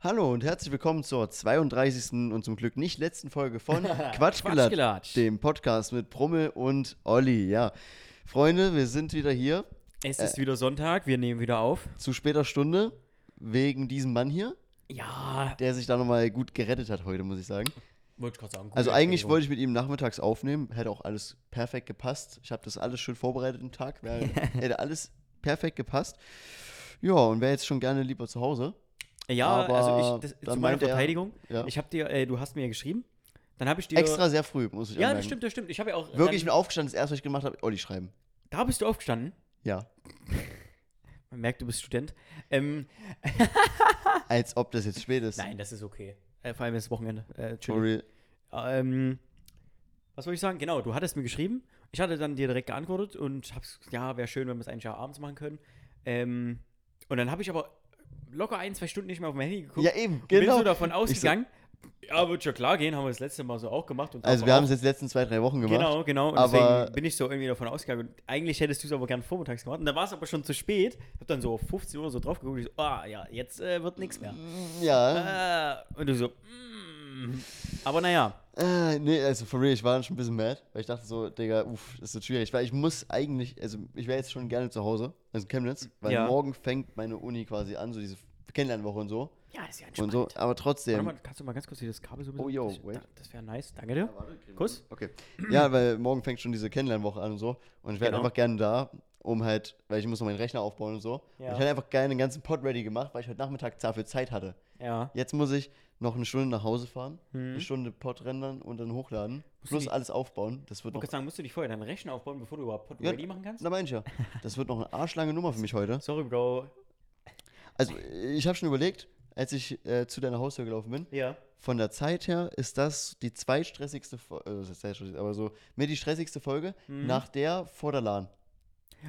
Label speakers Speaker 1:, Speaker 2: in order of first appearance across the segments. Speaker 1: Hallo und herzlich willkommen zur 32. und zum Glück nicht letzten Folge von Quatschgelatsch,
Speaker 2: Quatschgelatsch.
Speaker 1: dem Podcast mit Brumme und Olli. Ja, Freunde, wir sind wieder hier
Speaker 2: Es
Speaker 1: Äh.
Speaker 2: ist wieder Sonntag, wir nehmen wieder auf.
Speaker 1: zu später Stunde wegen diesem Mann hier,
Speaker 2: Ja,
Speaker 1: der sich da nochmal gut gerettet hat heute, muss ich sagen.
Speaker 2: wollte ich gerade sagen.
Speaker 1: Also eigentlich wollte ich mit ihm nachmittags aufnehmen, hätte auch alles perfekt gepasst. Ich habe das alles schön vorbereitet am Tag, wär, hätte alles perfekt gepasst. Ja, und wäre jetzt schon gerne lieber zu Hause.
Speaker 2: Ja,
Speaker 1: aber
Speaker 2: also ich, das,
Speaker 1: dann
Speaker 2: zu meiner
Speaker 1: meint er-
Speaker 2: Verteidigung,
Speaker 1: ja.
Speaker 2: ich habe dir, äh, du hast mir ja geschrieben, dann habe ich dir.
Speaker 1: Extra sehr früh, muss ich
Speaker 2: Ja,
Speaker 1: anmerken.
Speaker 2: das stimmt, Ähm, das stimmt. Ich habe ja auch.
Speaker 1: Wirklich, ich bin
Speaker 2: dann,
Speaker 1: aufgestanden, das erste, was ich gemacht habe, Olli schreiben.
Speaker 2: Da bist du aufgestanden.
Speaker 1: Ja,
Speaker 2: Man merkt, du bist Student. Ähm,
Speaker 1: als ob das jetzt spät ist.
Speaker 2: nein, das ist okay. Äh, vor allem ist Wochenende. Äh,
Speaker 1: For
Speaker 2: chill.
Speaker 1: real.
Speaker 2: ähm, was wollte ich sagen? Genau, du hattest mir geschrieben. Ich hatte dann dir direkt geantwortet und hab's, ja, wäre schön, wenn wir es eigentlich auch abends machen können. Ähm, und dann habe ich aber locker ein, zwei Stunden nicht mehr auf mein Handy geguckt.
Speaker 1: Ja, eben,
Speaker 2: Genau. Bin
Speaker 1: genau.
Speaker 2: so davon ausgegangen. ja, wird schon klar gehen, haben wir das letzte Mal so auch gemacht. Und
Speaker 1: also,
Speaker 2: davon
Speaker 1: wir
Speaker 2: auch-
Speaker 1: haben es jetzt die letzten zwei, drei Wochen gemacht.
Speaker 2: Genau, genau. Und
Speaker 1: aber-
Speaker 2: deswegen bin ich so irgendwie davon ausgegangen. Und eigentlich hättest du es aber gern vormittags gemacht. Und da war es aber schon zu spät. Ich hab dann so auf 15 Uhr so drauf geguckt. Ich so, ah, ja, jetzt äh, wird nichts mehr.
Speaker 1: Mhm. Ja,
Speaker 2: Äh, und du so, mm. Aber naja,
Speaker 1: äh, nee, also for real, ich war dann schon ein bisschen mad, weil ich dachte so, Digga, uff, das wird schwierig, weil ich muss eigentlich, also ich wäre jetzt schon gerne zu Hause, also in Chemnitz, weil
Speaker 2: Ja.
Speaker 1: morgen fängt meine Uni quasi an, so diese Kennenlernwoche und so
Speaker 2: ja, ist ja
Speaker 1: und
Speaker 2: entspannt.
Speaker 1: so, aber
Speaker 2: Warte
Speaker 1: trotzdem.
Speaker 2: mal, kannst du mal ganz kurz hier das Kabel so ein
Speaker 1: Oh,
Speaker 2: bisschen-
Speaker 1: yo,
Speaker 2: das-
Speaker 1: wait.
Speaker 2: da- Das wäre nice. Danke dir. Kuss.
Speaker 1: Okay. Ja, weil morgen fängt schon diese Kennenlernwoche an und so. Und ich wäre
Speaker 2: Genau.
Speaker 1: einfach gerne da, um halt, weil ich muss noch meinen Rechner aufbauen und so. Und
Speaker 2: Ja.
Speaker 1: ich hätte einfach gerne den ganzen Pod ready gemacht, weil ich heute Nachmittag dafür Zeit hatte.
Speaker 2: Ja.
Speaker 1: Jetzt muss ich noch eine Stunde nach Hause fahren, eine
Speaker 2: Hm.
Speaker 1: Stunde Pod rendern und dann hochladen.
Speaker 2: du
Speaker 1: plus
Speaker 2: die-
Speaker 1: alles aufbauen. Das
Speaker 2: Ich
Speaker 1: wird noch.
Speaker 2: wollte gerade sagen, musst du dich vorher deinen Rechner aufbauen, bevor du überhaupt Pod
Speaker 1: Ja.
Speaker 2: ready machen kannst?
Speaker 1: Na mein ich ja. Das wird noch eine arschlange Nummer für mich heute.
Speaker 2: Sorry, Bro.
Speaker 1: Also ich habe schon überlegt, als ich äh, zu deiner Haustür gelaufen bin,
Speaker 2: Ja.
Speaker 1: von der Zeit her ist das die zweitstressigste Folge, äh, das ist sehr stressig, aber so mit die stressigste Folge
Speaker 2: Mhm.
Speaker 1: nach der vor der LAN.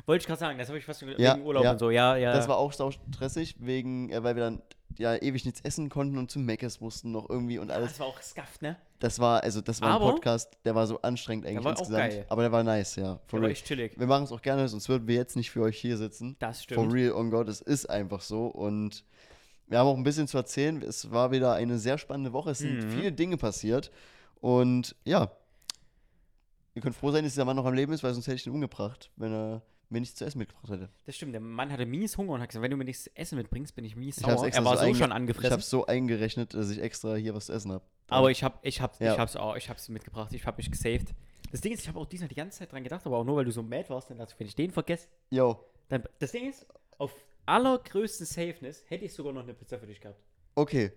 Speaker 2: Wollte ich gerade sagen, das habe ich fast schon
Speaker 1: Ja,
Speaker 2: wegen Urlaub
Speaker 1: ja.
Speaker 2: und so. Ja, ja.
Speaker 1: Das war auch sau stressig, wegen, äh, weil wir dann ja ewig nichts essen konnten und zum Meckes mussten noch irgendwie und alles.
Speaker 2: das war auch skafft, ne?
Speaker 1: Das war, also das war
Speaker 2: Aber-
Speaker 1: ein Podcast, der war so anstrengend eigentlich
Speaker 2: war auch
Speaker 1: insgesamt.
Speaker 2: geil.
Speaker 1: Aber der war nice, ja. For
Speaker 2: Der war
Speaker 1: real.
Speaker 2: echt chillig.
Speaker 1: Wir machen es auch gerne, sonst würden wir jetzt nicht für euch hier sitzen.
Speaker 2: Das
Speaker 1: For
Speaker 2: stimmt.
Speaker 1: real, on God, es ist einfach so. Und wir haben auch ein bisschen zu erzählen. Es war wieder eine sehr spannende Woche. Es
Speaker 2: Mhm.
Speaker 1: sind viele Dinge passiert. Und ja, ihr könnt froh sein, dass dieser Mann noch am Leben ist, weil sonst hätte ich ihn umgebracht, wenn er mir nichts zu essen mitgebracht hätte.
Speaker 2: Das stimmt, der Mann hatte mies Hunger und hat gesagt, wenn du mir nichts zu essen mitbringst, bin ich mies
Speaker 1: Ich hab's
Speaker 2: sauer.
Speaker 1: extra
Speaker 2: Er war so,
Speaker 1: einge-
Speaker 2: schon
Speaker 1: Ich
Speaker 2: angefressen.
Speaker 1: habe so eingerechnet, dass ich extra hier was zu essen habe.
Speaker 2: aber ich hab, ich hab,
Speaker 1: Ja.
Speaker 2: ich hab's auch, ich hab's mitgebracht, ich hab mich gesaved. Das Ding ist, ich habe auch diesmal die ganze Zeit dran gedacht, aber auch nur, weil du so mad warst, dann dachte ich, wenn ich den vergesse,
Speaker 1: Yo,
Speaker 2: dann. Das Ding ist, auf allergrößten Safeness hätte ich sogar noch eine Pizza für dich gehabt.
Speaker 1: okay.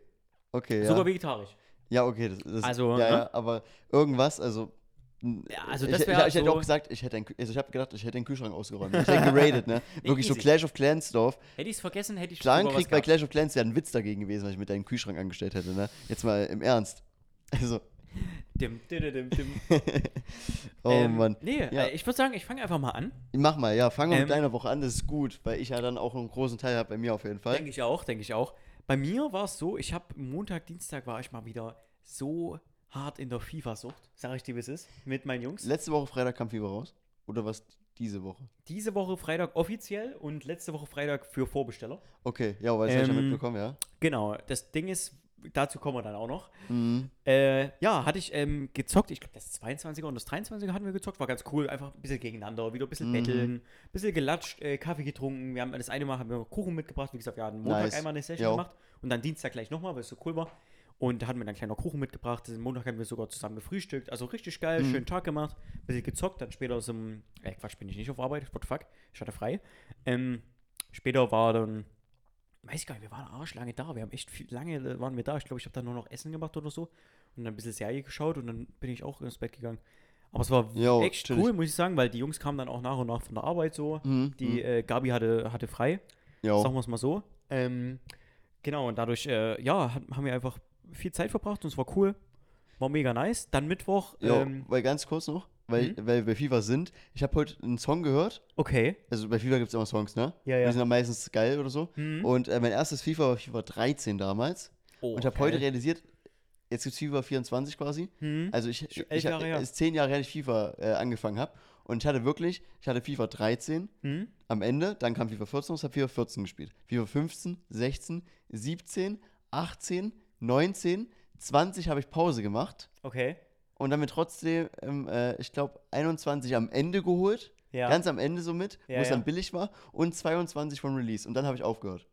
Speaker 1: Okay, ja.
Speaker 2: Sogar vegetarisch.
Speaker 1: ja, okay. Das, das,
Speaker 2: Also,
Speaker 1: ja,
Speaker 2: ne?
Speaker 1: ja, aber irgendwas, also. n-
Speaker 2: Ja, also
Speaker 1: ich,
Speaker 2: das
Speaker 1: ich,
Speaker 2: wär
Speaker 1: ich hätte
Speaker 2: so-
Speaker 1: auch gesagt, ich hätte einen, Kü- also ich habe gedacht, ich hätte den Kühlschrank ausgeräumt. Ich hätte geradet, ne?
Speaker 2: Nee,
Speaker 1: Wirklich so
Speaker 2: easy.
Speaker 1: Clash of Clans Dorf.
Speaker 2: Hätte ich es vergessen, hätte ich
Speaker 1: Klar, ein
Speaker 2: sogar
Speaker 1: Krieg
Speaker 2: was
Speaker 1: bei
Speaker 2: gehabt.
Speaker 1: Clash of Clans wäre ein Witz dagegen gewesen, was ich mit deinem Kühlschrank angestellt hätte, ne? Jetzt mal im Ernst. Also,
Speaker 2: Dim, dim, dim, dim.
Speaker 1: oh
Speaker 2: ähm,
Speaker 1: Mann.
Speaker 2: Nee,
Speaker 1: Ja.
Speaker 2: äh, ich würde sagen, ich fange einfach mal an.
Speaker 1: Mach mal, ja, fangen wir mit
Speaker 2: Ähm,
Speaker 1: deiner Woche an, das ist gut, weil ich ja dann auch einen großen Teil habe bei mir auf jeden Fall.
Speaker 2: Denke ich auch, denke ich auch. Bei mir war es so, ich habe Montag, Dienstag war ich mal wieder so hart in der FIFA-Sucht, sag ich dir, wie es ist, mit meinen Jungs.
Speaker 1: Letzte Woche Freitag kam Fieber raus. Oder was diese Woche?
Speaker 2: Diese Woche Freitag offiziell und letzte Woche Freitag für Vorbesteller.
Speaker 1: Okay, ja, weil das hab ich ja
Speaker 2: Ähm,
Speaker 1: mitbekommen, ja.
Speaker 2: Genau, das Ding ist, dazu kommen wir dann auch noch.
Speaker 1: Mhm.
Speaker 2: Äh, ja, hatte ich ähm, gezockt, ich glaube das 22er und das 23er hatten wir gezockt, war ganz cool, einfach ein bisschen gegeneinander, wieder ein bisschen
Speaker 1: Mhm.
Speaker 2: betteln, ein bisschen gelatscht, äh, Kaffee getrunken, wir haben das eine Mal haben wir Kuchen mitgebracht, wie gesagt, wir hatten Montag
Speaker 1: Nice.
Speaker 2: einmal eine Session
Speaker 1: Jo.
Speaker 2: gemacht und dann Dienstag gleich nochmal, weil es so cool war und da hatten wir dann kleiner Kuchen mitgebracht, den Montag haben wir sogar zusammen gefrühstückt, also richtig geil,
Speaker 1: Mhm.
Speaker 2: schönen Tag gemacht, ein bisschen gezockt, dann später aus dem, äh, Quatsch, bin ich nicht auf Arbeit, what the fuck, ich hatte frei, ähm, später war dann weiß ich gar nicht, wir waren arschlange da. Wir haben echt viel, lange äh, waren wir da. Ich glaube, ich habe da nur noch Essen gemacht oder so und dann ein bisschen Serie geschaut und dann bin ich auch ins Bett gegangen. Aber es war
Speaker 1: Jo,
Speaker 2: echt
Speaker 1: chillig.
Speaker 2: cool, muss ich sagen, weil die Jungs kamen dann auch nach und nach von der Arbeit so.
Speaker 1: Mhm,
Speaker 2: Die äh, Gabi hatte, hatte frei, sagen
Speaker 1: Jo.
Speaker 2: wir es mal so. Ähm, genau, und dadurch, äh, ja, hat, haben wir einfach viel Zeit verbracht und es war cool. War mega nice. Dann Mittwoch,
Speaker 1: Jo.
Speaker 2: ähm, hm?
Speaker 1: weil ganz kurz noch, weil, weil wir bei FIFA sind, ich habe heute einen Song gehört.
Speaker 2: okay.
Speaker 1: Also bei FIFA gibt es immer Songs, ne?
Speaker 2: Ja, ja.
Speaker 1: Die sind dann meistens geil oder so.
Speaker 2: Mhm.
Speaker 1: Und äh, mein erstes FIFA war FIFA 13 damals.
Speaker 2: Oh,
Speaker 1: und ich habe
Speaker 2: geil.
Speaker 1: heute realisiert, jetzt gibt es FIFA 24 quasi.
Speaker 2: Mhm.
Speaker 1: Also ich, ich,
Speaker 2: elf Jahre her.
Speaker 1: ist zehn Jahre her, dass ich FIFA äh, angefangen habe. Und ich hatte wirklich, ich hatte FIFA 13
Speaker 2: Mhm.
Speaker 1: am Ende, dann kam FIFA 14 und ich habe FIFA 14 gespielt. FIFA 15, 16, 17, 18, 19, 20 habe ich Pause gemacht
Speaker 2: Okay.
Speaker 1: und dann mir trotzdem, ähm, äh, ich glaube, 21 am Ende geholt.
Speaker 2: Ja.
Speaker 1: Ganz am Ende somit,
Speaker 2: Ja,
Speaker 1: wo es
Speaker 2: ja.
Speaker 1: dann billig war. Und 22 vom Release. Und dann habe ich aufgehört.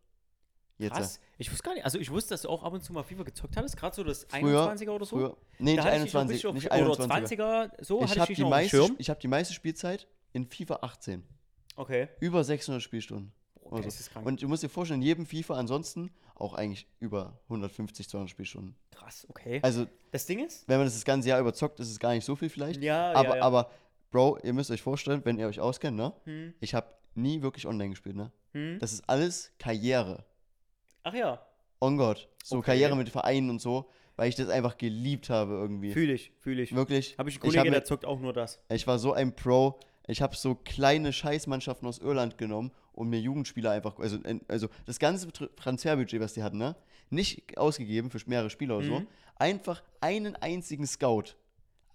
Speaker 1: Jetzt. äh.
Speaker 2: Krass. Ich wusste gar nicht. Also ich wusste, dass du auch ab und zu mal FIFA gezockt hattest, gerade so das
Speaker 1: äh, Früher,
Speaker 2: 21er oder so.
Speaker 1: Früher, nee,
Speaker 2: Da
Speaker 1: nicht
Speaker 2: hatte ich dich noch ein
Speaker 1: 21.
Speaker 2: bisschen auf-
Speaker 1: Nicht
Speaker 2: Oder
Speaker 1: 21.
Speaker 2: 20er,
Speaker 1: Ich
Speaker 2: so hatte ich
Speaker 1: habe
Speaker 2: dich
Speaker 1: die,
Speaker 2: noch auf dem
Speaker 1: meiste-
Speaker 2: Schirm.
Speaker 1: ich hab die meiste Spielzeit in FIFA 18.
Speaker 2: Okay.
Speaker 1: Über 600 Spielstunden.
Speaker 2: Boah,
Speaker 1: Also,
Speaker 2: geisteskrank.
Speaker 1: Und du musst dir vorstellen, in jedem FIFA ansonsten auch eigentlich über 150, 200 Spielstunden.
Speaker 2: Krass, okay.
Speaker 1: Also,
Speaker 2: das Ding ist,
Speaker 1: wenn man das das ganze Jahr überzockt, ist es gar nicht so viel vielleicht.
Speaker 2: Ja, ja,
Speaker 1: aber,
Speaker 2: ja.
Speaker 1: aber, Bro, ihr müsst euch vorstellen, wenn ihr euch auskennt, ne?
Speaker 2: hm,
Speaker 1: Ich habe nie wirklich online gespielt, ne?
Speaker 2: hm.
Speaker 1: Das ist alles Karriere.
Speaker 2: ach ja,
Speaker 1: On God. So
Speaker 2: Okay.
Speaker 1: Karriere mit Vereinen und so, weil ich das einfach geliebt habe irgendwie.
Speaker 2: fühle ich, fühle ich.
Speaker 1: Wirklich.
Speaker 2: Habe ich einen
Speaker 1: ich, hab
Speaker 2: Kollegen,
Speaker 1: mir,
Speaker 2: der zockt auch nur das.
Speaker 1: ich war so ein Pro. Ich habe so kleine Scheißmannschaften aus Irland genommen und mir Jugendspieler einfach, also, also das ganze Tr- Transferbudget, was die hatten, ne? Nicht ausgegeben für mehrere Spieler oder so.
Speaker 2: Mhm.
Speaker 1: Einfach einen einzigen Scout.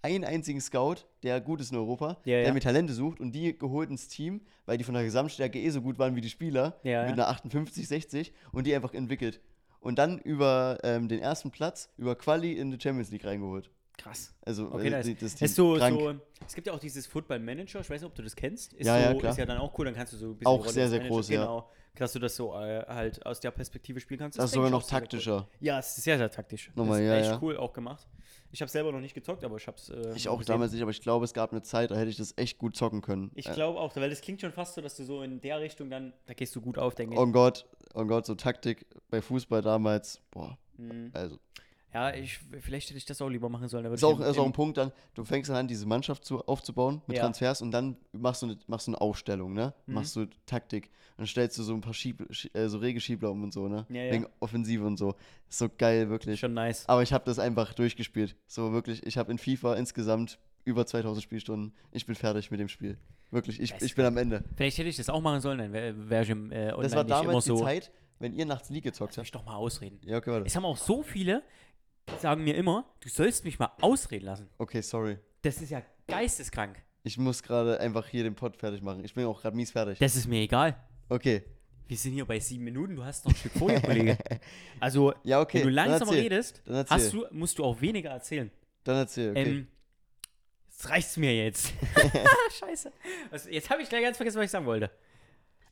Speaker 1: Einen einzigen Scout, der gut ist in Europa,
Speaker 2: Ja,
Speaker 1: der
Speaker 2: ja.
Speaker 1: mir Talente sucht und die geholt ins Team, weil die von der Gesamtstärke eh so gut waren wie die Spieler,
Speaker 2: Ja,
Speaker 1: mit
Speaker 2: ja.
Speaker 1: einer 58, 60 und die einfach entwickelt. Und dann über ähm, den ersten Platz, über Quali in die Champions League reingeholt.
Speaker 2: Krass.
Speaker 1: Also, also
Speaker 2: Okay, nice.
Speaker 1: die- das Team
Speaker 2: Ist so,
Speaker 1: krank.
Speaker 2: so, es gibt ja auch dieses Football Manager, ich weiß nicht, ob du das kennst. Ist
Speaker 1: Ja, ja,
Speaker 2: so,
Speaker 1: klar.
Speaker 2: Ist ja dann auch cool, dann kannst du so ein bisschen.
Speaker 1: Auch
Speaker 2: die Rolle
Speaker 1: sehr,
Speaker 2: des
Speaker 1: sehr
Speaker 2: Managers-
Speaker 1: groß, ja.
Speaker 2: Genau. Dass du das so äh, halt aus der Perspektive spielen kannst.
Speaker 1: Das ist
Speaker 2: denk
Speaker 1: sogar
Speaker 2: ich
Speaker 1: noch
Speaker 2: auch sehr, sehr cool.
Speaker 1: taktischer.
Speaker 2: Ja, es ist sehr, sehr taktisch.
Speaker 1: Nochmal,
Speaker 2: ist
Speaker 1: ja,
Speaker 2: echt
Speaker 1: ja.
Speaker 2: cool auch gemacht. Ich habe selber noch nicht gezockt, aber ich habe es. Äh,
Speaker 1: Ich auch
Speaker 2: gesehen.
Speaker 1: damals nicht, aber ich glaube, es gab eine Zeit, da hätte ich das echt gut zocken können. Äh,
Speaker 2: Ich glaube auch, weil das klingt schon fast so, dass du so in der Richtung dann, Äh. da gehst du gut auf, denke
Speaker 1: Äh,
Speaker 2: ich.
Speaker 1: oh Gott, oh Gott, so Taktik bei Fußball damals, boah,
Speaker 2: Mhm.
Speaker 1: also.
Speaker 2: Ja, ich, vielleicht hätte ich das auch lieber machen sollen. da würde
Speaker 1: Ist
Speaker 2: ich
Speaker 1: auch,
Speaker 2: im-
Speaker 1: ist auch ein
Speaker 2: im-
Speaker 1: Punkt dann, du fängst dann an, diese Mannschaft zu, aufzubauen mit
Speaker 2: Ja.
Speaker 1: Transfers und dann machst du eine, machst du eine Aufstellung, ne?
Speaker 2: Mhm.
Speaker 1: Machst du Taktik. Dann stellst du so ein paar Schieb, Schie- äh, so Regelschiebler um und so, ne?
Speaker 2: Ja, ja.
Speaker 1: Wegen Offensive und so. Ist so geil, wirklich.
Speaker 2: schon nice.
Speaker 1: Aber ich habe das einfach durchgespielt. So wirklich, ich habe in FIFA insgesamt über 2000 Spielstunden. Ich bin fertig mit dem Spiel. Wirklich, ich,
Speaker 2: Best.
Speaker 1: ich bin am Ende.
Speaker 2: Vielleicht hätte ich das auch machen sollen, dann wäre wär ich im äh, Online
Speaker 1: Das war
Speaker 2: nicht immer
Speaker 1: damals
Speaker 2: so.
Speaker 1: die Zeit, wenn ihr nachts League gezockt
Speaker 2: Lass mich
Speaker 1: habt.
Speaker 2: doch mal ausreden.
Speaker 1: Ja, okay, warte.
Speaker 2: Es haben auch so viele, sagen mir immer, du sollst mich mal ausreden lassen.
Speaker 1: Okay, sorry.
Speaker 2: Das ist ja geisteskrank.
Speaker 1: Ich muss gerade einfach hier den Pod fertig machen. Ich bin auch gerade mies fertig.
Speaker 2: Das ist mir egal.
Speaker 1: Okay.
Speaker 2: Wir sind hier bei sieben Minuten, du hast noch ein Stück vor dir, Kollege. Also,
Speaker 1: Ja, okay.
Speaker 2: wenn du
Speaker 1: dann
Speaker 2: langsamer
Speaker 1: erzähl.
Speaker 2: redest,
Speaker 1: Dann erzähl.
Speaker 2: hast du, musst du auch weniger erzählen.
Speaker 1: Dann erzähl, okay.
Speaker 2: Ähm, jetzt reicht's mir jetzt. Scheiße. Also, jetzt habe ich gleich ganz vergessen, was ich sagen wollte.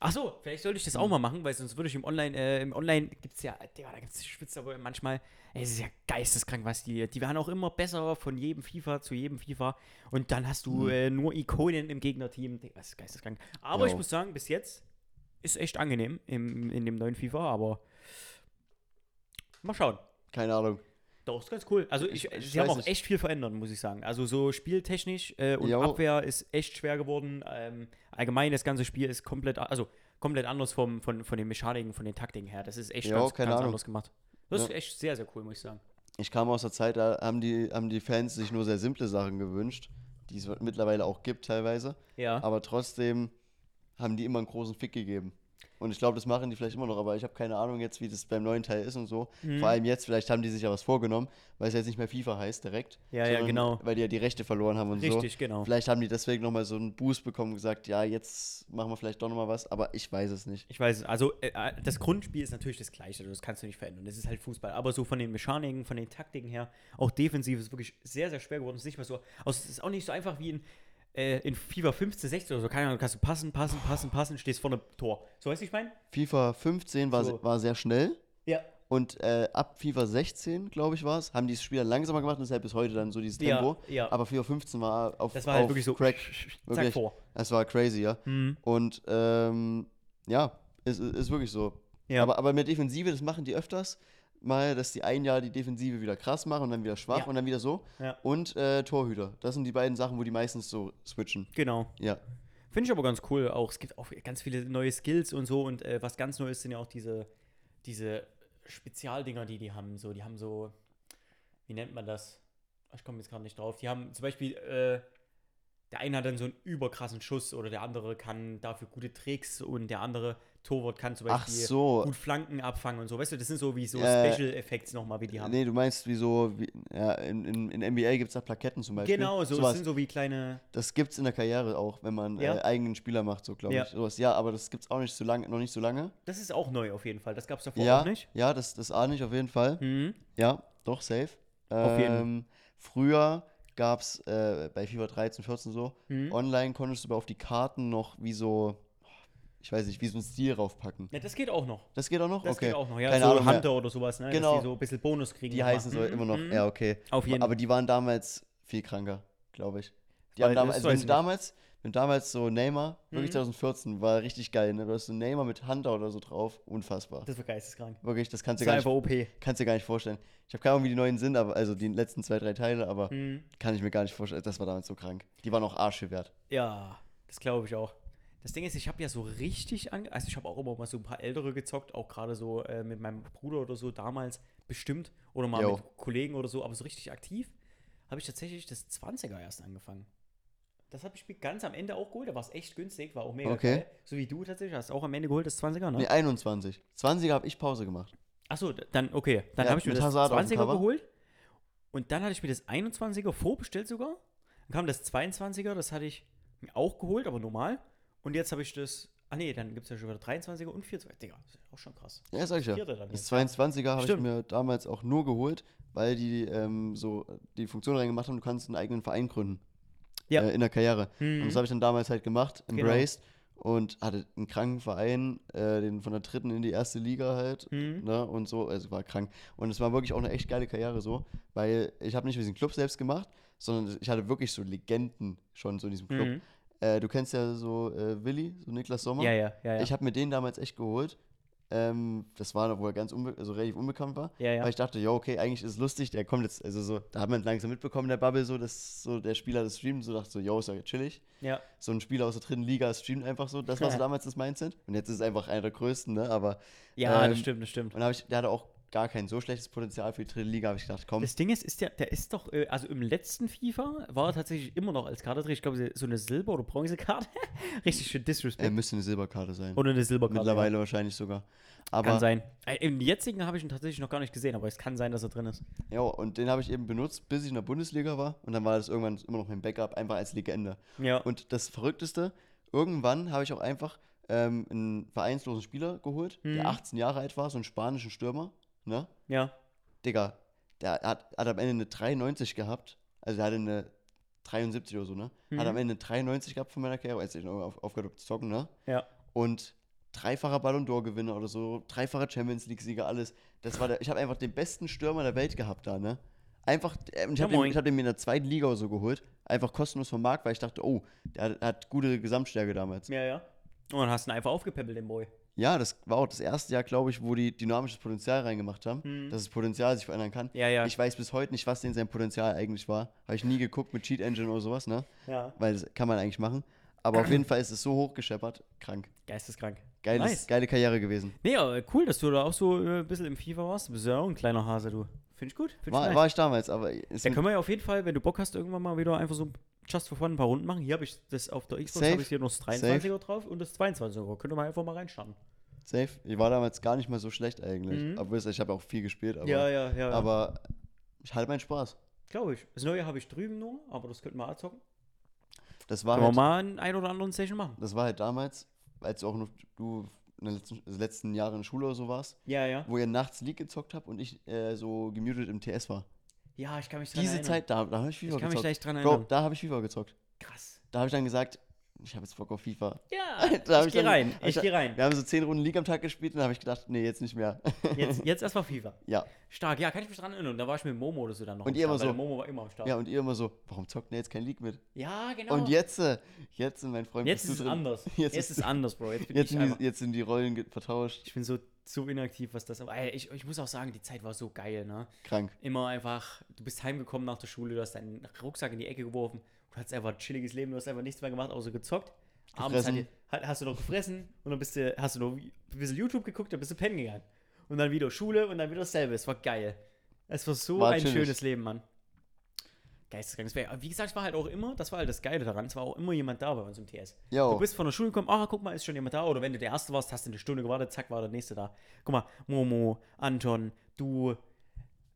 Speaker 2: Ach so, vielleicht sollte ich das auch
Speaker 1: Hm.
Speaker 2: mal machen, weil sonst würde ich im Online, äh, im Online gibt's ja, Digga, da gibt's Schwitzer wohl manchmal, ey, es ist ja geisteskrank, was die, die werden auch immer besser von jedem FIFA zu jedem FIFA und dann hast
Speaker 1: Hm.
Speaker 2: du äh, nur Ikonen im Gegnerteam, Digga, das ist geisteskrank. Aber ich
Speaker 1: Jo.
Speaker 2: muss sagen, bis jetzt ist echt angenehm im, in dem neuen FIFA, aber mal schauen.
Speaker 1: Keine Ahnung.
Speaker 2: Doch, ist ganz cool. Also ich,
Speaker 1: Ich- ich
Speaker 2: sie haben
Speaker 1: weiß
Speaker 2: auch
Speaker 1: nicht.
Speaker 2: echt viel verändert, muss ich sagen. Also so spieltechnisch äh, und
Speaker 1: Jo.
Speaker 2: Abwehr ist echt schwer geworden. Ähm, allgemein das ganze Spiel ist komplett, a- also komplett anders vom, von, von den Mechaniken, von den Taktiken her. Das ist echt
Speaker 1: Jo,
Speaker 2: ganz,
Speaker 1: keine
Speaker 2: ganz
Speaker 1: Ahnung.
Speaker 2: anders gemacht. Das
Speaker 1: Ja.
Speaker 2: ist echt sehr, sehr cool, muss ich sagen.
Speaker 1: Ich kam aus der Zeit, da haben die, haben die Fans sich nur sehr simple Sachen gewünscht, die es mittlerweile auch gibt teilweise.
Speaker 2: Ja.
Speaker 1: Aber trotzdem haben die immer einen großen Fick gegeben. Und ich glaube, das machen die vielleicht immer noch, aber ich habe keine Ahnung jetzt, wie das beim neuen Teil ist und so.
Speaker 2: Mhm.
Speaker 1: Vor allem jetzt, vielleicht haben die sich ja was vorgenommen, weil es jetzt nicht mehr FIFA heißt direkt.
Speaker 2: Ja, ja,
Speaker 1: sondern
Speaker 2: genau.
Speaker 1: Weil die ja die Rechte verloren haben und so.
Speaker 2: Richtig, genau.
Speaker 1: Vielleicht haben die deswegen nochmal so einen Boost bekommen und gesagt, ja, jetzt machen wir vielleicht doch nochmal was, aber ich weiß es nicht.
Speaker 2: Ich weiß es. Also äh, äh, das Grundspiel ist natürlich das gleiche, also das kannst du nicht verändern. Das ist halt Fußball. Aber so von den Mechaniken, von den Taktiken her, auch defensiv ist wirklich sehr, sehr schwer geworden. Es ist nicht mehr so, also es ist auch nicht so einfach wie in, äh, in FIFA 15, 16 oder so. Keine Ahnung, kannst du passen, passen, passen, passen, stehst vorne Tor. So weißt du, wie ich meine?
Speaker 1: FIFA 15 war,
Speaker 2: So.
Speaker 1: war sehr schnell
Speaker 2: Ja.
Speaker 1: und äh, ab FIFA 16, glaube ich, war es, haben die es Spieler langsamer gemacht und deshalb bis heute dann so dieses
Speaker 2: Ja,
Speaker 1: Tempo.
Speaker 2: ja.
Speaker 1: Aber FIFA 15 war auf
Speaker 2: Das war halt
Speaker 1: auf
Speaker 2: wirklich so,
Speaker 1: Crack.
Speaker 2: Zack
Speaker 1: Wirklich.
Speaker 2: vor.
Speaker 1: Das war crazy, ja.
Speaker 2: Mhm.
Speaker 1: Und ähm, ja, es ist, ist wirklich so.
Speaker 2: Ja.
Speaker 1: Aber, aber mit Defensive, das machen die öfters. Mal, dass die ein Jahr die Defensive wieder krass machen und dann wieder schwach
Speaker 2: Ja.
Speaker 1: und dann wieder so.
Speaker 2: Ja.
Speaker 1: Und äh, Torhüter. Das sind die beiden Sachen, wo die meistens so switchen.
Speaker 2: Genau.
Speaker 1: Ja.
Speaker 2: Finde ich aber ganz cool auch. Es gibt auch ganz viele neue Skills und so. Und äh, was ganz Neues sind ja auch diese, diese Spezialdinger, die die haben. So, die haben so, wie nennt man das? Ich komme jetzt gerade nicht drauf. Die haben zum Beispiel äh, Der eine hat dann so einen überkrassen Schuss oder der andere kann dafür gute Tricks und der andere Torwart kann zum
Speaker 1: Ach
Speaker 2: Beispiel
Speaker 1: so.
Speaker 2: gut Flanken abfangen und so. Weißt du, das sind so wie so
Speaker 1: Äh,
Speaker 2: Special Effects nochmal, wie die haben.
Speaker 1: Nee, du meinst, wie so, wie, ja, in, in, in NBA gibt es da Plaketten zum Beispiel.
Speaker 2: genau, so, das
Speaker 1: Sowas.
Speaker 2: sind so wie kleine.
Speaker 1: Das gibt's in der Karriere auch, wenn man
Speaker 2: Ja.
Speaker 1: äh, eigenen Spieler macht, so glaube
Speaker 2: Ja.
Speaker 1: ich. Sowas. Ja, aber das gibt's auch nicht so lange, noch nicht so lange.
Speaker 2: Das ist auch neu auf jeden Fall. Das gab es davor
Speaker 1: ja,
Speaker 2: auch nicht.
Speaker 1: ja, das, das ahne ich auf jeden Fall.
Speaker 2: Mhm.
Speaker 1: Ja, doch, safe.
Speaker 2: Auf jeden.
Speaker 1: Ähm, Früher gab es äh, bei FIFA 13, 14 so,
Speaker 2: Mhm.
Speaker 1: online konntest du aber auf die Karten noch wie so, ich weiß nicht, wie so ein Stil raufpacken.
Speaker 2: Ja, das geht auch noch.
Speaker 1: Das geht auch noch?
Speaker 2: Das
Speaker 1: okay.
Speaker 2: geht auch noch. Ja,
Speaker 1: Keine
Speaker 2: so
Speaker 1: Ahnung mehr.
Speaker 2: Hunter oder sowas, ne?
Speaker 1: Genau.
Speaker 2: Dass die so ein bisschen Bonus kriegen.
Speaker 1: Die
Speaker 2: nochmal.
Speaker 1: heißen so
Speaker 2: Mhm,
Speaker 1: immer noch,
Speaker 2: mhm.
Speaker 1: ja, okay.
Speaker 2: Auf jeden
Speaker 1: Aber die waren damals viel kranker, glaube ich. Die
Speaker 2: Weil-
Speaker 1: haben damals,
Speaker 2: das
Speaker 1: also wenn du
Speaker 2: weiß ich nicht.
Speaker 1: damals, wenn damals so Neymar, wirklich
Speaker 2: Mhm.
Speaker 1: 2014, war richtig geil, ne? Du hast so Neymar mit Hunter oder so drauf, unfassbar.
Speaker 2: Das war geisteskrank.
Speaker 1: wirklich, das kannst du
Speaker 2: Das
Speaker 1: gar
Speaker 2: war
Speaker 1: nicht,
Speaker 2: einfach OP.
Speaker 1: kannst dir gar nicht vorstellen. Ich habe keine Ahnung, wie die neuen sind, aber also die letzten zwei, drei Teile, aber
Speaker 2: Mhm.
Speaker 1: kann ich mir gar nicht vorstellen. Das war damals so krank. Die waren auch arschgewehrt.
Speaker 2: Ja, das glaube ich auch. Das Ding ist, ich habe ja so richtig ange... Also ich habe auch immer mal so ein paar Ältere gezockt, auch gerade so äh, mit meinem Bruder oder so damals bestimmt. Oder mal
Speaker 1: Jo.
Speaker 2: mit Kollegen oder so, aber so richtig aktiv habe ich tatsächlich das 20er erst angefangen. Das habe ich mir ganz am Ende auch geholt, da war es echt günstig, war auch mega
Speaker 1: Okay.
Speaker 2: geil. So wie du tatsächlich, hast du auch am Ende geholt, das 20er, ne?
Speaker 1: Nee, 21. 20er habe ich Pause gemacht.
Speaker 2: Achso, dann, okay. Dann
Speaker 1: Ja,
Speaker 2: habe ich mir
Speaker 1: mit
Speaker 2: das
Speaker 1: Hazard auf dem
Speaker 2: 20er
Speaker 1: Cover.
Speaker 2: geholt. Und dann hatte ich mir das 21er vorbestellt sogar. Dann kam das 22er, das hatte ich mir auch geholt, aber normal. Und jetzt habe ich das. Ah nee, dann gibt es ja schon wieder 23er und 24er. Digga, das ist auch schon krass.
Speaker 1: Ja, sag ich ja.
Speaker 2: Vierte dann
Speaker 1: Das 22er habe ich
Speaker 2: Stimmt.
Speaker 1: mir damals auch nur geholt, weil die ähm, so die Funktion reingemacht haben, du kannst einen eigenen Verein gründen.
Speaker 2: Ja.
Speaker 1: Äh, in der Karriere.
Speaker 2: Mhm.
Speaker 1: Und das habe ich dann damals halt gemacht,
Speaker 2: Genau.
Speaker 1: embraced und hatte einen kranken Verein, äh, den von der dritten in die erste Liga halt.
Speaker 2: Mhm.
Speaker 1: Ne, und so, also war krank. Und es war wirklich auch eine echt geile Karriere so, weil ich habe nicht diesen Club selbst gemacht, sondern ich hatte wirklich so Legenden schon so in diesem Club.
Speaker 2: Mhm.
Speaker 1: Äh, du kennst ja so äh, Willi, so Niklas Sommer.
Speaker 2: Ja, ja, ja. ja.
Speaker 1: Ich habe mir den damals echt geholt. Ähm, das war, noch, wo er ganz unbe also relativ unbekannt war.
Speaker 2: Ja, ja.
Speaker 1: Weil ich dachte, ja, okay, eigentlich ist es lustig, der kommt jetzt, also so, da hat man langsam mitbekommen, in der Bubble, so, dass so der Spieler das streamt, so dachte so, yo, ist ja chillig.
Speaker 2: ja.
Speaker 1: So ein Spieler aus der dritten Liga streamt einfach so. Das war so damals das Mindset. Und jetzt ist es einfach einer der größten, ne? Aber
Speaker 2: ja
Speaker 1: ähm,
Speaker 2: das stimmt, das stimmt.
Speaker 1: und da hab ich, der hatte auch gar kein so schlechtes Potenzial für die dritte Liga, habe ich gedacht, komm.
Speaker 2: Das Ding ist, ist der, der ist doch, äh, also im letzten FIFA war er tatsächlich immer noch als Karte drin. Ich glaube, so eine Silber- oder Bronzekarte. Richtig schön
Speaker 1: Er
Speaker 2: Disrespect.
Speaker 1: müsste eine Silberkarte sein.
Speaker 2: oder eine Silberkarte. ja.
Speaker 1: Ähm, Mittlerweile wahrscheinlich sogar. Aber
Speaker 2: Kann sein. Äh, Im jetzigen habe ich ihn tatsächlich noch gar nicht gesehen, aber es kann sein, dass er drin ist.
Speaker 1: Ja, und den habe ich eben benutzt, bis ich in der Bundesliga war. Und dann war das irgendwann immer noch mein Backup, einfach als Legende.
Speaker 2: Ja.
Speaker 1: Und das Verrückteste, irgendwann habe ich auch einfach ähm, einen vereinslosen Spieler geholt,
Speaker 2: Mhm.
Speaker 1: der 18 Jahre alt war, so einen spanischen Stürmer. Ne?
Speaker 2: ja.
Speaker 1: Digga, der hat, hat am Ende eine 93 gehabt. Also der hatte eine 73 oder so, ne? Hat am Ende eine 93 gehabt von meiner Karriere, als ich noch auf, aufgehört habe zu zocken, ne?
Speaker 2: Ja.
Speaker 1: Und dreifacher Ballon d'Or-Gewinner oder so, dreifacher Champions League-Sieger, alles. Das war der, ich habe einfach den besten Stürmer der Welt gehabt da, ne? Einfach, äh, und ich
Speaker 2: Ja,
Speaker 1: habe den,
Speaker 2: moin.
Speaker 1: ich hab den mir in der zweiten Liga oder so geholt. Einfach kostenlos vom Markt, weil ich dachte, oh, der hat, hat gute Gesamtstärke damals.
Speaker 2: Ja, ja. Und dann hast du ihn einfach aufgepäppelt, den Boy.
Speaker 1: Ja, das war auch das erste Jahr, glaube ich, wo die dynamisches Potenzial reingemacht haben, dass das Potenzial sich verändern kann.
Speaker 2: Mhm. Ja, ja.
Speaker 1: Ich weiß bis heute nicht, was denn sein Potenzial eigentlich war. Habe ich nie geguckt mit Cheat Engine oder sowas, ne?
Speaker 2: Ja.
Speaker 1: Weil das kann man eigentlich machen. Aber auf jeden Fall ist es so hochgescheppert, krank.
Speaker 2: Geisteskrank.
Speaker 1: Geiles,
Speaker 2: Nice.
Speaker 1: Geile Karriere gewesen.
Speaker 2: Nee, aber cool, dass du da auch so äh, ein bisschen im FIFA warst. Du bist ja auch ein kleiner Hase, du. Finde ich gut. Find ich
Speaker 1: War,
Speaker 2: nice.
Speaker 1: war ich damals, aber ist
Speaker 2: Dann können wir ja auf jeden Fall, wenn du Bock hast, irgendwann mal wieder einfach so just for fun ein paar Runden machen. Hier habe ich das auf der Xbox,
Speaker 1: Safe.
Speaker 2: habe ich hier noch das 23er drauf und das 22er. Können wir mal einfach mal reinstarten.
Speaker 1: safe. Ich war damals gar nicht mal so schlecht eigentlich. Obwohl es- ich habe auch viel gespielt, aber,
Speaker 2: Mhm. ja, ja. Aber
Speaker 1: aber ich hatte meinen Spaß.
Speaker 2: glaube ich. Das neue habe ich drüben nur, aber das könnten wir auch zocken.
Speaker 1: Das war
Speaker 2: Können wir
Speaker 1: halt,
Speaker 2: mal einen ein oder anderen Session machen.
Speaker 1: das war halt damals, als auch noch du in den letzten, also letzten Jahren in der Schule oder so warst.
Speaker 2: Ja, ja.
Speaker 1: wo ihr nachts League gezockt habt und ich äh, so gemutet im TS war.
Speaker 2: Ja, ich kann mich dran
Speaker 1: Diese
Speaker 2: erinnern.
Speaker 1: Zeit, da, da habe ich FIFA
Speaker 2: Ich kann mich
Speaker 1: gezockt.
Speaker 2: gleich dran
Speaker 1: Bro,
Speaker 2: erinnern.
Speaker 1: da habe ich FIFA gezockt.
Speaker 2: Krass.
Speaker 1: Da habe ich dann gesagt, ich habe jetzt Bock auf FIFA.
Speaker 2: Ja,
Speaker 1: Da hab
Speaker 2: ich gehe
Speaker 1: dann-
Speaker 2: rein.
Speaker 1: hab
Speaker 2: Ich
Speaker 1: dann-
Speaker 2: gehe rein.
Speaker 1: Wir haben so zehn Runden League am Tag gespielt und dann habe ich gedacht, nee, jetzt nicht mehr.
Speaker 2: Jetzt, jetzt erstmal FIFA.
Speaker 1: ja.
Speaker 2: Stark, ja, kann ich mich dran erinnern. Da war ich mit Momo oder so dann noch.
Speaker 1: Und
Speaker 2: am
Speaker 1: ihr immer
Speaker 2: Start, weil
Speaker 1: so-
Speaker 2: der Momo war immer am Start.
Speaker 1: ja, und ihr immer so, warum zockt denn jetzt kein League mit?
Speaker 2: Ja, genau.
Speaker 1: Und jetzt, äh, jetzt sind mein Freund
Speaker 2: jetzt
Speaker 1: bist
Speaker 2: ist
Speaker 1: du
Speaker 2: es
Speaker 1: drin.
Speaker 2: anders.
Speaker 1: Jetzt
Speaker 2: Jetzt,
Speaker 1: ist-
Speaker 2: ist es anders, Bro. Jetzt bin
Speaker 1: Jetzt
Speaker 2: ich
Speaker 1: sind,
Speaker 2: einfach.
Speaker 1: die, jetzt sind die Rollen ge- vertauscht.
Speaker 2: Ich bin so, so inaktiv, was das. Aber ey, ich, ich muss auch sagen, die Zeit war so geil, ne?
Speaker 1: Krank.
Speaker 2: Immer einfach, du bist heimgekommen nach der Schule, du hast deinen Rucksack in die Ecke geworfen, du hattest einfach ein chilliges Leben, du hast einfach nichts mehr gemacht, außer gezockt. Abends hat,
Speaker 1: Gefressen.
Speaker 2: hat, hast du noch gefressen und dann bist du, hast du noch ein bisschen YouTube geguckt, dann bist du pennen gegangen. Und dann wieder Schule und dann wieder dasselbe. Es war geil. Es war so
Speaker 1: War
Speaker 2: ein
Speaker 1: chillig.
Speaker 2: schönes Leben, Mann. Geisteskrank. Das wär, wie gesagt, es war halt auch immer, das war halt das Geile daran, es war auch immer jemand da bei uns im TS.
Speaker 1: Jo.
Speaker 2: Du bist von der Schule gekommen, ah, guck mal, ist schon jemand da. Oder wenn du der Erste warst, hast du eine Stunde gewartet, zack, war der Nächste da. Guck mal, Momo, Anton, du,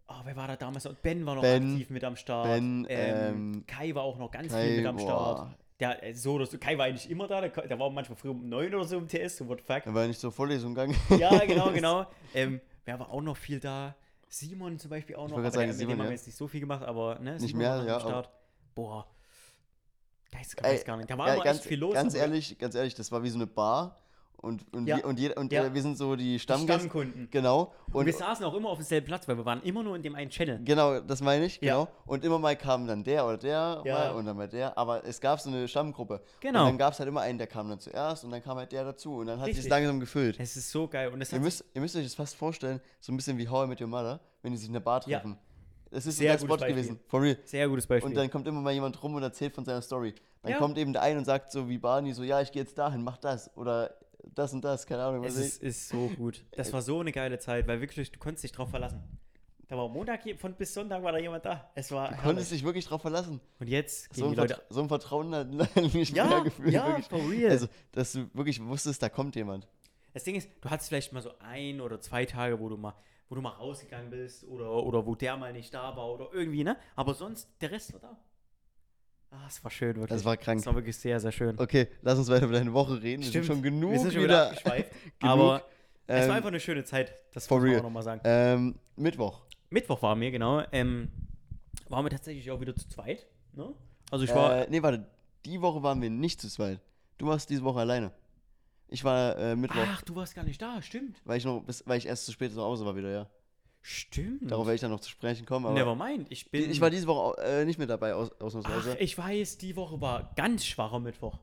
Speaker 2: ah, wer war da damals noch? Ben war noch
Speaker 1: Ben.
Speaker 2: aktiv mit am Start.
Speaker 1: Ben, ähm,
Speaker 2: Kai war auch noch ganz
Speaker 1: Kai,
Speaker 2: viel mit am
Speaker 1: boah.
Speaker 2: Start. Der, äh, so oder so, Kai war eigentlich immer da, der, der war manchmal früher um neun oder so im TS, so what the fuck.
Speaker 1: Dann war ich nicht zur Vorlesung gegangen.
Speaker 2: Ja, genau, genau. Ähm, wer war auch noch viel da? Simon zum Beispiel auch noch.
Speaker 1: wollte gerade
Speaker 2: Aber
Speaker 1: sagen,
Speaker 2: der, mit
Speaker 1: Simon,
Speaker 2: dem haben
Speaker 1: ja.
Speaker 2: wir jetzt nicht so viel gemacht, aber ne,
Speaker 1: Nicht
Speaker 2: Simon
Speaker 1: mehr,
Speaker 2: war noch
Speaker 1: ja,
Speaker 2: am
Speaker 1: aber-
Speaker 2: Start. Boah. Geist,
Speaker 1: Ey,
Speaker 2: weiß gar nicht. Da war
Speaker 1: ja,
Speaker 2: aber
Speaker 1: ganz,
Speaker 2: echt viel los. um
Speaker 1: Ganz
Speaker 2: aber
Speaker 1: ehrlich, ganz ehrlich, das war wie so eine Bar und, und,
Speaker 2: Ja.
Speaker 1: wir, und, jeder, und
Speaker 2: Ja.
Speaker 1: äh, wir sind so die
Speaker 2: die
Speaker 1: Stammgäste.
Speaker 2: Stammkunden.
Speaker 1: Genau.
Speaker 2: Und, wir saßen auch immer auf demselben Platz, weil wir waren immer nur in dem einen Channel.
Speaker 1: Genau, das meine ich,
Speaker 2: Ja.
Speaker 1: genau. Und immer mal kam dann der oder der
Speaker 2: Ja.
Speaker 1: mal und dann mal der. Aber es gab so eine Stammgruppe.
Speaker 2: Genau.
Speaker 1: Und dann gab es halt immer einen, der kam dann zuerst und dann kam halt der dazu. Und dann hat sich
Speaker 2: Richtig.
Speaker 1: das langsam gefüllt.
Speaker 2: Es ist so geil. Und das
Speaker 1: Ihr
Speaker 2: hat sich
Speaker 1: müsst, ihr müsst euch das fast vorstellen, so ein bisschen wie How I Met Your Mother, wenn die sich in der Bar
Speaker 2: Ja.
Speaker 1: treffen. Das ist
Speaker 2: Sehr
Speaker 1: ein
Speaker 2: gutes
Speaker 1: Spot
Speaker 2: Beispiel.
Speaker 1: gewesen, for real.
Speaker 2: sehr gutes Beispiel.
Speaker 1: Und dann kommt immer mal jemand rum und erzählt von seiner Story. Dann
Speaker 2: Ja.
Speaker 1: kommt eben der ein und sagt so wie Barney, so ja, ich gehe jetzt dahin, mach das oder das und das, keine Ahnung. Also,
Speaker 2: es
Speaker 1: Was
Speaker 2: ist, ist so gut. Das war so eine geile Zeit, weil wirklich, du konntest dich drauf verlassen. Da war Montag, je- von bis Sonntag war da jemand da. Es war
Speaker 1: ich. Du
Speaker 2: herrlich.
Speaker 1: konntest dich wirklich drauf verlassen.
Speaker 2: Und jetzt gehen
Speaker 1: So ein,
Speaker 2: die Leute
Speaker 1: Vertra so ein Vertrauen hat nicht
Speaker 2: Ja,
Speaker 1: mehr gefühlt.
Speaker 2: ja,
Speaker 1: wirklich.
Speaker 2: for real.
Speaker 1: Also, dass du wirklich wusstest, da kommt jemand.
Speaker 2: Das Ding ist, du hattest vielleicht mal so ein oder zwei Tage, wo du mal, wo du mal rausgegangen bist oder, oder wo der mal nicht da war oder irgendwie, ne? Aber sonst, der Rest war da. Ah, es war schön, wirklich.
Speaker 1: Das war krank.
Speaker 2: Es war wirklich sehr, sehr schön.
Speaker 1: Okay, lass uns weiter über deine Woche reden. Wir sind
Speaker 2: Stimmt,
Speaker 1: schon genug
Speaker 2: wir sind schon wieder
Speaker 1: wieder.
Speaker 2: abgeschweift.
Speaker 1: genug,
Speaker 2: aber es
Speaker 1: ähm,
Speaker 2: war einfach eine schöne Zeit. Das
Speaker 1: for
Speaker 2: muss man
Speaker 1: real.
Speaker 2: auch nochmal sagen.
Speaker 1: ähm, Mittwoch.
Speaker 2: Mittwoch waren wir, genau. Ähm, waren wir tatsächlich auch wieder zu zweit, ne? Also ich war,
Speaker 1: Äh, nee, warte. Die Woche waren wir nicht zu zweit. Du warst diese Woche alleine. Ich war äh, Mittwoch,
Speaker 2: ach, du warst gar nicht da, stimmt.
Speaker 1: weil ich noch, bis, weil ich erst zu spät zu Hause war wieder, ja.
Speaker 2: Mhm. Stimmt.
Speaker 1: Darauf werde ich dann noch zu sprechen kommen. Aber
Speaker 2: Nevermind, ich bin...
Speaker 1: ich war also- diese Woche au- äh, nicht mit dabei, aus,
Speaker 2: ach,
Speaker 1: ausnahmsweise.
Speaker 2: ich weiß, die Woche war ganz schwacher Mittwoch.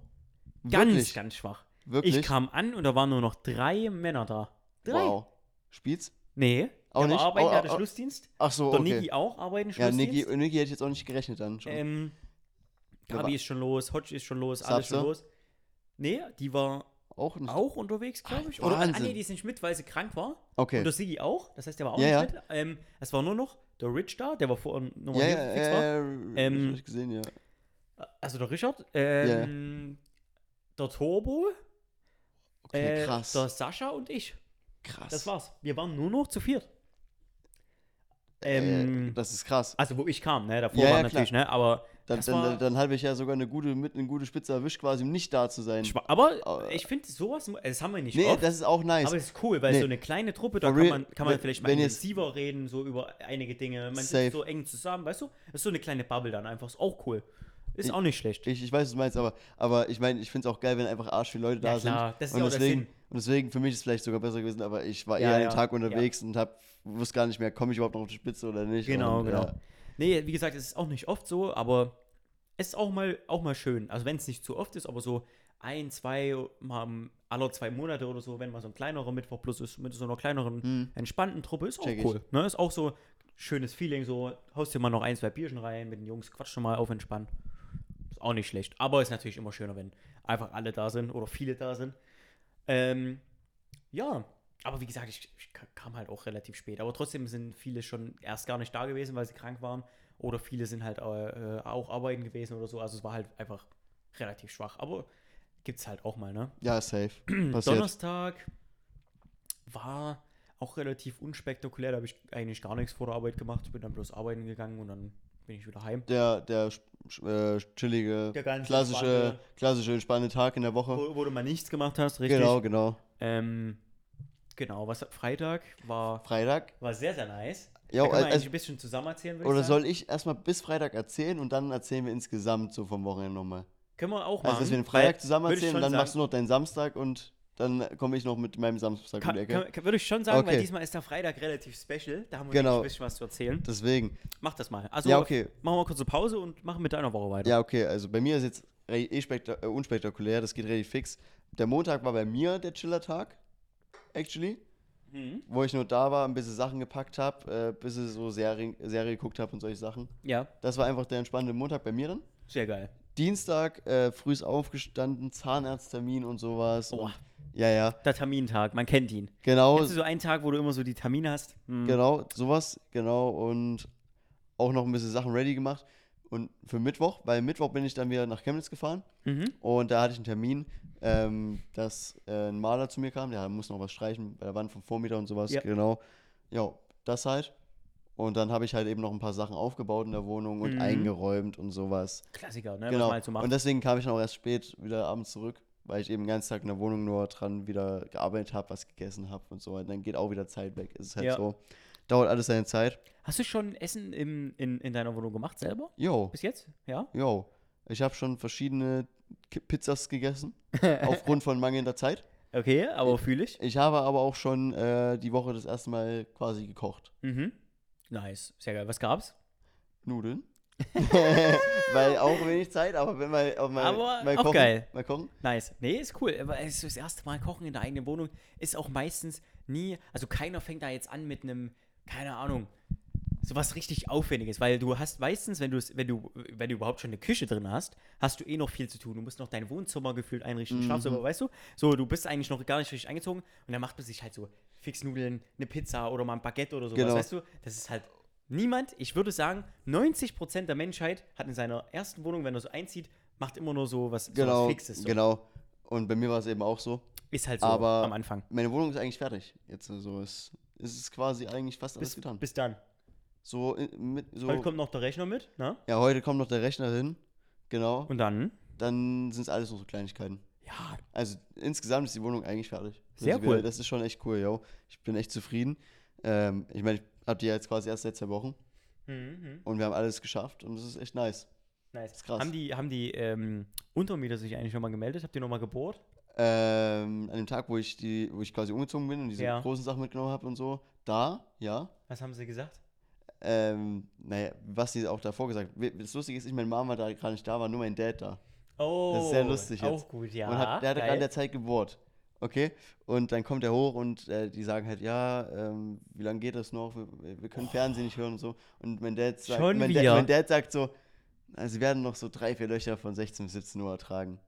Speaker 2: Ganz,
Speaker 1: Wirklich?
Speaker 2: ganz schwach.
Speaker 1: Wirklich?
Speaker 2: Ich kam an und da waren nur noch drei Männer da. Drei?
Speaker 1: Wow. Spielt's?
Speaker 2: Nee.
Speaker 1: Auch
Speaker 2: der
Speaker 1: nicht?
Speaker 2: War arbeiten,
Speaker 1: Au-
Speaker 2: der hatte
Speaker 1: au- au-
Speaker 2: Schlussdienst.
Speaker 1: Ach so,
Speaker 2: Der
Speaker 1: okay.
Speaker 2: Niki auch arbeiten,
Speaker 1: Ja,
Speaker 2: Schlussdienst.
Speaker 1: Niki, Niki hätte ich jetzt auch nicht gerechnet dann schon.
Speaker 2: ähm,
Speaker 1: Wer
Speaker 2: Gabi
Speaker 1: war-
Speaker 2: ist schon los, Hodge ist schon los, alles
Speaker 1: Sabse?
Speaker 2: schon los. Nee, die war
Speaker 1: auch nicht.
Speaker 2: auch unterwegs, glaube ich.
Speaker 1: Ach,
Speaker 2: Oder ah,
Speaker 1: Wahnsinn.
Speaker 2: nee, die ist nicht mit, weil sie krank war.
Speaker 1: Okay.
Speaker 2: Und der Sigi auch. Das heißt, der war auch
Speaker 1: Ja,
Speaker 2: nicht
Speaker 1: ja.
Speaker 2: mit. Ähm, es war nur noch der Rich da, der war vor nochmal
Speaker 1: ja,
Speaker 2: hier
Speaker 1: ja,
Speaker 2: fix war.
Speaker 1: ja,
Speaker 2: Ähm,
Speaker 1: ähm, hab ich gesehen, ja.
Speaker 2: Also der Richard, ähm, der Turbo,
Speaker 1: Okay,
Speaker 2: äh,
Speaker 1: krass.
Speaker 2: der Sascha und ich.
Speaker 1: krass.
Speaker 2: Das war's. Wir waren nur noch zu viert.
Speaker 1: äh,
Speaker 2: Ähm,
Speaker 1: das ist krass.
Speaker 2: also wo ich kam, ne? Davor
Speaker 1: Ja,
Speaker 2: war
Speaker 1: ja,
Speaker 2: natürlich, ne? Aber
Speaker 1: Dann,
Speaker 2: das
Speaker 1: dann,
Speaker 2: war,
Speaker 1: dann, dann habe ich ja sogar eine gute, mit, eine gute Spitze erwischt, quasi, um nicht da zu sein.
Speaker 2: schwa- aber
Speaker 1: Aber-
Speaker 2: ich finde sowas, mu- das haben wir nicht
Speaker 1: Oh. Nee,
Speaker 2: oft.
Speaker 1: das ist auch nice.
Speaker 2: aber es ist cool, weil
Speaker 1: Nee.
Speaker 2: so eine kleine Truppe, da
Speaker 1: For
Speaker 2: kann
Speaker 1: real,
Speaker 2: man, kann man
Speaker 1: wenn-
Speaker 2: vielleicht mal
Speaker 1: wenn jetzt-
Speaker 2: intensiver reden, so über einige Dinge. Man
Speaker 1: Safe.
Speaker 2: sitzt so eng zusammen, weißt du? Das ist so eine kleine Bubble dann einfach, ist auch cool. Ist
Speaker 1: Ich-
Speaker 2: auch nicht schlecht.
Speaker 1: ich, ich weiß, was du meinst, aber, aber ich meine, ich finde es auch geil, wenn einfach arsch viele Leute
Speaker 2: Ja,
Speaker 1: da
Speaker 2: klar,
Speaker 1: sind.
Speaker 2: das ist
Speaker 1: und,
Speaker 2: ja auch der
Speaker 1: deswegen,
Speaker 2: Sinn.
Speaker 1: und deswegen, für mich ist es vielleicht sogar besser gewesen, aber ich war
Speaker 2: Ja,
Speaker 1: eher einen
Speaker 2: ja,
Speaker 1: Tag
Speaker 2: ja.
Speaker 1: unterwegs und hab, wusste gar nicht mehr, komme ich überhaupt noch auf die Spitze oder nicht.
Speaker 2: Genau,
Speaker 1: und, äh,
Speaker 2: genau.
Speaker 1: Ja,
Speaker 2: Nee, wie gesagt, es ist auch nicht oft so, aber es ist auch mal, auch mal schön. Also wenn es nicht zu oft ist, aber so ein, zwei Mal im- alle zwei Monate oder so, wenn mal so ein kleinerer Mittwoch plus ist, mit so einer kleineren, entspannten Truppe, ist auch
Speaker 1: Mhm. Check ich.
Speaker 2: cool. Ne? Ist auch so schönes Feeling, so haust dir mal noch ein, zwei Bierchen rein, mit den Jungs quatsch schon mal auf entspannt. Ist auch nicht schlecht, aber ist natürlich immer schöner, wenn einfach alle da sind oder viele da sind. Ähm, ja, aber wie gesagt, ich, ich ka- kam halt auch relativ spät. Aber trotzdem sind viele schon erst gar nicht da gewesen, weil sie krank waren. Oder viele sind halt äh, äh, auch arbeiten gewesen oder so. Also es war halt einfach relativ schwach. Aber gibt's halt auch mal, ne?
Speaker 1: ja safe. Passiert.
Speaker 2: Donnerstag war auch relativ unspektakulär. Da habe ich eigentlich gar nichts vor der Arbeit gemacht. Bin dann bloß arbeiten gegangen und dann bin ich wieder heim.
Speaker 1: Der, der sch- sch- äh, chillige,
Speaker 2: Der ganz
Speaker 1: klassische,
Speaker 2: entspannte.
Speaker 1: klassische, entspannte Tag in der Woche.
Speaker 2: Wo, wo du mal nichts gemacht hast, richtig?
Speaker 1: Genau, genau.
Speaker 2: Ähm, genau, was Freitag war,
Speaker 1: Freitag.
Speaker 2: war sehr, sehr nice.
Speaker 1: Ja,
Speaker 2: da kann man
Speaker 1: also-
Speaker 2: eigentlich ein bisschen zusammen erzählen, würde
Speaker 1: Oder
Speaker 2: ich sagen.
Speaker 1: soll ich erstmal bis Freitag erzählen und dann erzählen wir insgesamt so vom Wochenende nochmal?
Speaker 2: Können wir auch machen.
Speaker 1: Also, dass wir den
Speaker 2: weil-
Speaker 1: Freitag zusammen
Speaker 2: würde ich
Speaker 1: erzählen
Speaker 2: schon
Speaker 1: und dann
Speaker 2: sagen,
Speaker 1: machst du noch deinen Samstag und dann komme ich noch mit meinem Samstag um
Speaker 2: Kann,
Speaker 1: die Ecke.
Speaker 2: kann, kann, würde ich schon sagen, weil
Speaker 1: Okay.
Speaker 2: diesmal ist der Freitag relativ special. Da haben wir
Speaker 1: Genau.
Speaker 2: genau. ein bisschen was zu erzählen.
Speaker 1: Deswegen.
Speaker 2: Mach das mal. Also
Speaker 1: Ja, okay.
Speaker 2: machen wir kurz eine Pause und machen mit deiner Woche weiter.
Speaker 1: Ja, okay, also bei mir ist jetzt re- eh spekta- äh, unspektakulär, das geht relativ fix. Der Montag war bei mir der Chiller-Tag, actually.
Speaker 2: Mhm.
Speaker 1: Wo ich nur da war, ein bisschen Sachen gepackt habe, äh, ein bisschen so Serie, Serie geguckt habe und solche Sachen.
Speaker 2: ja,
Speaker 1: Das war einfach der entspannende Montag bei mir dann.
Speaker 2: sehr geil.
Speaker 1: Dienstag, äh, früh ist aufgestanden, Zahnarzttermin und sowas.
Speaker 2: Boah.
Speaker 1: Und, ja, ja,
Speaker 2: Der Termintag, man kennt ihn.
Speaker 1: genau.
Speaker 2: Kennst du so einen Tag, wo du immer so die Termine hast? Hm.
Speaker 1: Genau, sowas, genau. Und auch noch ein bisschen Sachen ready gemacht. Und für Mittwoch, weil Mittwoch bin ich dann wieder nach Chemnitz gefahren
Speaker 2: Mhm.
Speaker 1: und da hatte ich einen Termin, ähm, dass äh, ein Maler zu mir kam, der muss noch was streichen bei der Wand vom Vormieter und sowas,
Speaker 2: Ja.
Speaker 1: genau. Ja, das halt. Und dann habe ich halt eben noch ein paar Sachen aufgebaut in der Wohnung und
Speaker 2: Mhm.
Speaker 1: eingeräumt und sowas.
Speaker 2: Klassiker, ne? Was
Speaker 1: genau.
Speaker 2: man halt so macht.
Speaker 1: und deswegen kam ich dann auch erst spät wieder abends zurück, weil ich eben den ganzen Tag in der Wohnung nur dran wieder gearbeitet habe, was gegessen habe und so. Und dann geht auch wieder Zeit weg. Es ist halt
Speaker 2: Ja.
Speaker 1: so. Dauert alles seine Zeit.
Speaker 2: Hast du schon Essen im, in, in deiner Wohnung gemacht selber?
Speaker 1: Jo,
Speaker 2: Bis jetzt? Ja?
Speaker 1: jo. Ich habe schon verschiedene Ki- Pizzas gegessen, aufgrund von mangelnder Zeit.
Speaker 2: Okay, aber fühle ich.
Speaker 1: Ich habe aber auch schon äh, die Woche das erste Mal quasi gekocht.
Speaker 2: Mhm. Nice. Sehr geil. Was gab's?
Speaker 1: Nudeln. Weil auch wenig Zeit, aber wenn mal, auch mal,
Speaker 2: Aber
Speaker 1: mal
Speaker 2: auch
Speaker 1: kochen,
Speaker 2: geil.
Speaker 1: mal kochen.
Speaker 2: Nice. Nee, ist cool. Aber es ist das erste Mal kochen in der eigenen Wohnung ist auch meistens nie, also keiner fängt da jetzt an mit einem, keine Ahnung, sowas richtig Aufwendiges, weil du hast meistens, wenn du es, wenn du, wenn du überhaupt schon eine Küche drin hast, hast du eh noch viel zu tun. Du musst noch dein Wohnzimmer gefühlt einrichten,
Speaker 1: Mhm.
Speaker 2: Schlafzimmer, weißt du? So, du bist eigentlich noch gar nicht richtig eingezogen und dann macht man sich halt so Fixnudeln, eine Pizza oder mal ein Baguette oder sowas,
Speaker 1: Genau.
Speaker 2: weißt du? Das ist halt niemand, ich würde sagen, 90% der Menschheit hat in seiner ersten Wohnung, wenn er so einzieieht, macht immer nur so was, so
Speaker 1: Genau,
Speaker 2: was Fixes. So.
Speaker 1: genau. Und bei mir war es eben auch so.
Speaker 2: Ist halt so
Speaker 1: Aber-
Speaker 2: am Anfang.
Speaker 1: Meine Wohnung ist eigentlich fertig. Jetzt so ist, ist es quasi eigentlich fast alles
Speaker 2: Bis,
Speaker 1: getan.
Speaker 2: bis dann.
Speaker 1: so in- mit so.
Speaker 2: Heute kommt noch der Rechner mit, ne?
Speaker 1: ja, heute kommt noch der Rechner hin. Genau.
Speaker 2: Und dann?
Speaker 1: dann sind es alles nur so Kleinigkeiten.
Speaker 2: Ja,
Speaker 1: Also insgesamt ist die Wohnung eigentlich fertig.
Speaker 2: Sehr
Speaker 1: Prinzipiell,
Speaker 2: cool.
Speaker 1: Das ist schon echt cool, yo. Ich bin echt zufrieden. Ähm, ich meine, ich habe die ja jetzt quasi erst seit zwei Wochen
Speaker 2: Mhm.
Speaker 1: und wir haben alles geschafft und das ist echt nice.
Speaker 2: Nice.
Speaker 1: Ist krass.
Speaker 2: Haben die, haben die ähm, Untermieter sich eigentlich nochmal gemeldet? Habt ihr nochmal gebohrt?
Speaker 1: Ähm, an dem Tag, wo ich die, wo ich quasi umgezogen bin und diese
Speaker 2: Ja.
Speaker 1: großen Sachen mitgenommen habe und so, da, ja.
Speaker 2: Was haben sie gesagt?
Speaker 1: Ähm, naja, was sie auch davor gesagt hat. Das Lustige ist, ich meine Mama war da gerade nicht da, war nur mein Dad da.
Speaker 2: Oh,
Speaker 1: Das ist sehr lustig
Speaker 2: Auch
Speaker 1: jetzt.
Speaker 2: gut, ja.
Speaker 1: und hat, der hatte
Speaker 2: geil.
Speaker 1: gerade der Zeit Geburt. Okay? Und dann kommt er hoch und äh, die sagen halt, ja, ähm, wie lange geht das noch? Wir, wir können Fernsehen nicht hören und so. Und mein Dad sagt,
Speaker 2: Schon
Speaker 1: mein,
Speaker 2: wieder?
Speaker 1: Dad, mein Dad sagt so, "Na, sie werden noch so drei, vier Löcher von 16 bis 17 Uhr ertragen.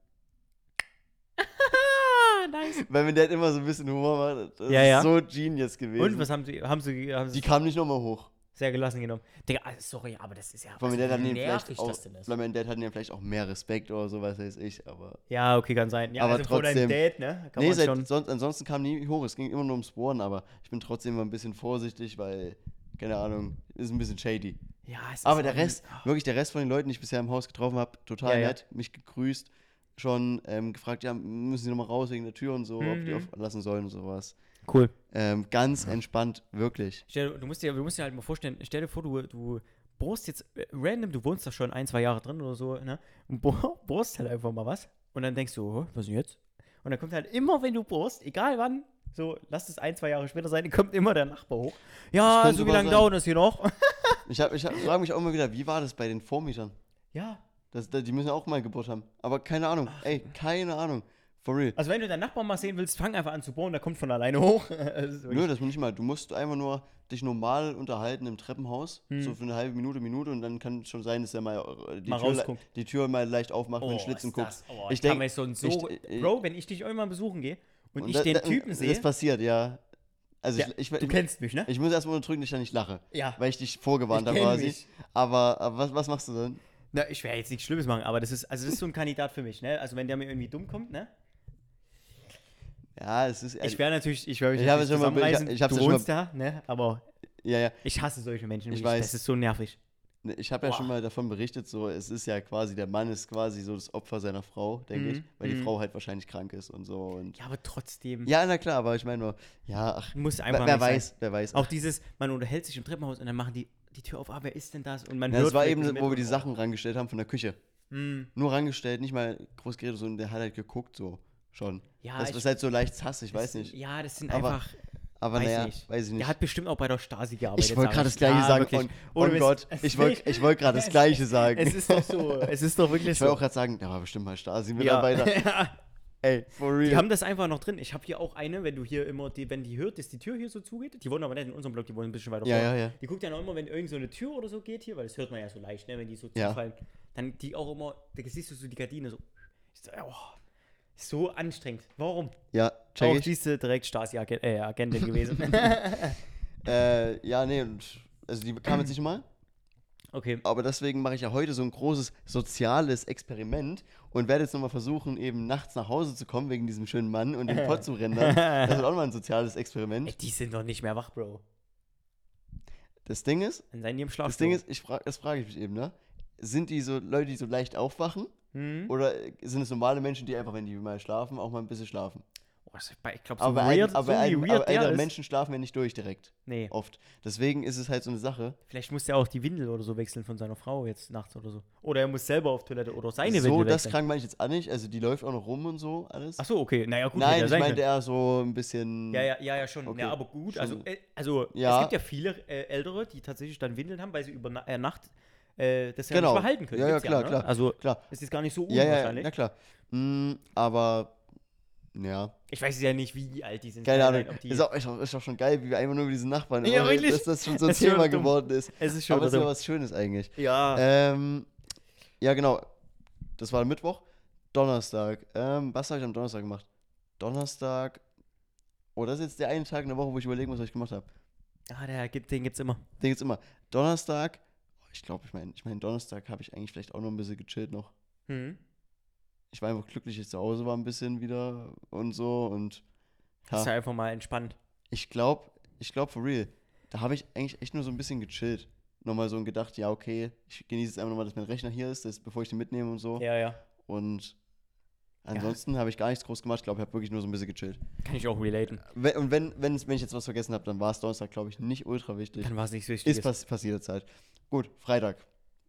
Speaker 2: Ah, nice.
Speaker 1: Weil mein Dad immer so ein bisschen Humor macht. Das
Speaker 2: Ja,
Speaker 1: ist
Speaker 2: ja.
Speaker 1: so genius gewesen.
Speaker 2: Und was haben sie, haben sie, haben
Speaker 1: die
Speaker 2: sie
Speaker 1: kam nicht nochmal hoch.
Speaker 2: sehr gelassen genommen? Digga, ah, sorry, aber das ist ja
Speaker 1: Weil mein, Dad hat
Speaker 2: wie
Speaker 1: ihnen
Speaker 2: nervig
Speaker 1: vielleicht auch,
Speaker 2: das denn ist.
Speaker 1: weil mein Dad hat ihnen vielleicht auch mehr Respekt oder so, was weiß ich. Aber
Speaker 2: Ja, okay, kann sein. Ja,
Speaker 1: Aber
Speaker 2: also vor deinem
Speaker 1: trotzdem-
Speaker 2: Date, ne? Kann
Speaker 1: nee, halt
Speaker 2: man
Speaker 1: seit,
Speaker 2: schon.
Speaker 1: sonst, ansonsten kam nie hoch. Es ging immer nur ums Bohren, aber ich bin trotzdem immer ein bisschen vorsichtig, weil, keine Ahnung, ist ein bisschen shady.
Speaker 2: Ja, es ist
Speaker 1: Aber der
Speaker 2: auch ein-
Speaker 1: Rest, wirklich der Rest von den Leuten, die ich bisher im Haus getroffen habe, total
Speaker 2: Ja, ja.
Speaker 1: nett, mich gegrüßt, schon ähm, gefragt, ja, müssen sie nochmal raus wegen der Tür und so, ob die
Speaker 2: Mhm.
Speaker 1: auflassen sollen und sowas.
Speaker 2: Cool.
Speaker 1: Ähm, ganz entspannt, wirklich.
Speaker 2: Stell, du, musst dir, du musst dir halt mal vorstellen, stell dir vor, du, du bohrst jetzt äh, random, du wohnst da schon ein, zwei Jahre drin oder so, ne? Und bohr, bohrst halt einfach mal was. Und dann denkst du, "Hä, was ist denn jetzt? Und dann kommt halt immer, wenn du bohrst, egal wann, so, lass es ein, zwei Jahre später sein, kommt immer der Nachbar hoch. Ja,
Speaker 1: könnte
Speaker 2: so wie
Speaker 1: wahr
Speaker 2: lange
Speaker 1: sein.
Speaker 2: dauert das hier noch?
Speaker 1: Ich, hab- ich hab- frage mich auch immer wieder, wie war das bei den Vormietern?
Speaker 2: ja.
Speaker 1: Das, die müssen auch mal Geburt haben. Aber keine Ahnung, ey, keine Ahnung. For real.
Speaker 2: Also wenn du deinen Nachbarn mal sehen willst, fang einfach an zu bohren, der kommt von alleine hoch. Das ist wirklich-
Speaker 1: Nö, das muss nicht mal. Du musst einfach nur dich normal unterhalten im Treppenhaus, so für eine halbe Minute, Minute und dann kann es schon sein, dass er mal äh, die,
Speaker 2: Hm. Mal
Speaker 1: Tür, le-
Speaker 2: rausguckt.
Speaker 1: die Tür mal leicht aufmacht, wenn
Speaker 2: Oh,
Speaker 1: du Schlitzen
Speaker 2: ist das-
Speaker 1: guckst.
Speaker 2: Oh,
Speaker 1: ich
Speaker 2: ich kann
Speaker 1: denke,
Speaker 2: mir so ein so.
Speaker 1: ich- ich-
Speaker 2: Bro, wenn ich dich irgendwann besuchen gehe und, ich
Speaker 1: da-
Speaker 2: den
Speaker 1: da-
Speaker 2: Typen sehe,
Speaker 1: Das passiert, ja. Also
Speaker 2: ja,
Speaker 1: ich, ich,
Speaker 2: du kennst mich, ne?
Speaker 1: ich muss erstmal unterdrücken, dass ich da nicht lache.
Speaker 2: Ja.
Speaker 1: Weil ich dich vorgewarnt
Speaker 2: Ich
Speaker 1: habe
Speaker 2: kenn
Speaker 1: quasi.
Speaker 2: mich.
Speaker 1: Aber, aber was, was machst du dann?
Speaker 2: Na, ich werde jetzt nichts Schlimmes machen, aber das ist, also das ist so ein Kandidat für mich, ne? Also wenn der mir irgendwie dumm kommt, ne?
Speaker 1: Ja, es ist.
Speaker 2: Ich wäre natürlich, ich werde mich
Speaker 1: Äh, Ich hab
Speaker 2: natürlich
Speaker 1: es schon mal- ich hab-
Speaker 2: zusammenreißen.
Speaker 1: ich hab's
Speaker 2: du
Speaker 1: ja schon
Speaker 2: wohnst da, ne? Aber
Speaker 1: ja, ja.
Speaker 2: ich hasse solche Menschen.
Speaker 1: Ich
Speaker 2: wirklich.
Speaker 1: weiß.
Speaker 2: Das ist so nervig.
Speaker 1: Ne, Ich habe ja
Speaker 2: Boah.
Speaker 1: schon mal davon berichtet, so es ist ja quasi, der Mann ist quasi so das Opfer seiner Frau, denke ich,
Speaker 2: Mhm,
Speaker 1: weil die
Speaker 2: mhm.
Speaker 1: Frau halt wahrscheinlich krank ist und so. Und
Speaker 2: Ja, aber trotzdem.
Speaker 1: ja, na klar, aber ich meine nur, ja, ach,
Speaker 2: Muss einfach
Speaker 1: wer,
Speaker 2: nicht
Speaker 1: wer weiß, wer weiß.
Speaker 2: Sein. Auch dieses, man unterhält sich im Treppenhaus und dann machen die die Tür auf, ah, wer ist denn das? Und man
Speaker 1: Ja,
Speaker 2: hört
Speaker 1: das war
Speaker 2: vielleicht
Speaker 1: eben,
Speaker 2: nicht mit
Speaker 1: wo wir die
Speaker 2: und-
Speaker 1: Sachen rangestellt haben von der Küche.
Speaker 2: Hm,
Speaker 1: Nur rangestellt, nicht mal groß geredet, sondern der hat halt geguckt, so schon.
Speaker 2: Ja,
Speaker 1: das
Speaker 2: ich-
Speaker 1: ist halt so leicht Hass, ich
Speaker 2: das
Speaker 1: weiß
Speaker 2: sind-
Speaker 1: nicht.
Speaker 2: Ja, das sind
Speaker 1: Aber-
Speaker 2: einfach.
Speaker 1: Aber
Speaker 2: weiß
Speaker 1: naja,
Speaker 2: nicht.
Speaker 1: weiß ich nicht.
Speaker 2: Der hat bestimmt auch bei der Stasi gearbeitet.
Speaker 1: ich wollte
Speaker 2: sag
Speaker 1: gerade das Gleiche
Speaker 2: Ja,
Speaker 1: sagen.
Speaker 2: wirklich.
Speaker 1: Von,
Speaker 2: Ohne
Speaker 1: oh
Speaker 2: Mist.
Speaker 1: Gott, ich wollte ich wollt gerade das Gleiche sagen.
Speaker 2: Es ist doch so. Es ist doch wirklich
Speaker 1: ich wollte
Speaker 2: so.
Speaker 1: auch gerade sagen, da war bestimmt mal Stasi-Mitarbeiter.
Speaker 2: ja.
Speaker 1: Ey, for real.
Speaker 2: Die haben das einfach noch drin. Ich habe hier auch eine, wenn du hier immer, die, wenn die hört, dass die Tür hier so zugeht. Die wohnen aber nicht in unserem Block, die wohnen ein bisschen weiter
Speaker 1: Ja,
Speaker 2: vor.
Speaker 1: ja, ja.
Speaker 2: Die guckt dann auch immer, wenn irgend so eine Tür oder so geht hier, weil das hört man ja so leicht, ne, wenn die so
Speaker 1: Ja.
Speaker 2: zufallen. Dann die auch immer, da siehst du so die Gardine so. Ich so, oh, so anstrengend. Warum?
Speaker 1: ja,
Speaker 2: Auch
Speaker 1: check ich.
Speaker 2: diese direkt Stasi-Agentin äh, Agentin gewesen.
Speaker 1: Äh, ja, nee, und, also die kam jetzt nicht mal.
Speaker 2: Okay.
Speaker 1: Aber deswegen mache ich ja heute so ein großes soziales Experiment und werde jetzt nochmal versuchen, eben nachts nach Hause zu kommen wegen diesem schönen Mann und den Pott zu rendern. Das wird auch nochmal ein soziales
Speaker 2: Ey,
Speaker 1: Experiment.
Speaker 2: die sind noch nicht mehr wach, Bro.
Speaker 1: Das Ding ist,
Speaker 2: Dann seien die im Schlaf.
Speaker 1: das Ding
Speaker 2: Bro.
Speaker 1: ist, ich frage, das frage ich mich eben, ne? Sind die so Leute, die so leicht aufwachen?
Speaker 2: Hm?
Speaker 1: Oder sind es normale Menschen, die einfach, wenn die mal schlafen, auch mal ein bisschen schlafen?
Speaker 2: Oh, das ist bei- ich glaube, so
Speaker 1: Aber, bei
Speaker 2: weird,
Speaker 1: ein,
Speaker 2: so
Speaker 1: aber, bei
Speaker 2: wie
Speaker 1: ein,
Speaker 2: weird
Speaker 1: aber
Speaker 2: der
Speaker 1: ältere
Speaker 2: ist.
Speaker 1: Menschen schlafen ja nicht durch direkt.
Speaker 2: Nee,
Speaker 1: Oft. Deswegen ist es halt so eine Sache.
Speaker 2: vielleicht muss er auch die Windel oder so wechseln von seiner Frau jetzt nachts oder so. Oder er muss selber auf Toilette oder seine
Speaker 1: so,
Speaker 2: Windel
Speaker 1: das
Speaker 2: wechseln.
Speaker 1: krank meine ich jetzt auch nicht. Also die läuft auch noch rum und so alles.
Speaker 2: Ach so, okay. Naja, gut. hätte
Speaker 1: Nein,
Speaker 2: ja
Speaker 1: ich
Speaker 2: sein
Speaker 1: meinte
Speaker 2: können.
Speaker 1: eher so ein bisschen.
Speaker 2: Ja, ja, ja, ja, schon.
Speaker 1: Okay.
Speaker 2: Ja, aber gut.
Speaker 1: Schon.
Speaker 2: Also, äh, also
Speaker 1: Ja.
Speaker 2: es gibt ja viele äh, Ältere, die tatsächlich dann Windeln haben, weil sie über Na äh, Nacht äh, das ja
Speaker 1: Genau.
Speaker 2: nicht behalten können.
Speaker 1: Ja, ja,
Speaker 2: Gibt's
Speaker 1: klar,
Speaker 2: ne?
Speaker 1: klar.
Speaker 2: Also
Speaker 1: Klar.
Speaker 2: es ist gar nicht so
Speaker 1: Ja, ja, ja,
Speaker 2: unwahrscheinlich.
Speaker 1: na klar. Mm, aber, ja,
Speaker 2: ich weiß ja nicht, wie alt die sind.
Speaker 1: keine
Speaker 2: Nein, nein,
Speaker 1: Ahnung.
Speaker 2: ob die-
Speaker 1: Ist auch, ist, auch, ist auch schon geil, wie wir einfach nur über diesen Nachbarn
Speaker 2: Ja,
Speaker 1: immer reden,
Speaker 2: wirklich.
Speaker 1: dass das schon so ein
Speaker 2: Das ist schon
Speaker 1: Thema
Speaker 2: dumm.
Speaker 1: geworden ist.
Speaker 2: es Ah. ist schon
Speaker 1: Aber es ist ja
Speaker 2: wieder
Speaker 1: was Schönes eigentlich.
Speaker 2: dumm. Ja.
Speaker 1: Ähm, ja, genau. Das war Mittwoch. Donnerstag. Ähm, was habe ich am Donnerstag gemacht? Donnerstag. Oh, das ist jetzt der eine Tag in der Woche, wo ich überlegen muss, was ich gemacht habe.
Speaker 2: ah, der gibt, den gibt's immer.
Speaker 1: Den gibt's immer. Donnerstag. oh, Ich glaube, ich meine, ich mein, Donnerstag habe ich eigentlich vielleicht auch noch ein bisschen gechillt noch.
Speaker 2: Hm.
Speaker 1: Ich war einfach glücklich, dass ich zu Hause war ein bisschen wieder und so. Und
Speaker 2: Das ist
Speaker 1: Ja.
Speaker 2: ja einfach mal entspannt.
Speaker 1: ich glaube, ich glaube, for real, da habe ich eigentlich echt nur so ein bisschen gechillt. Nochmal so und gedacht, ja, okay, ich genieße jetzt einfach nochmal, dass mein Rechner hier ist, dass, bevor ich den mitnehme und so.
Speaker 2: Ja, ja.
Speaker 1: Und ansonsten habe ich gar nichts groß gemacht. Ich glaube, ich habe wirklich nur so ein bisschen gechillt.
Speaker 2: Kann ich auch relaten.
Speaker 1: Wenn, und wenn, wenn, wenn ich jetzt was vergessen habe, dann war es Donnerstag, glaube ich, nicht ultra wichtig.
Speaker 2: Dann war es nichts Wichtiges.
Speaker 1: Ist pass passiert jetzt halt. Gut, Freitag.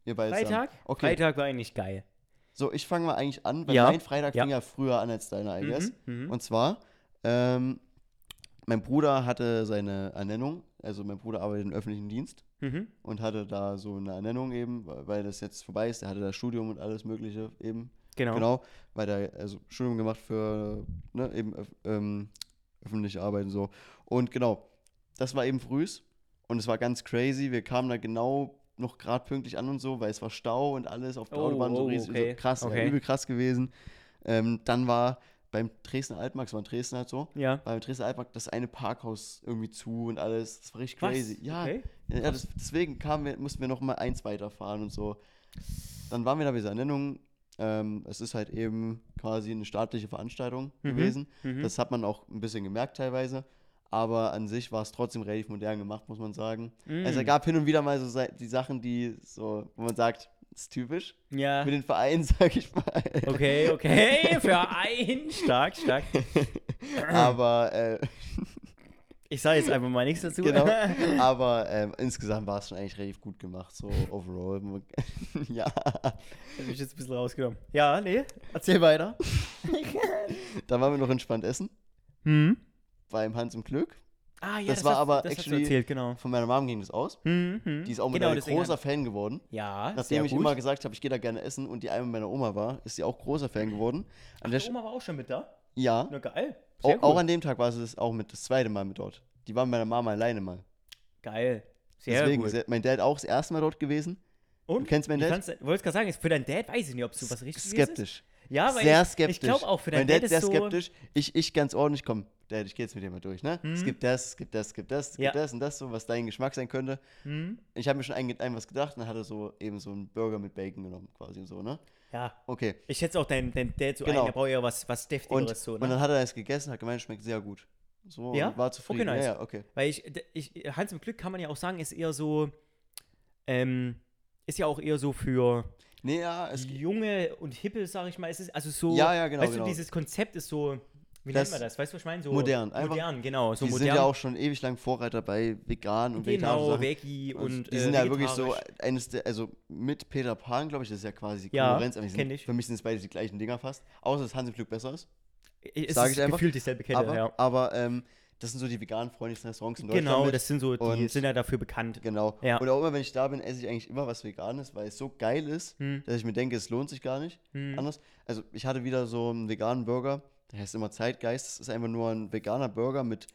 Speaker 1: Ihr beide zusammen.
Speaker 2: Freitag?
Speaker 1: Okay.
Speaker 2: Freitag war eigentlich geil.
Speaker 1: So, ich fange mal eigentlich an, weil
Speaker 2: Ja.
Speaker 1: mein Freitag
Speaker 2: Ja.
Speaker 1: fing ja früher an als deiner, I guess.
Speaker 2: Mhm, mhm.
Speaker 1: Und zwar, ähm, mein Bruder hatte seine Ernennung. Also mein Bruder arbeitet im öffentlichen Dienst
Speaker 2: Mhm.
Speaker 1: und hatte da so eine Ernennung eben, weil weil das jetzt vorbei ist. Er hatte da Studium und alles Mögliche eben
Speaker 2: Genau.
Speaker 1: Genau, weil da also Studium gemacht für ne, eben öf ähm, öffentliche Arbeiten so. Und genau, das war eben frühs und es war ganz crazy. Wir kamen da genau noch gerade pünktlich an und so, weil es war Stau und alles auf der
Speaker 2: Oh,
Speaker 1: Autobahn so
Speaker 2: oh,
Speaker 1: riesig,
Speaker 2: okay,
Speaker 1: so krass,
Speaker 2: okay.
Speaker 1: ja, übel krass gewesen. Ähm, dann war beim Dresdner Altmarkt, es war in Dresden halt so,
Speaker 2: Ja.
Speaker 1: war beim Dresdner Altmarkt das eine Parkhaus irgendwie zu und alles. Das war richtig crazy.
Speaker 2: Was?
Speaker 1: Ja,
Speaker 2: Okay.
Speaker 1: ja, ja, das, deswegen kamen wir, mussten wir noch mal eins weiterfahren und so. Dann waren wir da bei dieser Ernennung. Ähm, es ist halt eben quasi eine staatliche Veranstaltung gewesen.
Speaker 2: mhm.
Speaker 1: Das hat man auch ein bisschen gemerkt teilweise. Aber an sich war es trotzdem relativ modern gemacht, muss man sagen.
Speaker 2: Mhm.
Speaker 1: Also es gab hin und wieder mal so Sa- die Sachen, die so, wo man sagt, ist typisch
Speaker 2: Ja.
Speaker 1: für den Verein, sag ich mal.
Speaker 2: Okay, okay. Für ein. Stark, stark.
Speaker 1: Aber äh,
Speaker 2: Ich sage jetzt einfach mal nichts dazu.
Speaker 1: genau. Aber ähm, insgesamt war es schon eigentlich relativ gut gemacht, so overall. ja.
Speaker 2: Hab ich jetzt ein bisschen rausgenommen. Ja, nee. Erzähl weiter.
Speaker 1: Dann waren wir noch entspannt essen.
Speaker 2: Hm.
Speaker 1: beim Hans im Glück.
Speaker 2: Ah, ja,
Speaker 1: Das war
Speaker 2: hast-
Speaker 1: aber
Speaker 2: das hast du
Speaker 1: actually-
Speaker 2: erzählt, genau.
Speaker 1: Von meiner Mom ging das aus.
Speaker 2: Hm, hm.
Speaker 1: Die ist auch
Speaker 2: Genau,
Speaker 1: mittlerweile
Speaker 2: deswegen
Speaker 1: großer
Speaker 2: hab-
Speaker 1: Fan geworden.
Speaker 2: Ja,
Speaker 1: Nachdem
Speaker 2: sehr
Speaker 1: ich
Speaker 2: gut.
Speaker 1: immer gesagt habe, ich gehe da gerne essen und die einmal meiner Oma war, ist sie auch großer Fan geworden. An der
Speaker 2: Die
Speaker 1: Sch-
Speaker 2: Oma war auch schon mit da.
Speaker 1: ja,
Speaker 2: Na geil.
Speaker 1: au-
Speaker 2: Sehr
Speaker 1: auch
Speaker 2: cool.
Speaker 1: an dem Tag war sie das auch mit das zweite Mal mit dort. Die war mit meiner Mama alleine mal.
Speaker 2: Geil. Sehr
Speaker 1: Deswegen,
Speaker 2: gut.
Speaker 1: sie- mein Dad auch das erste Mal dort gewesen.
Speaker 2: Und?
Speaker 1: Du kennst meinen
Speaker 2: Ich
Speaker 1: Dad?
Speaker 2: wollte gerade sagen, ist für deinen Dad weiß ich nicht, ob du was richtig
Speaker 1: skeptisch.
Speaker 2: Ja, weil
Speaker 1: sehr
Speaker 2: ich,
Speaker 1: skeptisch.
Speaker 2: Ich glaube auch, für deinen
Speaker 1: mein Dad,
Speaker 2: Dad ist
Speaker 1: sehr
Speaker 2: so,
Speaker 1: skeptisch. Ich, ich ganz ordentlich, komm, Dad, ich gehe jetzt mit dir mal durch, ne? Es gibt das, es gibt das, es gibt das, es
Speaker 2: Mhm. Ja.
Speaker 1: gibt das und das, so, was dein Geschmack sein könnte.
Speaker 2: Hm?
Speaker 1: Ich habe mir schon ein, ein was gedacht und dann hat er so eben so einen Burger mit Bacon genommen, quasi und so, ne?
Speaker 2: Ja,
Speaker 1: Okay.
Speaker 2: ich schätze auch deinen dein Dad so
Speaker 1: Genau.
Speaker 2: ein, der braucht ja was, was
Speaker 1: Und,
Speaker 2: Deftigeres so,
Speaker 1: und
Speaker 2: ne?
Speaker 1: dann hat er es gegessen, hat gemeint, schmeckt sehr gut. So,
Speaker 2: Ja?
Speaker 1: und war zufrieden.
Speaker 2: Okay, nice.
Speaker 1: Ja, ja, okay.
Speaker 2: Weil ich, d- ich, Hans im Glück kann man ja auch sagen, ist eher so, ähm, ist ja auch eher so für
Speaker 1: Nee, ja, es
Speaker 2: junge und hippe, sag ich mal. Es ist also so,
Speaker 1: Ja, ja, genau,
Speaker 2: weißt
Speaker 1: genau.
Speaker 2: du, dieses Konzept ist so, wie
Speaker 1: Das-
Speaker 2: nennt man das? Weißt du, was ich meine? So
Speaker 1: modern, einfach-
Speaker 2: modern, genau. So
Speaker 1: die
Speaker 2: modern.
Speaker 1: sind ja auch schon ewig lang Vorreiter bei vegan und vegetarischen
Speaker 2: genau,
Speaker 1: Sachen.
Speaker 2: Veggie
Speaker 1: Also,
Speaker 2: und
Speaker 1: die
Speaker 2: äh,
Speaker 1: sind ja wirklich so
Speaker 2: vegetarisch.
Speaker 1: eines der, also mit Peter Pan, glaube ich, das ist ja quasi die
Speaker 2: Ja,
Speaker 1: Konkurrenz. aber die sind-
Speaker 2: kenn ich.
Speaker 1: Für mich sind es beide die gleichen Dinger fast. Außer dass Hans im Glück besser ist.
Speaker 2: Es
Speaker 1: äh, sag
Speaker 2: ist
Speaker 1: ich einfach,
Speaker 2: gefühlt dieselbe Kette,
Speaker 1: aber
Speaker 2: ja.
Speaker 1: aber ähm, das sind so die vegan-freundlichsten Restaurants in Deutschland.
Speaker 2: Genau,
Speaker 1: mit.
Speaker 2: das sind so, die
Speaker 1: und-
Speaker 2: sind ja dafür bekannt.
Speaker 1: Genau.
Speaker 2: Ja.
Speaker 1: Und auch immer, wenn ich da bin, esse ich eigentlich immer was Veganes, weil es so geil ist,
Speaker 2: Hm.
Speaker 1: dass ich mir denke, es lohnt sich gar nicht.
Speaker 2: Hm.
Speaker 1: Anders. Also ich hatte wieder so einen veganen Burger, der heißt immer Zeitgeist. Das ist einfach nur ein veganer Burger mit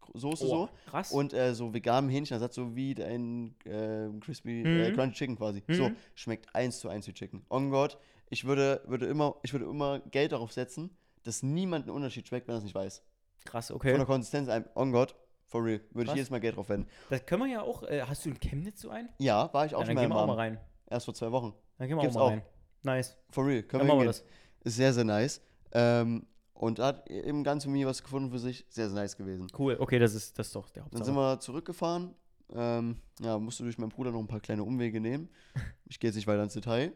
Speaker 1: Trüffelsoße
Speaker 2: Oh,
Speaker 1: so.
Speaker 2: krass.
Speaker 1: Und äh, so veganem Hähnchenersatz, so wie dein äh, Crispy äh,
Speaker 2: Mhm.
Speaker 1: Crunchy Chicken quasi. So, schmeckt eins zu eins wie Chicken. On God, ich würde, würde, immer, ich würde immer Geld darauf setzen, dass niemand einen Unterschied schmeckt, wenn er es nicht weiß.
Speaker 2: Krass,
Speaker 1: Von
Speaker 2: okay.
Speaker 1: der Konsistenz, ein- on God, For real. Würde ich
Speaker 2: Was?
Speaker 1: jedes Mal Geld drauf wenden.
Speaker 2: Das können wir ja auch. Äh, hast du in Chemnitz so einen?
Speaker 1: Ja, war ich auch schon
Speaker 2: Ja, dann
Speaker 1: mal
Speaker 2: gehen
Speaker 1: im
Speaker 2: wir auch mal
Speaker 1: Abend.
Speaker 2: rein.
Speaker 1: Erst vor zwei Wochen.
Speaker 2: Dann gehen wir auch
Speaker 1: Gibt's
Speaker 2: mal
Speaker 1: auch.
Speaker 2: rein. Nice.
Speaker 1: For real. Können
Speaker 2: Dann
Speaker 1: wir
Speaker 2: machen wir
Speaker 1: hingehen.
Speaker 2: das.
Speaker 1: Ist sehr, sehr nice. Ähm, und da hat im Ganzen mir was gefunden für sich. Sehr, sehr nice gewesen.
Speaker 2: Cool. Okay, das ist, das ist doch der
Speaker 1: Dann
Speaker 2: Hauptsache.
Speaker 1: sind wir zurückgefahren. Ähm, ja, musste durch meinen Bruder noch ein paar kleine Umwege nehmen. Ich gehe jetzt nicht weiter ins Detail.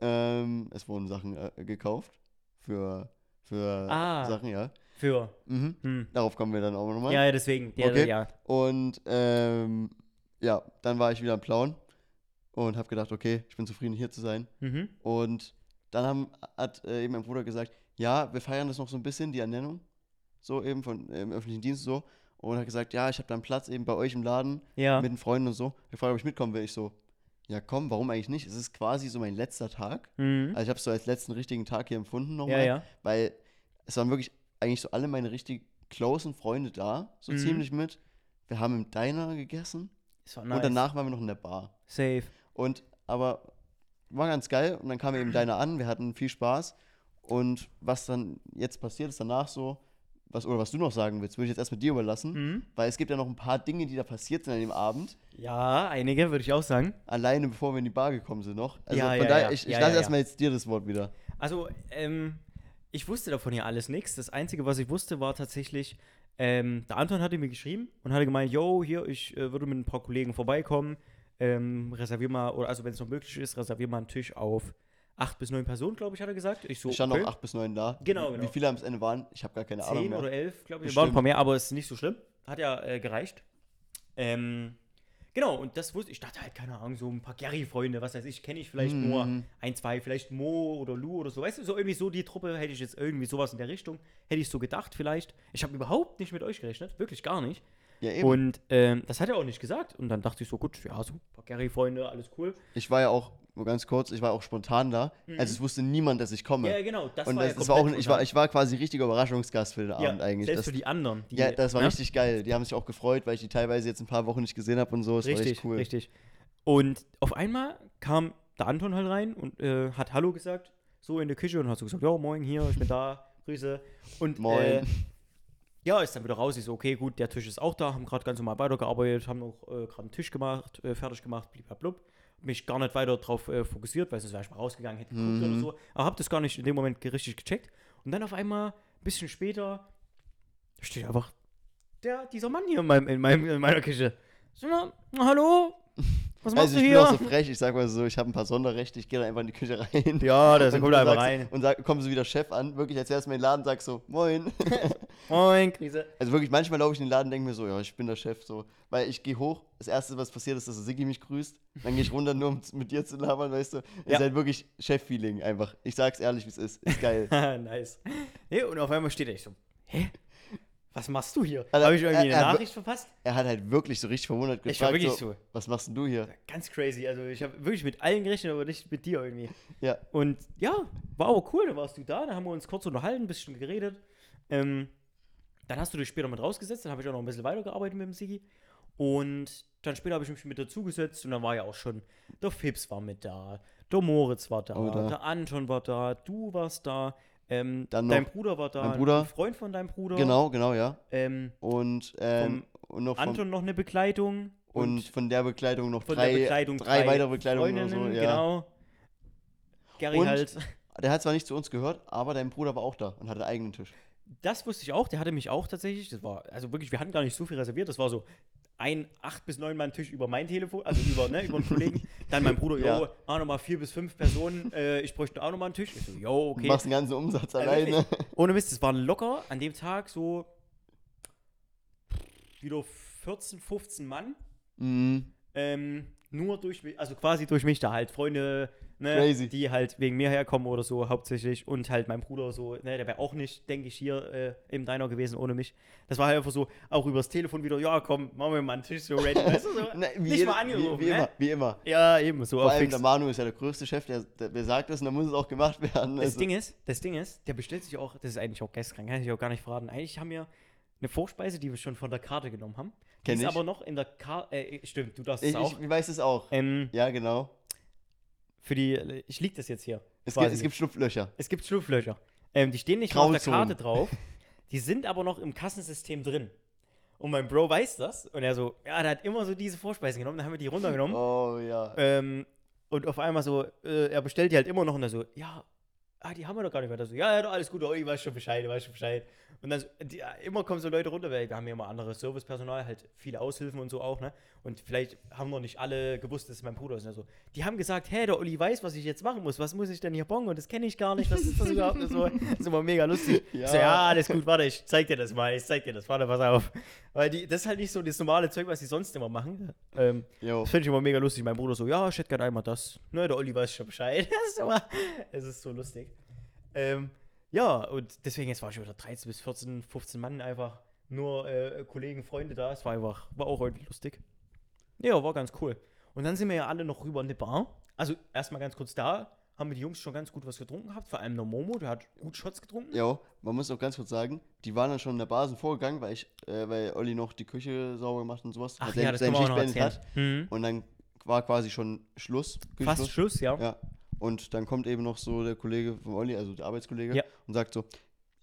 Speaker 1: Ähm, es wurden Sachen äh, gekauft. Für, für
Speaker 2: Ah.
Speaker 1: Sachen, ja.
Speaker 2: Für.
Speaker 1: Mhm.
Speaker 2: Hm.
Speaker 1: Darauf kommen wir dann auch nochmal.
Speaker 2: Ja, ja, deswegen. Ja,
Speaker 1: Okay.
Speaker 2: ja.
Speaker 1: Und ähm, ja, dann war ich wieder am Plauen und habe gedacht, okay, ich bin zufrieden, hier zu sein.
Speaker 2: Mhm.
Speaker 1: Und dann haben, hat äh, eben mein Bruder gesagt, ja, wir feiern das noch so ein bisschen, die Ernennung, so eben von äh, im öffentlichen Dienst so. Und hat gesagt, ja, ich habe dann Platz eben bei euch im Laden
Speaker 2: Ja.
Speaker 1: mit den Freunden und so. Ich gefragt, ob ich mitkommen will. Ich so, ja komm, warum eigentlich nicht? Es ist quasi so mein letzter Tag.
Speaker 2: mhm.
Speaker 1: Also ich habe es so als letzten richtigen Tag hier empfunden nochmal
Speaker 2: Ja, ja.
Speaker 1: weil es waren wirklich eigentlich so alle meine richtig closen Freunde da, so
Speaker 2: Mhm.
Speaker 1: ziemlich mit. Wir haben im Diner gegessen
Speaker 2: Es war nice.
Speaker 1: und danach waren wir noch in der Bar.
Speaker 2: Safe.
Speaker 1: Und aber war ganz geil und dann kam eben Diner an, wir hatten viel Spaß und was dann jetzt passiert ist danach so, was oder was du noch sagen willst, würde ich jetzt erst mit dir überlassen,
Speaker 2: Mhm.
Speaker 1: weil es gibt ja noch ein paar Dinge, die da passiert sind an dem Abend,
Speaker 2: Ja, einige würde ich auch sagen.
Speaker 1: alleine bevor wir in die Bar gekommen sind noch. Also
Speaker 2: Ja,
Speaker 1: von
Speaker 2: ja,
Speaker 1: daher,
Speaker 2: ja.
Speaker 1: ich, ich
Speaker 2: Ja,
Speaker 1: lasse
Speaker 2: ja, ja.
Speaker 1: erstmal jetzt dir das Wort wieder.
Speaker 2: Also, ähm, ich wusste davon ja alles nichts. Das Einzige, was ich wusste, war tatsächlich, ähm, der Anton hatte mir geschrieben und hatte gemeint, yo, hier, ich äh, würde mit ein paar Kollegen vorbeikommen. Ähm, reservier mal, oder also wenn es noch möglich ist, reservier mal einen Tisch auf acht bis neun Personen, glaube ich, hat er gesagt. Ich so,
Speaker 1: Ich stand
Speaker 2: okay.
Speaker 1: auch 8 bis 9 da.
Speaker 2: Genau,
Speaker 1: Wie
Speaker 2: genau.
Speaker 1: viele am Ende waren, ich habe gar keine Ahnung
Speaker 2: Zehn
Speaker 1: mehr.
Speaker 2: oder elf, glaube ich.
Speaker 1: Bestimmt.
Speaker 2: Waren ein paar mehr, aber ist nicht so schlimm. Hat ja äh, gereicht. Ähm, genau, und das wusste ich. Ich dachte halt, keine Ahnung, so ein paar Gary-Freunde, was weiß ich, kenne ich vielleicht
Speaker 1: Mhm.
Speaker 2: nur ein, zwei, vielleicht Mo oder Lu oder so. Weißt du, so irgendwie so die Truppe hätte ich jetzt irgendwie sowas in der Richtung, hätte ich so gedacht vielleicht. Ich habe überhaupt nicht mit euch gerechnet, wirklich gar nicht.
Speaker 1: Ja, eben.
Speaker 2: Und ähm, das hat er auch nicht gesagt. Und dann dachte ich so, gut, ja, so ein paar Gary-Freunde, alles cool.
Speaker 1: Ich war ja auch, nur ganz kurz, ich war auch spontan da. Also es wusste niemand, dass ich komme.
Speaker 2: Mhm. Ja, genau, das
Speaker 1: und
Speaker 2: war
Speaker 1: das,
Speaker 2: ja
Speaker 1: das war auch,
Speaker 2: komplett
Speaker 1: ich war,
Speaker 2: spontan.
Speaker 1: ich war quasi richtiger Überraschungsgast für den
Speaker 2: ja,
Speaker 1: Abend eigentlich.
Speaker 2: Selbst
Speaker 1: Das,
Speaker 2: für die anderen. die-
Speaker 1: ja, das war
Speaker 2: ne?
Speaker 1: richtig geil. Die haben sich auch gefreut, weil ich die teilweise jetzt ein paar Wochen nicht gesehen habe und so. Das war
Speaker 2: Richtig,
Speaker 1: echt cool.
Speaker 2: richtig. Und auf einmal kam der Anton halt rein und äh, hat Hallo gesagt, so in der Küche und hat so gesagt, ja, moin hier, ich bin da, Grüße. Und Äh,
Speaker 1: Moin.
Speaker 2: ja, ist dann wieder raus, ich so, okay, gut, der Tisch ist auch da, haben gerade ganz normal weitergearbeitet, haben noch äh, gerade einen Tisch gemacht, äh, fertig gemacht, blub. Mich gar nicht weiter drauf äh, fokussiert, weil sonst wäre ich mal rausgegangen, hätte geguckt
Speaker 1: Mhm.
Speaker 2: oder so. Aber hab das gar nicht in dem Moment ge- richtig gecheckt. Und dann auf einmal, ein bisschen später, steht einfach der, dieser Mann hier in, meinem, in, meinem, in meiner Küche. So, na, na, hallo? Was machst
Speaker 1: also ich
Speaker 2: du
Speaker 1: bin
Speaker 2: hier?
Speaker 1: auch so frech, ich sag mal so, ich habe ein paar Sonderrechte, ich gehe dann einfach in die Küche rein.
Speaker 2: Ja, das
Speaker 1: Und
Speaker 2: kommt
Speaker 1: du
Speaker 2: einfach
Speaker 1: sagst-
Speaker 2: rein.
Speaker 1: Und sag, kommst du wieder Chef an, wirklich als erstes in den Laden, sagst so, moin.
Speaker 2: Moin, Krise.
Speaker 1: Also wirklich, manchmal laufe ich in den Laden und denke mir so, ja, ich bin der Chef, so. Weil ich gehe hoch, das Erste, was passiert ist, dass der Siggi mich grüßt. Dann gehe ich runter, nur um z- mit dir zu labern, weißt du. Ihr
Speaker 2: Ja.
Speaker 1: seid wirklich Chef-Feeling einfach. Ich sag's ehrlich, wie es ist. Ist geil.
Speaker 2: nice. Nee, und auf einmal steht er ich so, hä? Was machst du hier?
Speaker 1: Also,
Speaker 2: Habe ich irgendwie
Speaker 1: er-
Speaker 2: eine
Speaker 1: er-
Speaker 2: Nachricht verpasst?
Speaker 1: er hat halt wirklich so richtig verwundert gefragt,
Speaker 2: Ich war wirklich
Speaker 1: so,
Speaker 2: so.
Speaker 1: was machst denn du hier?
Speaker 2: Ganz crazy. Also ich habe wirklich mit allen gerechnet, aber nicht mit dir irgendwie.
Speaker 1: Ja,
Speaker 2: Und ja, war aber cool, da warst du da, da haben wir uns kurz unterhalten, ein bisschen geredet. Ähm, dann hast du dich später mit rausgesetzt, dann habe ich auch noch ein bisschen weitergearbeitet mit dem Sigi. Und dann später habe ich mich mit dazugesetzt und dann war ja auch schon, der Fips war mit da, der Moritz war da,
Speaker 1: Oder-
Speaker 2: der Anton war da, du warst da, ähm,
Speaker 1: Dann
Speaker 2: dein
Speaker 1: noch
Speaker 2: Bruder war da,
Speaker 1: mein Bruder.
Speaker 2: ein Freund von deinem Bruder,
Speaker 1: genau, genau, ja.
Speaker 2: ähm,
Speaker 1: Und, ähm, und noch vom,
Speaker 2: Anton noch eine Begleitung
Speaker 1: und von der Bekleidung noch
Speaker 2: von
Speaker 1: drei,
Speaker 2: der Bekleidung
Speaker 1: drei, weitere Bekleidungen oder so.
Speaker 2: Freundinnen,
Speaker 1: Ja.
Speaker 2: Genau. Gary
Speaker 1: Und-
Speaker 2: halt.
Speaker 1: Der hat zwar nicht zu uns gehört, aber dein Bruder war auch da und hatte einen eigenen Tisch.
Speaker 2: Das wusste ich auch, der hatte mich auch tatsächlich, das war, also wirklich, wir hatten gar nicht so viel reserviert, das war so ein 8 bis 9 Mann Tisch über mein Telefon, also über, ne, über einen Kollegen, dann mein Bruder, ah,
Speaker 1: Ja.
Speaker 2: yo, auch nochmal 4 bis 5 Personen, äh, ich bräuchte auch nochmal einen Tisch. Ich so, yo, okay.
Speaker 1: Du machst den ganzen Umsatz
Speaker 2: Äh,
Speaker 1: alleine.
Speaker 2: wirklich. Ohne Mist, es waren locker an dem Tag so wieder 14, 15 Mann,
Speaker 1: Mhm.
Speaker 2: ähm, nur durch mich, also quasi durch mich da halt, Freunde, ne,
Speaker 1: Crazy.
Speaker 2: die halt wegen mir herkommen oder so hauptsächlich und halt mein Bruder so, ne, der wäre auch nicht, denke ich, hier äh, im Diner gewesen ohne mich. Das war halt einfach so, auch übers Telefon wieder, ja komm, machen wir mal einen Tisch so ready. Weißt du, so,
Speaker 1: Na, Ne, wie
Speaker 2: nicht
Speaker 1: jeder-
Speaker 2: mal angerufen,
Speaker 1: Wie, wie
Speaker 2: ne?
Speaker 1: immer, wie immer.
Speaker 2: Ja, eben, so
Speaker 1: Vor
Speaker 2: auf
Speaker 1: allem
Speaker 2: fix.
Speaker 1: der Manu ist ja der größte Chef, der, der, der sagt das und dann muss es auch gemacht werden.
Speaker 2: Das
Speaker 1: Also,
Speaker 2: Ding ist, das Ding ist, der bestellt sich auch, das ist eigentlich auch geistkrank, kann ich auch gar nicht verraten. Eigentlich haben wir eine Vorspeise, die wir schon von der Karte genommen haben. Die
Speaker 1: Kenn
Speaker 2: ist
Speaker 1: ich.
Speaker 2: aber noch in der Karte, äh, stimmt, du darfst
Speaker 1: ich,
Speaker 2: es auch.
Speaker 1: ich, ich weiß es auch.
Speaker 2: ähm,
Speaker 1: Ja, genau.
Speaker 2: für die, ich lieg das jetzt hier.
Speaker 1: Es
Speaker 2: quasi.
Speaker 1: gibt, es gibt Schlupflöcher.
Speaker 2: Es gibt Schlupflöcher. Ähm, die stehen nicht mehr auf der
Speaker 1: Grauzonen.
Speaker 2: Karte drauf. Die sind aber noch im Kassensystem drin. Und mein Bro weiß das. Und er so, ja, der hat immer so diese Vorspeisen genommen. Dann haben wir die runtergenommen.
Speaker 1: Oh ja.
Speaker 2: Ähm, und auf einmal so, äh, er bestellt die halt immer noch und er so, ja, ah, die haben wir doch gar nicht mehr. Da so, ja, ja, doch, alles gut, oh, ich weiß schon Bescheid, ich weiß schon Bescheid. Und dann so, die, ja, immer kommen so Leute runter, weil wir haben ja immer anderes Servicepersonal, halt viele Aushilfen und so auch, ne? Und vielleicht haben noch nicht alle gewusst, dass es mein Bruder ist. Und er so, die haben gesagt, hä, der Olli weiß, was ich jetzt machen muss, was muss ich denn hier bongen? Und das kenne ich gar nicht, was ist das überhaupt? Das war, das war mega lustig. Ja.
Speaker 1: Ja.
Speaker 2: So, ja, alles gut, warte, ich zeig dir das mal, ich zeig dir das, warte, pass auf. Weil die, das ist halt nicht so das normale Zeug, was die sonst immer machen. Ähm,
Speaker 1: Jo.
Speaker 2: das finde ich immer mega lustig. Mein Bruder so, ja, ich hätte gerne einmal das. Ne, der Olli weiß schon Bescheid. Das ist immer, es ist so lustig. Ähm, ja, und deswegen, jetzt war ich wieder 13 bis 14, 15 Mann einfach nur äh, Kollegen, Freunde da. Es war einfach, war auch irgendwie lustig. Ja, war ganz cool. Und dann sind wir ja alle noch rüber in die Bar. Also erstmal ganz kurz da, haben wir die Jungs schon ganz gut was getrunken gehabt. Vor allem der Momo, der hat gut Shots getrunken.
Speaker 1: Jo, man muss auch ganz kurz sagen, die waren dann schon in der Basen vorgegangen, weil ich, äh, weil Olli noch die Küche sauber gemacht und sowas.
Speaker 2: Ach
Speaker 1: hat
Speaker 2: ja,
Speaker 1: sein-
Speaker 2: das
Speaker 1: Also seine
Speaker 2: können wir auch noch
Speaker 1: Schicht beendet
Speaker 2: erzählen. Mhm.
Speaker 1: Und dann war quasi schon Schluss.
Speaker 2: Fast
Speaker 1: Küchenschluss.
Speaker 2: Schluss, ja.
Speaker 1: Ja. Und dann kommt eben noch so der Kollege von Olli, also der Arbeitskollege,
Speaker 2: Ja.
Speaker 1: und sagt so,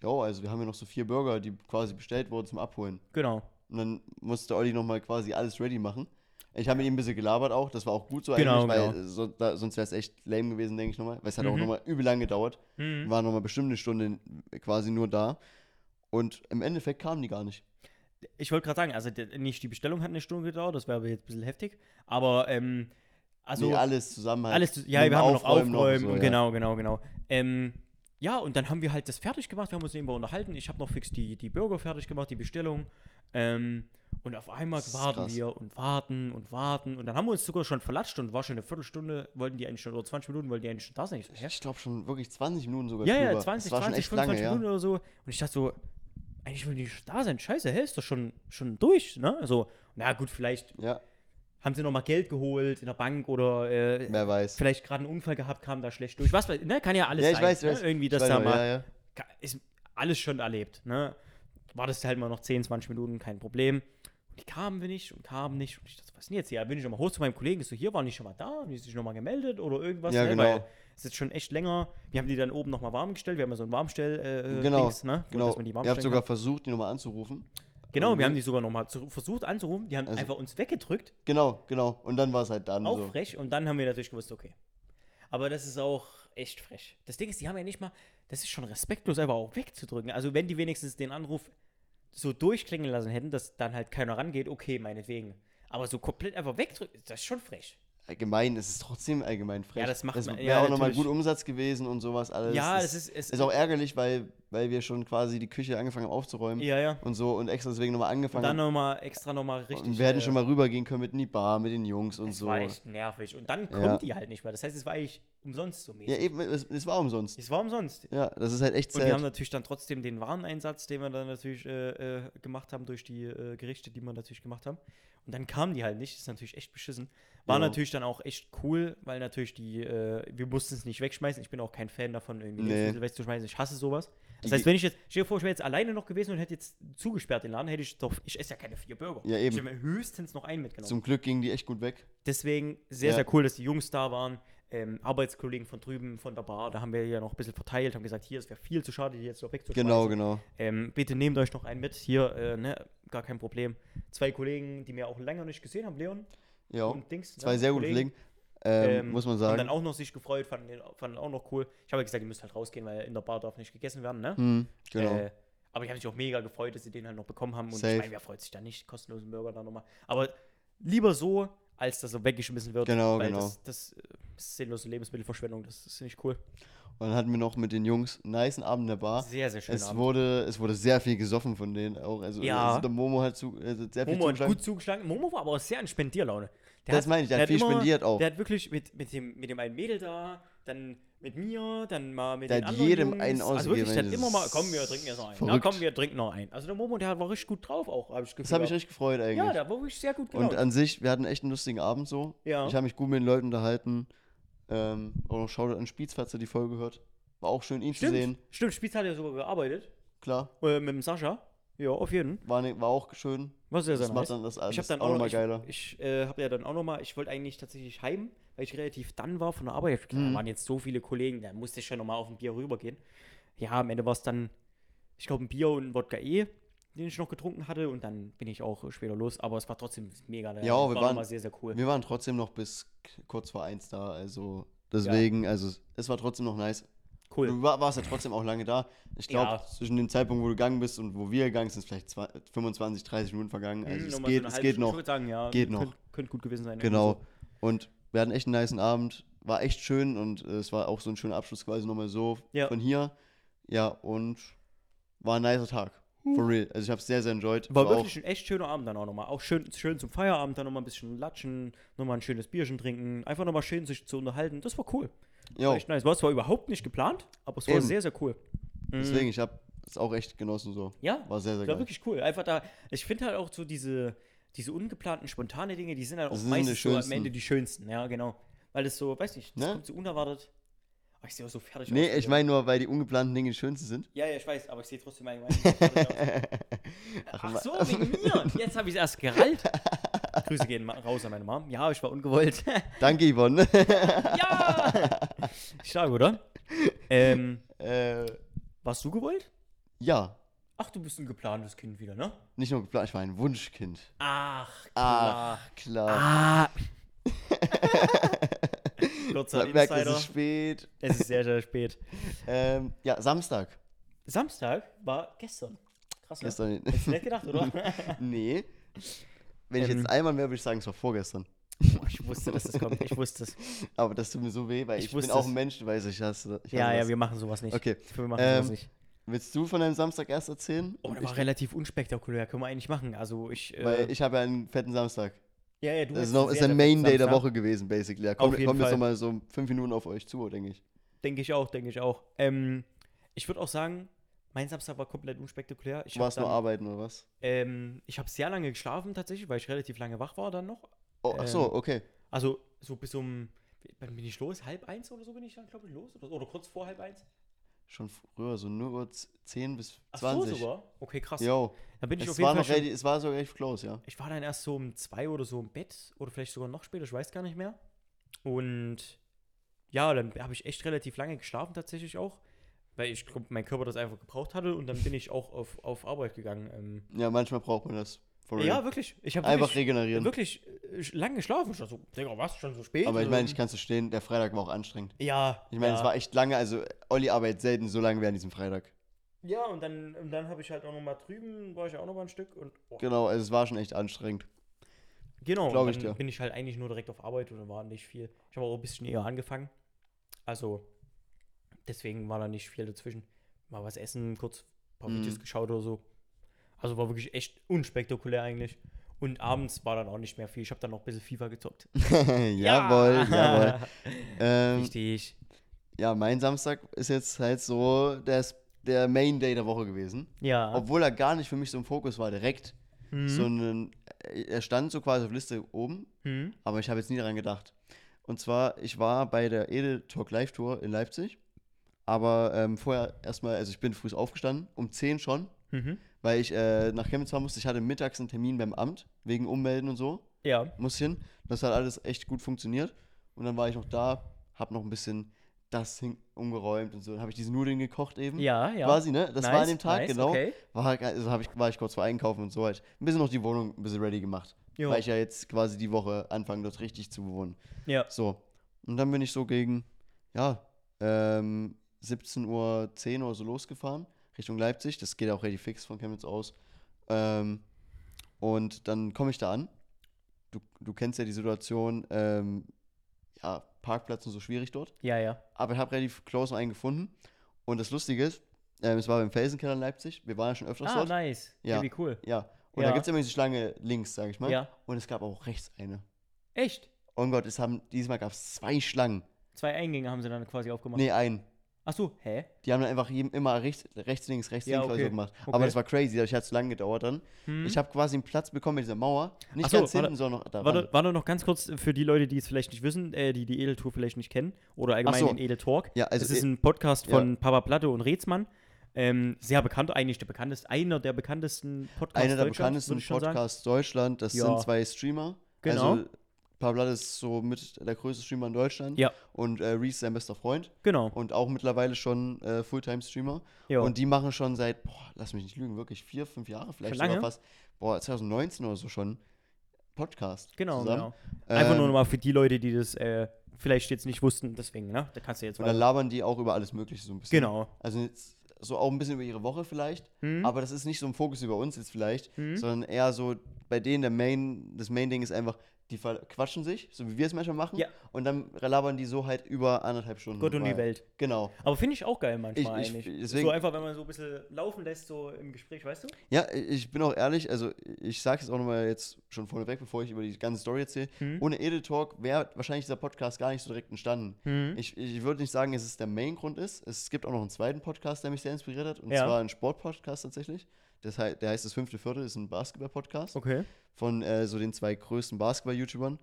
Speaker 1: jo, also wir haben ja noch so vier Burger, die quasi bestellt wurden zum Abholen.
Speaker 2: Genau.
Speaker 1: Und dann musste Olli nochmal quasi alles ready machen. Ich habe mit ihm ein bisschen gelabert auch, das war auch gut so
Speaker 2: Genau,
Speaker 1: eigentlich, weil
Speaker 2: genau. Mhm.
Speaker 1: äh, so, da, sonst wäre es echt lame gewesen, denke ich nochmal. Weil es hat auch nochmal übel lang gedauert. War nochmal bestimmt eine Stunde quasi nur da. Und im Endeffekt kamen die gar nicht.
Speaker 2: Ich wollte gerade sagen, also der- nicht die Bestellung hat eine Stunde gedauert, das wäre aber jetzt ein bisschen heftig. Aber, ähm, also
Speaker 1: nee, alles zusammen halt.
Speaker 2: alles, zu- ja,
Speaker 1: Mit
Speaker 2: wir
Speaker 1: dem
Speaker 2: haben noch aufräumen,
Speaker 1: so,
Speaker 2: und
Speaker 1: ja.
Speaker 2: genau, genau, genau. Ähm, ja, und dann haben wir halt das fertig gemacht, wir haben uns nebenbei unterhalten. Ich habe noch fix die, die Burger fertig gemacht, die Bestellung. Ähm, und auf einmal
Speaker 1: ist
Speaker 2: warten
Speaker 1: krass.
Speaker 2: wir und warten und warten. Und dann haben wir uns sogar schon verlatscht und war schon eine Viertelstunde, wollten die eigentlich schon, oder 20 Minuten, wollten die eigentlich schon da sein. Ich so, hä?
Speaker 1: Ich glaube schon wirklich 20 Minuten sogar.
Speaker 2: Ja, ja,
Speaker 1: drüber. das
Speaker 2: 20,
Speaker 1: war
Speaker 2: 20,
Speaker 1: schon echt
Speaker 2: 25
Speaker 1: lange,
Speaker 2: Minuten
Speaker 1: ja.
Speaker 2: oder so. Und ich dachte so, eigentlich will die schon da sein. Scheiße, hä, ist doch schon, schon durch, ne? Also, na gut, vielleicht
Speaker 1: Ja,
Speaker 2: haben sie nochmal Geld geholt in der Bank oder äh,
Speaker 1: wer weiß.
Speaker 2: vielleicht gerade einen Unfall gehabt, kamen da schlecht durch. Was weiß ne? Kann ja alles
Speaker 1: Ja, ich
Speaker 2: sein.
Speaker 1: weiß, ich
Speaker 2: ne?
Speaker 1: weiß.
Speaker 2: Irgendwie,
Speaker 1: Ich
Speaker 2: dass
Speaker 1: weiß
Speaker 2: da
Speaker 1: noch,
Speaker 2: mal.
Speaker 1: Ja, ja.
Speaker 2: Ka- Ist alles schon erlebt, ne? Wartest halt mal noch 10, 20 Minuten, kein Problem. Und die kamen wir nicht und kamen nicht. Und ich dachte, was ist denn jetzt hier? Bin ich nochmal hoch zu meinem Kollegen, ich so, hier waren die schon mal da, haben die sich nochmal gemeldet oder irgendwas?
Speaker 1: Ja,
Speaker 2: ne?
Speaker 1: genau.
Speaker 2: Weil es ist schon echt länger. Wir haben die dann oben nochmal warm gestellt. Wir haben ja so ein Warmstell, äh, äh,
Speaker 1: Genau,
Speaker 2: Dings, ne? Wo,
Speaker 1: genau.
Speaker 2: dass man die warm
Speaker 1: Ihr habt
Speaker 2: stellen
Speaker 1: sogar versucht, die nochmal anzurufen.
Speaker 2: kann. Genau,
Speaker 1: Mhm.
Speaker 2: wir haben die sogar nochmal versucht anzurufen. Die haben
Speaker 1: Also-
Speaker 2: einfach uns weggedrückt.
Speaker 1: Genau, genau. Und dann war es halt dann
Speaker 2: auch
Speaker 1: so.
Speaker 2: frech und dann haben wir natürlich gewusst, okay. Aber das ist auch echt frech. Das Ding ist, die haben ja nicht mal, das ist schon respektlos, einfach auch wegzudrücken. Also wenn die wenigstens den Anruf so durchklingen lassen hätten, dass dann halt keiner rangeht, okay, meinetwegen. Aber so komplett einfach wegdrücken, das ist schon frech.
Speaker 1: Allgemein, es ist trotzdem allgemein frech.
Speaker 2: Ja, das macht
Speaker 1: es
Speaker 2: man-
Speaker 1: wäre
Speaker 2: ja,
Speaker 1: auch nochmal
Speaker 2: natürlich.
Speaker 1: gut Umsatz gewesen und sowas alles.
Speaker 2: ja,
Speaker 1: Es
Speaker 2: das ist, es
Speaker 1: ist auch ärgerlich, weil, weil wir schon quasi die Küche angefangen haben aufzuräumen
Speaker 2: ja, ja.
Speaker 1: und so und extra deswegen nochmal
Speaker 2: Und
Speaker 1: angefangen
Speaker 2: dann
Speaker 1: haben.
Speaker 2: nochmal extra nochmal richtig.
Speaker 1: Und wir hätten
Speaker 2: äh,
Speaker 1: schon mal rübergehen können mit in die Bar, mit den Jungs und
Speaker 2: das
Speaker 1: so.
Speaker 2: war
Speaker 1: Ja,
Speaker 2: echt nervig. Und dann kommt
Speaker 1: Ja.
Speaker 2: die halt nicht mehr. Das heißt, es war eigentlich umsonst so mäßig.
Speaker 1: eben, es, es war umsonst.
Speaker 2: es war umsonst.
Speaker 1: Ja, das ist halt echt
Speaker 2: Und wir
Speaker 1: sad.
Speaker 2: haben natürlich dann trotzdem den Wareneinsatz, den wir dann natürlich äh, äh, gemacht haben durch die äh, Gerichte, die wir natürlich gemacht haben. Und dann kamen die halt nicht, ist natürlich echt beschissen. War
Speaker 1: Ja.
Speaker 2: natürlich dann auch echt cool, weil natürlich die, äh, wir mussten es nicht wegschmeißen. Ich bin auch kein Fan davon, irgendwie
Speaker 1: Nee.
Speaker 2: Lebensmittel wegzuschmeißen. Ich hasse sowas. Das
Speaker 1: Die-
Speaker 2: heißt, wenn ich jetzt, stell dir vor, ich wäre jetzt alleine noch gewesen und hätte jetzt zugesperrt den Laden, hätte ich doch, ich esse ja keine vier Burger.
Speaker 1: Ja, eben.
Speaker 2: Ich hätte mir höchstens noch einen mitgenommen.
Speaker 1: Zum Glück gingen die echt gut weg.
Speaker 2: Deswegen sehr,
Speaker 1: Ja.
Speaker 2: sehr cool, dass die Jungs da waren. Ähm, Arbeitskollegen von drüben, von der Bar, da haben wir ja noch ein bisschen verteilt, haben gesagt, hier, es wäre viel zu schade, die jetzt noch wegzuschmeißen.
Speaker 1: Genau, genau.
Speaker 2: Ähm, bitte nehmt euch noch einen mit. Hier, äh, ne, gar kein Problem. Zwei Kollegen, die mir auch lange nicht gesehen haben, Leon
Speaker 1: Ja,
Speaker 2: und Dings.
Speaker 1: zwei
Speaker 2: ne,
Speaker 1: sehr gute Kollegen, ähm,
Speaker 2: ähm,
Speaker 1: muss man
Speaker 2: Haben
Speaker 1: sagen.
Speaker 2: dann auch noch sich gefreut, fanden, den, fanden auch noch cool. Ich habe ja gesagt, ihr müsst halt rausgehen, weil in der Bar darf nicht gegessen werden, ne?
Speaker 1: Hm, genau.
Speaker 2: Äh, aber ich habe mich auch mega gefreut, dass sie den halt noch bekommen haben. Und
Speaker 1: Safe.
Speaker 2: ich meine, wer freut sich da nicht? Kostenlosen Burger da nochmal. Aber lieber so, als dass er weggeschmissen wird.
Speaker 1: Genau,
Speaker 2: weil
Speaker 1: genau.
Speaker 2: Das, das, äh, ist sinnlose Lebensmittelverschwendung, das ist nicht cool.
Speaker 1: Und dann hatten wir noch mit den Jungs einen niceen Abend in der Bar.
Speaker 2: Sehr, sehr schön.
Speaker 1: Es wurde, es wurde sehr viel gesoffen von denen auch. Also,
Speaker 2: Ja.
Speaker 1: also der Momo hat zu, also sehr viel
Speaker 2: Momo hat
Speaker 1: zugeschlagen.
Speaker 2: gut zugeschlagen. Momo war aber auch sehr in Spendierlaune. Der
Speaker 1: Das meine ich, der hat viel spendiert auch.
Speaker 2: Der hat wirklich mit, mit, dem, mit dem einen Mädel da, dann mit mir, dann mal mit
Speaker 1: Der
Speaker 2: den
Speaker 1: hat
Speaker 2: anderen
Speaker 1: jedem
Speaker 2: Jungs.
Speaker 1: einen
Speaker 2: Also wirklich, der
Speaker 1: ausgegeben,
Speaker 2: hat
Speaker 1: das
Speaker 2: immer mal,
Speaker 1: ist
Speaker 2: komm, wir trinken jetzt noch einen. Na
Speaker 1: verrückt.
Speaker 2: komm, wir trinken noch einen. Also der Momo, der war richtig gut drauf auch, habe ich
Speaker 1: Das habe ich
Speaker 2: gehabt.
Speaker 1: richtig gefreut eigentlich.
Speaker 2: Ja, der war wirklich sehr gut gelaunt.
Speaker 1: Und an sich, wir hatten echt einen lustigen Abend so.
Speaker 2: Ja.
Speaker 1: Ich habe mich gut mit den Leuten unterhalten. Ähm, auch noch Shoutout an Spitz, falls er die Folge hört. War auch schön, ihn
Speaker 2: Stimmt,
Speaker 1: zu sehen.
Speaker 2: stimmt, Spitz hat ja sogar gearbeitet.
Speaker 1: Klar,
Speaker 2: Äh, mit dem Sascha. Ja, auf jeden.
Speaker 1: war, ne, war auch schön.
Speaker 2: War sehr, sehr
Speaker 1: Das
Speaker 2: nice.
Speaker 1: macht dann das alles
Speaker 2: Ich habe dann
Speaker 1: auch
Speaker 2: auch,
Speaker 1: nochmal
Speaker 2: noch,
Speaker 1: geiler.
Speaker 2: Ich, ich äh, habe ja dann auch noch mal, ich wollte eigentlich tatsächlich heim, weil ich relativ dann war von der Arbeit. Ich hab
Speaker 1: Mhm.
Speaker 2: gedacht, Da waren jetzt so viele Kollegen, da musste ich schon noch mal auf ein Bier rübergehen. Ja, am Ende war es dann, ich glaube, ein Bier und ein Wodka E. den ich noch getrunken hatte und dann bin ich auch später los, aber es war trotzdem mega leer.
Speaker 1: Ja, wir
Speaker 2: war
Speaker 1: waren-
Speaker 2: immer sehr, sehr cool.
Speaker 1: Wir waren trotzdem noch bis k- kurz vor eins da, also deswegen, also es- es war trotzdem noch nice.
Speaker 2: cool.
Speaker 1: Du war, warst ja trotzdem auch lange da. Ich glaube,
Speaker 2: Ja.
Speaker 1: zwischen dem Zeitpunkt, wo du gegangen bist und wo wir gegangen sind, ist vielleicht zwei, 25, 30 Minuten vergangen. Also
Speaker 2: Hm,
Speaker 1: es
Speaker 2: nochmal
Speaker 1: geht,
Speaker 2: so eine
Speaker 1: es
Speaker 2: halbe
Speaker 1: geht
Speaker 2: Stunde. Ich
Speaker 1: noch.
Speaker 2: würd sagen, ja,
Speaker 1: Geht noch.
Speaker 2: Könnte könnt gut gewesen sein. Also, irgendwie
Speaker 1: Genau.
Speaker 2: so.
Speaker 1: Und wir hatten echt einen niceen Abend. War echt schön und äh, es war auch so ein schöner Abschluss quasi nochmal so
Speaker 2: Ja.
Speaker 1: von hier. Ja, und war ein nicer Tag. For real. Also ich habe es sehr, sehr enjoyed.
Speaker 2: Hm. War
Speaker 1: auch-
Speaker 2: wirklich ein echt schöner Abend dann auch nochmal. Auch schön, schön zum Feierabend dann nochmal ein bisschen latschen, nochmal ein schönes Bierchen trinken, einfach nochmal schön sich zu unterhalten. Das war cool.
Speaker 1: Jo,
Speaker 2: War echt nice. War zwar überhaupt nicht geplant, aber es war
Speaker 1: Eben.
Speaker 2: sehr, sehr cool. Mhm. Hm.
Speaker 1: deswegen, ich habe es auch echt genossen so.
Speaker 2: Ja,
Speaker 1: War sehr, sehr
Speaker 2: war
Speaker 1: geil.
Speaker 2: wirklich cool. Einfach da, ich finde halt auch so diese, diese ungeplanten, spontane Dinge, die sind halt auch
Speaker 1: Das sind die
Speaker 2: meistens so am
Speaker 1: schönsten.
Speaker 2: Ende die schönsten. Ja, genau. Weil das so, weiß nicht, das
Speaker 1: Ne?
Speaker 2: kommt so unerwartet. Oh, ich sehe auch so fertig aus.
Speaker 1: Nee, ich
Speaker 2: Alter.
Speaker 1: meine nur, weil die ungeplanten Dinge die schönsten sind.
Speaker 2: Ja, ja, ich weiß, aber ich sehe trotzdem allgemein so fertig aus. Ach so, wegen mir. Jetzt habe ich es erst gerallt. Grüße gehen ma- raus an meine Mom. Ja, ich war ungewollt.
Speaker 1: Danke, Yvonne.
Speaker 2: ja! Stark, oder? Ähm,
Speaker 1: äh,
Speaker 2: warst du gewollt?
Speaker 1: ja,
Speaker 2: Ach, du bist ein geplantes Kind wieder, ne?
Speaker 1: nicht nur geplant, ich war ein Wunschkind.
Speaker 2: Ach,
Speaker 1: Ach,
Speaker 2: klar.
Speaker 1: klar.
Speaker 2: Ah. Kurzer
Speaker 1: Man merkt, es
Speaker 2: Insider.
Speaker 1: ist spät.
Speaker 2: Es ist sehr, sehr spät.
Speaker 1: Ähm, ja, Samstag.
Speaker 2: Samstag war gestern. Krass, ne?
Speaker 1: Gestern.
Speaker 2: Hättest du nicht gedacht, oder?
Speaker 1: nee. Wenn ich
Speaker 2: Ähm.
Speaker 1: jetzt einmal mehr würde ich sagen, es war vorgestern.
Speaker 2: Boah, ich wusste, dass das kommt. Ich wusste es.
Speaker 1: Aber das tut mir so weh, weil
Speaker 2: Ich
Speaker 1: ich, bin
Speaker 2: wusste
Speaker 1: auch
Speaker 2: es.
Speaker 1: ein Mensch, du weißt, ich hasse ich
Speaker 2: Ja,
Speaker 1: hasse
Speaker 2: ja,
Speaker 1: das.
Speaker 2: wir machen sowas nicht.
Speaker 1: Okay.
Speaker 2: Wir machen
Speaker 1: Ähm,
Speaker 2: sowas nicht.
Speaker 1: Willst du von deinem Samstag erst erzählen?
Speaker 2: Oh,
Speaker 1: Und
Speaker 2: das war relativ unspektakulär. Können wir eigentlich machen. Also ich.
Speaker 1: ich,
Speaker 2: Äh,
Speaker 1: weil ich habe ja einen fetten Samstag.
Speaker 2: ja, ja, du
Speaker 1: Das ist,
Speaker 2: hast
Speaker 1: noch,
Speaker 2: sehr,
Speaker 1: ist der
Speaker 2: sehr
Speaker 1: Main Day
Speaker 2: viel
Speaker 1: der
Speaker 2: Samstag.
Speaker 1: Woche gewesen, basically. Da kommen
Speaker 2: jeden
Speaker 1: kommen jetzt
Speaker 2: Fall.
Speaker 1: nochmal so fünf Minuten auf euch zu, denke ich.
Speaker 2: Denke ich auch, denke ich auch. Ähm, ich würde auch sagen, mein Samstag war komplett unspektakulär. Ich
Speaker 1: Du warst nur
Speaker 2: habe
Speaker 1: arbeiten oder was?
Speaker 2: ähm, ich habe sehr lange geschlafen tatsächlich, weil ich relativ lange wach war dann noch.
Speaker 1: Oh, ach so,
Speaker 2: Ähm,
Speaker 1: okay.
Speaker 2: Also so bis um, wann bin ich los? Halb eins oder so bin ich dann, glaube ich, los. Oder, oder kurz vor halb eins.
Speaker 1: Schon früher, so nur Uhr 10 bis
Speaker 2: Ach
Speaker 1: 20.
Speaker 2: so sogar. Okay, krass.
Speaker 1: Jo,
Speaker 2: Dann bin ich auf
Speaker 1: es
Speaker 2: jeden
Speaker 1: war,
Speaker 2: Fall
Speaker 1: noch
Speaker 2: schon,
Speaker 1: ready, es war sogar echt close, ja.
Speaker 2: Ich war dann erst so um zwei oder so im Bett oder vielleicht sogar noch später, ich weiß gar nicht mehr. Und ja, dann habe ich echt relativ lange geschlafen tatsächlich auch, weil ich glaub, mein Körper das einfach gebraucht hatte und dann bin ich auch auf, auf Arbeit gegangen. Ähm,
Speaker 1: Ja, manchmal braucht man das. For real.
Speaker 2: ja, wirklich. Ich habe
Speaker 1: Einfach
Speaker 2: wirklich,
Speaker 1: regenerieren.
Speaker 2: wirklich äh, lange geschlafen. Ich dachte so, Digga, was? Schon so spät?
Speaker 1: Aber ich meine, ich
Speaker 2: Ähm,
Speaker 1: kann es verstehen, der Freitag war auch anstrengend.
Speaker 2: Ja.
Speaker 1: Ich meine,
Speaker 2: ja.
Speaker 1: es war echt lange, also Olli arbeitet selten so lange wie an diesem Freitag.
Speaker 2: Ja, und dann, und dann habe ich halt auch noch mal drüben, war ich auch noch mal ein Stück und. oh.
Speaker 1: Genau, also es war schon echt anstrengend.
Speaker 2: Genau,
Speaker 1: Glaub
Speaker 2: und
Speaker 1: ich
Speaker 2: dann
Speaker 1: dir.
Speaker 2: bin ich halt eigentlich nur direkt auf Arbeit und dann war nicht viel. Ich habe auch ein bisschen eher angefangen. Also, deswegen war da nicht viel dazwischen. Mal was essen, kurz ein paar
Speaker 1: Mhm.
Speaker 2: Videos geschaut oder so. Also war wirklich echt unspektakulär eigentlich. Und abends war dann auch nicht mehr viel. Ich habe dann noch ein bisschen FIFA gezockt.
Speaker 1: jawohl, jawohl. Ähm,
Speaker 2: Richtig.
Speaker 1: ja, mein Samstag ist jetzt halt so der, der Main Day der Woche gewesen.
Speaker 2: Ja.
Speaker 1: Obwohl er gar nicht für mich so im Fokus war, direkt.
Speaker 2: Ah. Mhm.
Speaker 1: Sondern äh, er stand so quasi auf Liste oben,
Speaker 2: Mhm.
Speaker 1: aber ich habe jetzt nie daran gedacht. Und zwar, ich war bei der Edel Talk Live Tour in Leipzig, aber ähm, vorher erstmal, also ich bin früh aufgestanden, um 10 schon,
Speaker 2: Mhm.
Speaker 1: weil ich äh, nach Chemnitz fahren musste. Ich hatte mittags einen Termin beim Amt wegen Ummelden und so.
Speaker 2: Ja.
Speaker 1: Muss hin. Das hat alles echt gut funktioniert. Und dann war ich noch da, hab noch ein bisschen das hin umgeräumt und so. Dann habe ich diese Nudeln gekocht eben.
Speaker 2: Ja, ja.
Speaker 1: Hm? Quasi, ne? Das war an dem Tag,
Speaker 2: nice,
Speaker 1: genau.
Speaker 2: Okay.
Speaker 1: War, halt- also hab ich, war ich kurz vor Einkaufen und so halt. Ein bisschen noch die Wohnung ein bisschen ready gemacht.
Speaker 2: Jo.
Speaker 1: Weil ich ja jetzt quasi die Woche anfange, dort richtig zu bewohnen.
Speaker 2: Ja.
Speaker 1: So. Und dann bin ich so gegen, ja, ähm, 17 Uhr, 10 Uhr so losgefahren, Richtung Leipzig. Das geht auch relativ fix von Chemnitz aus. Ähm, und dann komme ich da an. Du, du kennst ja die Situation, ähm, ja, Parkplatz und so schwierig dort.
Speaker 2: Ja, ja.
Speaker 1: Aber ich habe relativ close einen gefunden. Und das Lustige ist, ähm, es war beim Felsenkeller in Leipzig. Wir waren ja schon öfters
Speaker 2: ah,
Speaker 1: dort.
Speaker 2: nice.
Speaker 1: Ja.
Speaker 2: Ja. Wie cool.
Speaker 1: Ja. Und
Speaker 2: Ja.
Speaker 1: da gibt es immer diese Schlange links, sage ich mal.
Speaker 2: Ja.
Speaker 1: Und es gab auch rechts eine.
Speaker 2: Echt?
Speaker 1: Oh Gott, es haben, diesmal gab es zwei Schlangen.
Speaker 2: Zwei Eingänge haben sie dann quasi aufgemacht.
Speaker 1: Nee, einen.
Speaker 2: Ach so, hä?
Speaker 1: Die haben dann einfach jedem immer rechts, rechts links, rechts,
Speaker 2: Ja,
Speaker 1: links
Speaker 2: okay.
Speaker 1: so gemacht.
Speaker 2: Okay. Mhm.
Speaker 1: Aber das war crazy, dadurch hat es lang gedauert dann.
Speaker 2: Hm.
Speaker 1: Ich habe quasi einen Platz bekommen mit dieser Mauer. Nicht
Speaker 2: Ach so,
Speaker 1: ganz
Speaker 2: warte,
Speaker 1: hinten, sondern noch da.
Speaker 2: Warte, warte noch ganz kurz für die Leute, die es vielleicht nicht wissen, äh, die die Edeltour vielleicht nicht kennen oder allgemein
Speaker 1: Ach so.
Speaker 2: den Edeltalk.
Speaker 1: Ja, also
Speaker 2: es ist
Speaker 1: e-
Speaker 2: ein Podcast
Speaker 1: ja.
Speaker 2: von Papa Platte und Rezmann. Ähm, sehr bekannt, eigentlich der bekannteste, einer der bekanntesten Podcasts
Speaker 1: Einer der
Speaker 2: Deutschlands,
Speaker 1: bekanntesten
Speaker 2: würde ich schon sagen.
Speaker 1: Podcasts Deutschland. Das
Speaker 2: Ja.
Speaker 1: sind zwei Streamer.
Speaker 2: Genau.
Speaker 1: Also Pablat ist so mit der größte Streamer in Deutschland.
Speaker 2: Ja.
Speaker 1: Und äh, Reese sein bester Freund.
Speaker 2: Genau.
Speaker 1: Und auch mittlerweile schon äh, Fulltime-Streamer.
Speaker 2: Jo.
Speaker 1: Und die machen schon seit, boah, lass mich nicht lügen, wirklich vier, fünf Jahre vielleicht
Speaker 2: Schon lange?
Speaker 1: sogar fast. Boah, 2019 oder so schon. Podcast.
Speaker 2: Genau,
Speaker 1: zusammen.
Speaker 2: genau. Einfach
Speaker 1: Ähm,
Speaker 2: nur nochmal für die Leute, die das äh, vielleicht jetzt nicht wussten, deswegen, ne? Da kannst du jetzt
Speaker 1: Und dann
Speaker 2: weiter.
Speaker 1: labern die auch über alles Mögliche so ein bisschen.
Speaker 2: Genau.
Speaker 1: Also jetzt so auch ein bisschen über ihre Woche vielleicht,
Speaker 2: Hm?
Speaker 1: aber das ist nicht so ein Fokus über uns jetzt vielleicht,
Speaker 2: Hm?
Speaker 1: sondern eher so bei denen der Main, das Main-Ding ist einfach, die quatschen sich, so wie wir es manchmal machen,
Speaker 2: Ja.
Speaker 1: und dann labern die so halt über anderthalb Stunden.
Speaker 2: Gott und die
Speaker 1: mal.
Speaker 2: Welt.
Speaker 1: Genau.
Speaker 2: Aber finde ich auch geil manchmal
Speaker 1: Ich- ich-
Speaker 2: eigentlich.
Speaker 1: deswegen-
Speaker 2: so einfach, wenn man so ein bisschen laufen lässt, so im Gespräch, weißt du?
Speaker 1: Ja, i- ich bin auch ehrlich, also ich sage es auch nochmal jetzt schon vorneweg, bevor ich über die ganze Story erzähle.
Speaker 2: Mhm.
Speaker 1: Ohne Edel Talk wäre wahrscheinlich dieser Podcast gar nicht so direkt entstanden.
Speaker 2: Hm?
Speaker 1: Ich, ich würde nicht sagen, dass es der Main-Grund ist. Es gibt auch noch einen zweiten Podcast, der mich sehr inspiriert hat. Und
Speaker 2: Ja.
Speaker 1: zwar ein Sport-Podcast tatsächlich. Das hei- der heißt Das fünfte Viertel, ist ein Basketball-Podcast
Speaker 2: Okay.
Speaker 1: von äh, so den zwei größten Basketball-YouTubern.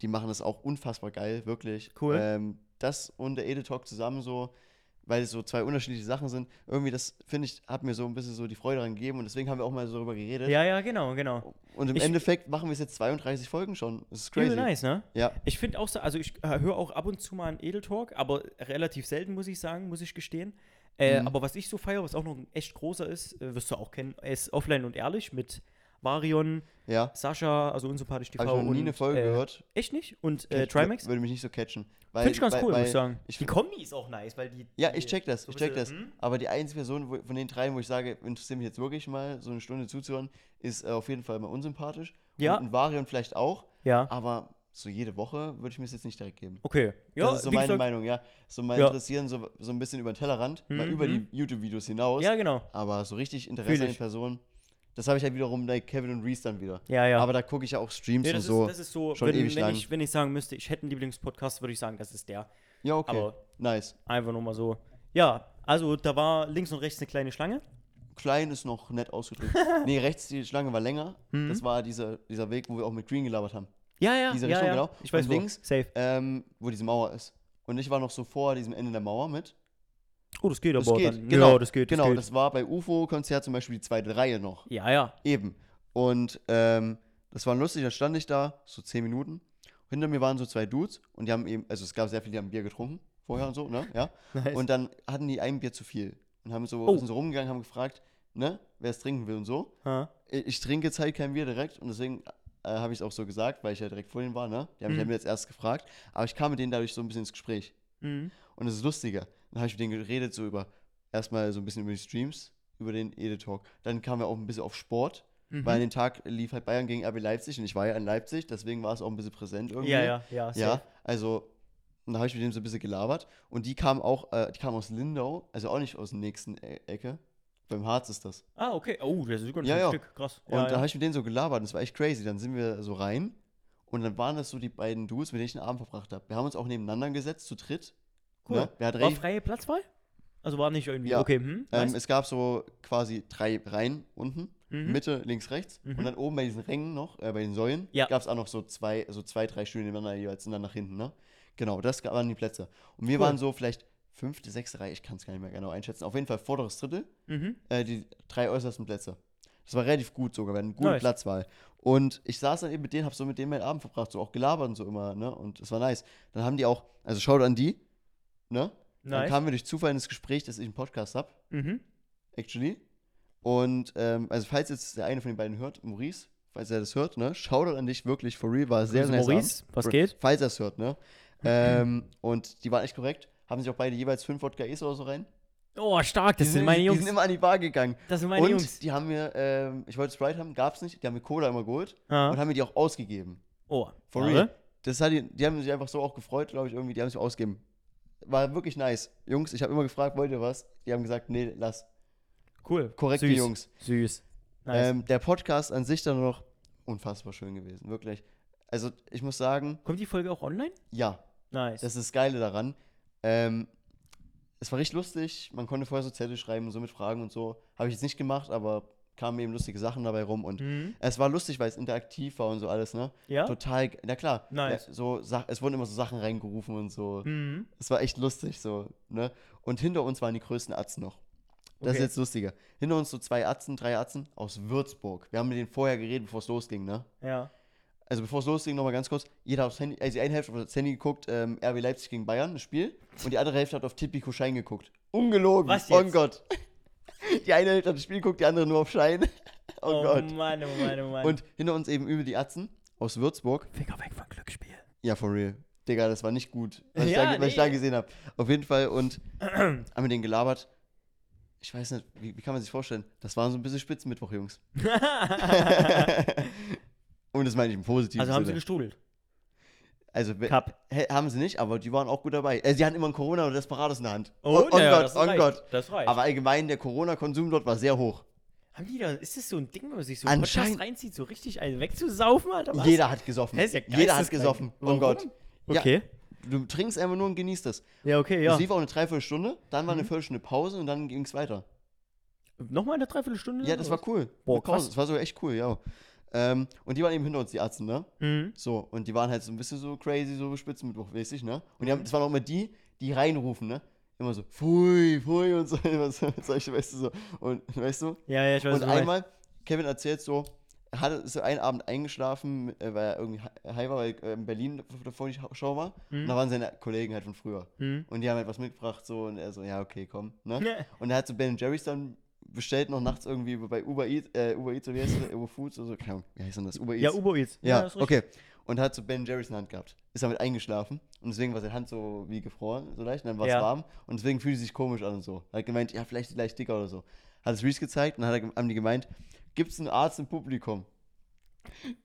Speaker 1: Die machen das auch unfassbar geil, wirklich.
Speaker 2: Cool.
Speaker 1: Ähm, das und der Edel Talk zusammen so, weil es so zwei unterschiedliche Sachen sind. Irgendwie, das finde ich, hat mir so ein bisschen so die Freude daran gegeben und deswegen haben wir auch mal so darüber geredet.
Speaker 2: Ja, ja, genau, genau.
Speaker 1: Und im
Speaker 2: Ich-
Speaker 1: Endeffekt machen wir es jetzt 32 Folgen schon. Das ist
Speaker 2: Übel
Speaker 1: crazy.
Speaker 2: nice, ne?
Speaker 1: Ja,
Speaker 2: Ich finde auch so, also ich äh, höre auch ab und zu mal einen Edeltalk, aber relativ selten, muss ich sagen, muss ich gestehen. Äh,
Speaker 1: Mhm.
Speaker 2: Aber was ich so feiere, was auch noch ein echt großer ist, äh, wirst du auch kennen, ist Offline und Ehrlich mit Varion,
Speaker 1: ja.
Speaker 2: Sascha, also unsympathisch TV.
Speaker 1: Habe ich noch nie
Speaker 2: und,
Speaker 1: eine Folge
Speaker 2: äh,
Speaker 1: gehört.
Speaker 2: Echt nicht? Und äh,
Speaker 1: Catch-
Speaker 2: Trimax?
Speaker 1: Würde mich nicht so catchen. Weil-
Speaker 2: Finde ich ganz
Speaker 1: weil-
Speaker 2: cool,
Speaker 1: weil
Speaker 2: muss ich sagen.
Speaker 1: ich
Speaker 2: die Kombi ist auch nice, weil die.
Speaker 1: Ja,
Speaker 2: die-
Speaker 1: ich check das,
Speaker 2: so
Speaker 1: ich check das.
Speaker 2: bisschen, hm?
Speaker 1: Aber die einzige Person wo, von den drei, wo ich sage, interessiert mich jetzt wirklich mal, so eine Stunde zuzuhören, ist äh, auf jeden Fall mal unsympathisch.
Speaker 2: Ja.
Speaker 1: Und, und Varian vielleicht auch,
Speaker 2: Ja.
Speaker 1: aber so jede Woche würde ich mir es jetzt nicht direkt geben.
Speaker 2: Okay. Ja,
Speaker 1: Ah. das ist so
Speaker 2: wie
Speaker 1: meine
Speaker 2: gesagt,
Speaker 1: Meinung, ja. So mal
Speaker 2: Ja. Mhm,
Speaker 1: interessieren, so, so ein bisschen über den Tellerrand, mal über die YouTube-Videos hinaus.
Speaker 2: ja, genau.
Speaker 1: Aber so richtig
Speaker 2: Fühl
Speaker 1: Interesse an den
Speaker 2: ich.
Speaker 1: Personen, das habe ich halt wiederum bei Kevin und Reese dann wieder.
Speaker 2: Ja, ja.
Speaker 1: Aber da gucke ich ja auch Streams
Speaker 2: Nee,
Speaker 1: und
Speaker 2: das,
Speaker 1: so.
Speaker 2: ist, das ist so,
Speaker 1: schon
Speaker 2: wenn,
Speaker 1: ewig
Speaker 2: wenn,
Speaker 1: lang.
Speaker 2: Ich, wenn ich sagen müsste, ich hätte einen Lieblingspodcast, würde ich sagen, das ist der.
Speaker 1: ja, okay.
Speaker 2: aber-
Speaker 1: nice.
Speaker 2: Einfach nur mal so. Ja, also da war links und rechts eine kleine Schlange.
Speaker 1: klein ist noch nett ausgedrückt. nee, rechts die Schlange war länger.
Speaker 2: Mhm.
Speaker 1: Das war dieser, dieser Weg, wo wir auch mit Green gelabert haben.
Speaker 2: Ja, ja.
Speaker 1: Diese
Speaker 2: ja,
Speaker 1: Richtung,
Speaker 2: ja.
Speaker 1: genau.
Speaker 2: Ich weiß
Speaker 1: Und
Speaker 2: wo.
Speaker 1: links-
Speaker 2: Safe.
Speaker 1: Ähm, wo diese Mauer ist. Und ich war noch so vor diesem Ende der Mauer mit.
Speaker 2: Oh, das geht aber
Speaker 1: Das geht,
Speaker 2: dann.
Speaker 1: genau.
Speaker 2: ja, das geht.
Speaker 1: genau,
Speaker 2: das geht.
Speaker 1: das war bei UFO-Konzert zum Beispiel die zweite Reihe noch.
Speaker 2: ja, ja.
Speaker 1: Eben. Und ähm, das war lustig, da stand ich da, so zehn Minuten. Hinter mir waren so zwei Dudes und die haben eben, also es gab sehr viele, die haben Bier getrunken vorher und so, ne? Ja.
Speaker 2: Nice.
Speaker 1: Und dann hatten die ein Bier zu viel. Und haben so,
Speaker 2: Oh.
Speaker 1: sind so rumgegangen, haben gefragt, ne, wer es trinken will und so.
Speaker 2: Ha.
Speaker 1: ich ich trinke jetzt halt kein Bier direkt und deswegen äh, habe ich es auch so gesagt, weil ich ja direkt vor denen war, ne? Die haben mich halt jetzt erst gefragt, aber ich kam mit denen dadurch so ein bisschen ins Gespräch.
Speaker 2: Mhm.
Speaker 1: Und es ist lustiger. Dann habe ich mit denen geredet, so über erstmal so ein bisschen über die Streams, über den Edetalk. Dann kamen wir auch ein bisschen auf Sport,
Speaker 2: Mhm.
Speaker 1: weil an dem Tag lief halt Bayern gegen RB Leipzig und ich war ja in Leipzig, deswegen war es auch ein bisschen präsent irgendwie.
Speaker 2: Ja, ja, ja.
Speaker 1: Ja,
Speaker 2: safe.
Speaker 1: also dann habe ich mit dem so ein bisschen gelabert und die kamen auch, äh, die kamen aus Lindau, also auch nicht aus der nächsten E- Ecke. Beim Harz ist das.
Speaker 2: Ah, okay. Oh, das ist sogar ein
Speaker 1: Ja,
Speaker 2: ja,
Speaker 1: ja.
Speaker 2: Stück. Krass.
Speaker 1: Und da habe ich mit denen so gelabert, und das war echt crazy. Dann sind wir so rein und dann waren das so die beiden Dudes, mit denen ich den Abend verbracht habe. Wir haben uns auch nebeneinander gesetzt, zu dritt.
Speaker 2: Cool.
Speaker 1: Ne? Wer hat
Speaker 2: war
Speaker 1: recht?
Speaker 2: freie Platzwahl? Also war nicht irgendwie.
Speaker 1: Ja.
Speaker 2: Okay, hm, nice.
Speaker 1: Ähm, es gab so quasi drei Reihen unten,
Speaker 2: Mhm.
Speaker 1: Mitte, links, rechts. Und dann oben bei diesen Rängen noch, äh, bei den Säulen,
Speaker 2: Ja.
Speaker 1: gab es auch noch so zwei, so zwei, drei Stühle nebeneinander jeweils und dann nach hinten, ne? Genau, das ga- waren die Plätze. Und wir
Speaker 2: Cool.
Speaker 1: waren so vielleicht fünfte, sechste Reihe, ich kann es gar nicht mehr genau einschätzen. Auf jeden Fall vorderes Drittel.
Speaker 2: mhm.
Speaker 1: äh, die drei äußersten Plätze. Das war relativ gut sogar, wir hatten eine gute
Speaker 2: Nice.
Speaker 1: Platzwahl. Und ich saß dann eben mit denen, hab so mit denen meinen Abend verbracht, so auch gelabert und so immer, ne? Und das war nice. Dann haben die auch, also schaut an die, ne? Dann
Speaker 2: Nice.
Speaker 1: kamen wir durch Zufall ins Gespräch, dass ich einen Podcast hab,
Speaker 2: Mhm.
Speaker 1: actually. Und, ähm, also falls jetzt der eine von den beiden hört, Maurice, falls er das hört, ne? Shoutout an dich wirklich, for real, war sehr,
Speaker 2: Grüße,
Speaker 1: sehr nice.
Speaker 2: Also Maurice,
Speaker 1: Abend.
Speaker 2: was
Speaker 1: Bro,
Speaker 2: geht?
Speaker 1: Falls er es hört, ne? ähm, und die waren echt korrekt, haben sich auch beide jeweils fünf Wodka-Is oder so rein.
Speaker 2: Oh, stark. Das
Speaker 1: Die
Speaker 2: sind
Speaker 1: sind-
Speaker 2: meine Jungs.
Speaker 1: Die sind immer an die Bar gegangen
Speaker 2: das sind meine
Speaker 1: und
Speaker 2: Jungs.
Speaker 1: die haben mir, ähm, ich wollte Sprite haben, gab's nicht. Die haben mir Cola immer geholt
Speaker 2: Ah.
Speaker 1: und haben mir die auch ausgegeben.
Speaker 2: Oh,
Speaker 1: For
Speaker 2: ja,
Speaker 1: real.
Speaker 2: ne?
Speaker 1: Das hat die, die haben sich einfach so auch gefreut, glaube ich, irgendwie. Die haben sich ausgegeben. War wirklich nice. Jungs, ich habe immer gefragt, wollt ihr was? Die haben gesagt, nee, lass.
Speaker 2: Cool.
Speaker 1: Korrekte
Speaker 2: Süß.
Speaker 1: Jungs.
Speaker 2: Süß. Nice.
Speaker 1: Ähm, der Podcast an sich dann noch unfassbar schön gewesen, wirklich. Also ich muss sagen,
Speaker 2: Kommt die Folge auch online?
Speaker 1: ja,
Speaker 2: Nice.
Speaker 1: das ist das Geile daran. Ähm, es war richtig lustig. Man konnte vorher so Zettel schreiben, so mit Fragen und so. Habe ich jetzt nicht gemacht, aber kamen eben lustige Sachen dabei rum und
Speaker 2: Mhm.
Speaker 1: Es war lustig, weil es interaktiv war und so alles, ne?
Speaker 2: Ja?
Speaker 1: Total, ge- na klar.
Speaker 2: Nice.
Speaker 1: Ja, so, Sa- es wurden immer so Sachen reingerufen und so.
Speaker 2: Mhm.
Speaker 1: Es war echt lustig, so, ne? Und hinter uns waren die größten Atzen noch. Das ist
Speaker 2: Okay.
Speaker 1: jetzt lustiger. Hinter uns so zwei Atzen, drei Atzen aus Würzburg. Wir haben mit denen vorher geredet, bevor es losging, ne?
Speaker 2: Ja.
Speaker 1: also bevor es losging, nochmal ganz kurz, jeder hat aufs Handy, also die eine Hälfte hat aufs Handy geguckt, ähm, RB Leipzig gegen Bayern, das Spiel, und die andere Hälfte hat auf Tipico Schein geguckt. Ungelogen,
Speaker 2: Was
Speaker 1: oh
Speaker 2: jetzt?
Speaker 1: Gott. Die eine Hälfte hat das Spiel geguckt, die andere nur auf Schein. Oh, Gott.
Speaker 2: Mann, oh Mann, oh Mann.
Speaker 1: Und hinter uns eben über die Atzen aus Würzburg.
Speaker 2: Finger weg vom Glücksspiel.
Speaker 1: Ja, for real. Digga, das war nicht gut, was,
Speaker 2: Ja,
Speaker 1: ich, da, was ich da
Speaker 2: nee.
Speaker 1: gesehen habe. Auf jeden Fall. Und haben wir den gelabert. Ich weiß nicht, wie, wie kann man sich vorstellen? Das war so ein bisschen Spitzenmittwoch, Jungs. Und das meine ich im positiven
Speaker 2: also haben sie
Speaker 1: Sinne.
Speaker 2: gestrudelt.
Speaker 1: also we-
Speaker 2: Cup.
Speaker 1: hä- haben sie nicht, aber die waren auch gut dabei. Äh, sie hatten immer ein Corona oder Desperados in der Hand.
Speaker 2: Oh,
Speaker 1: oh
Speaker 2: na ja,
Speaker 1: Gott,
Speaker 2: das
Speaker 1: oh
Speaker 2: reicht.
Speaker 1: Gott.
Speaker 2: Das reicht.
Speaker 1: Aber allgemein, der Corona-Konsum dort war sehr hoch.
Speaker 2: haben die da, ist das so ein Ding, wenn man sich so einen Podcast
Speaker 1: Anscheinend-
Speaker 2: reinzieht, so richtig einen wegzusaufen, Alter? Was?
Speaker 1: Jeder hat gesoffen.
Speaker 2: Hä, ist ja
Speaker 1: Jeder hat
Speaker 2: geisteskrank.
Speaker 1: gesoffen. Oh
Speaker 2: Warum?
Speaker 1: Gott. Ja.
Speaker 2: Okay.
Speaker 1: Du trinkst einfach nur und genießt es.
Speaker 2: Ja, okay,
Speaker 1: Es
Speaker 2: ja. Mhm.
Speaker 1: lief Also auch eine Dreiviertelstunde, dann war eine Viertelstunde Pause und dann ging es weiter.
Speaker 2: Nochmal eine Dreiviertelstunde?
Speaker 1: Ja, das war cool.
Speaker 2: Boah,
Speaker 1: Eine Pause.
Speaker 2: krass.
Speaker 1: Das war sogar echt cool, ja. Ähm, und die waren eben hinter uns, die Ärzte, ne?
Speaker 2: Mhm.
Speaker 1: So, und die waren halt so ein bisschen so crazy, so spitzenmittwochmäßig, ne? Und die haben, das waren auch immer die, die reinrufen, ne? Immer so, pfui, pfui und so, immer so, solche, weißt du, so. Und, weißt du?
Speaker 2: Ja, ja, ich weiß
Speaker 1: Und
Speaker 2: was du
Speaker 1: einmal, Kevin erzählt so, er hatte, ist so einen Abend eingeschlafen, äh, weil er irgendwie hi- high war, weil äh, in Berlin davor die Show war. Und da waren seine Kollegen halt von früher.
Speaker 2: Mhm.
Speaker 1: Und die haben halt was mitgebracht, so, und er so, ja, okay, komm, ne?
Speaker 2: Ja.
Speaker 1: Und er hat so Ben Jerry's dann bestellt, noch nachts irgendwie bei Uber Eats, äh, Uber Eats, oder wie heißt das, Uber Foods, oder so, keine Ahnung, wie heißt denn das, Uber Eats?
Speaker 2: Ja, Uber Eats.
Speaker 1: Ja,
Speaker 2: das ist richtig.
Speaker 1: okay. Und hat so Ben Jerry's in der Hand gehabt. Ist damit eingeschlafen. Und deswegen war seine Hand so wie gefroren, so leicht. Und dann war es
Speaker 2: Ja.
Speaker 1: warm. Und deswegen fühlte sie sich komisch an und so. Hat gemeint, ja, vielleicht leicht dicker oder so. Hat es Reese gezeigt und dann hat er, gem- haben die gemeint, gibt es einen Arzt im Publikum?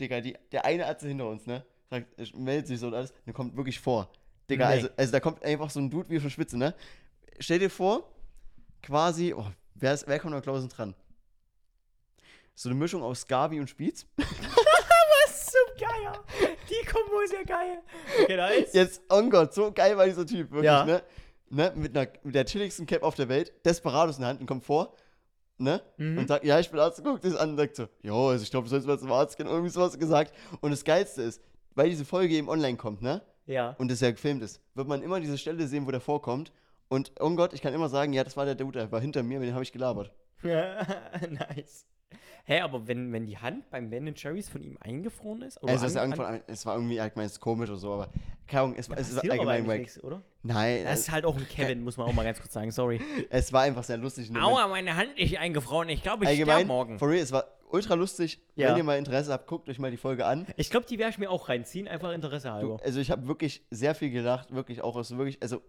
Speaker 1: Digga, die, der eine Arzt hinter uns, ne? Sagt, ich- meldet sich so und alles. Und der kommt wirklich vor. Digga,
Speaker 2: Nee.
Speaker 1: also, also da kommt einfach so ein Dude wie von Spitze, ne? Stell dir vor, quasi, oh, wer, ist, wer kommt am Klausen dran? So eine Mischung aus Gabi und Spitz.
Speaker 2: Was zum Geier? Die Kombo ist ja geil. Okay, da ist.
Speaker 1: Jetzt, oh Gott, so geil war dieser Typ, wirklich,
Speaker 2: Ja.
Speaker 1: ne? ne? Mit, einer, mit der chilligsten Cap auf der Welt, Desperados in der Hand und kommt vor, ne?
Speaker 2: Mhm.
Speaker 1: Und sagt, ja, ich bin Arzt, guckt das an und sagt so, jo, also ich glaube, du sollst mal zum Arzt gehen, irgendwie sowas gesagt. Und das Geilste ist, weil diese Folge eben online kommt, ne?
Speaker 2: Ja.
Speaker 1: Und das ja gefilmt ist, wird man immer diese Stelle sehen, wo der vorkommt. Und oh Gott, ich kann immer sagen, ja, das war der Dude, der war hinter mir, mit dem habe ich gelabert.
Speaker 2: nice. Hä, aber wenn, wenn die Hand beim Ben Cherries von ihm eingefroren ist? Oder
Speaker 1: Also, es, ist
Speaker 2: an-
Speaker 1: irgendwann, es war irgendwie, ich meine, es ist komisch oder so, aber keine Ahnung, es, war-
Speaker 2: an-
Speaker 1: es ist
Speaker 2: passiert aber
Speaker 1: allgemein
Speaker 2: eigentlich
Speaker 1: wack.
Speaker 2: nichts, oder?
Speaker 1: Nein,
Speaker 2: Das ist
Speaker 1: es,
Speaker 2: halt auch ein Kevin, muss man auch mal ganz kurz sagen, sorry.
Speaker 1: es war einfach sehr lustig. in dem Moment.
Speaker 2: Aua, meine Hand ist eingefroren. Ich glaube, ich sterbe
Speaker 1: Allgemein,
Speaker 2: morgen.
Speaker 1: for real, es war ultra lustig.
Speaker 2: Ja.
Speaker 1: Wenn ihr mal Interesse habt, guckt euch mal die Folge an.
Speaker 2: Ich glaube, die werde ich mir auch reinziehen, einfach Interesse halber.
Speaker 1: Also ich habe wirklich sehr viel gelacht, wirklich auch aus wirklich, also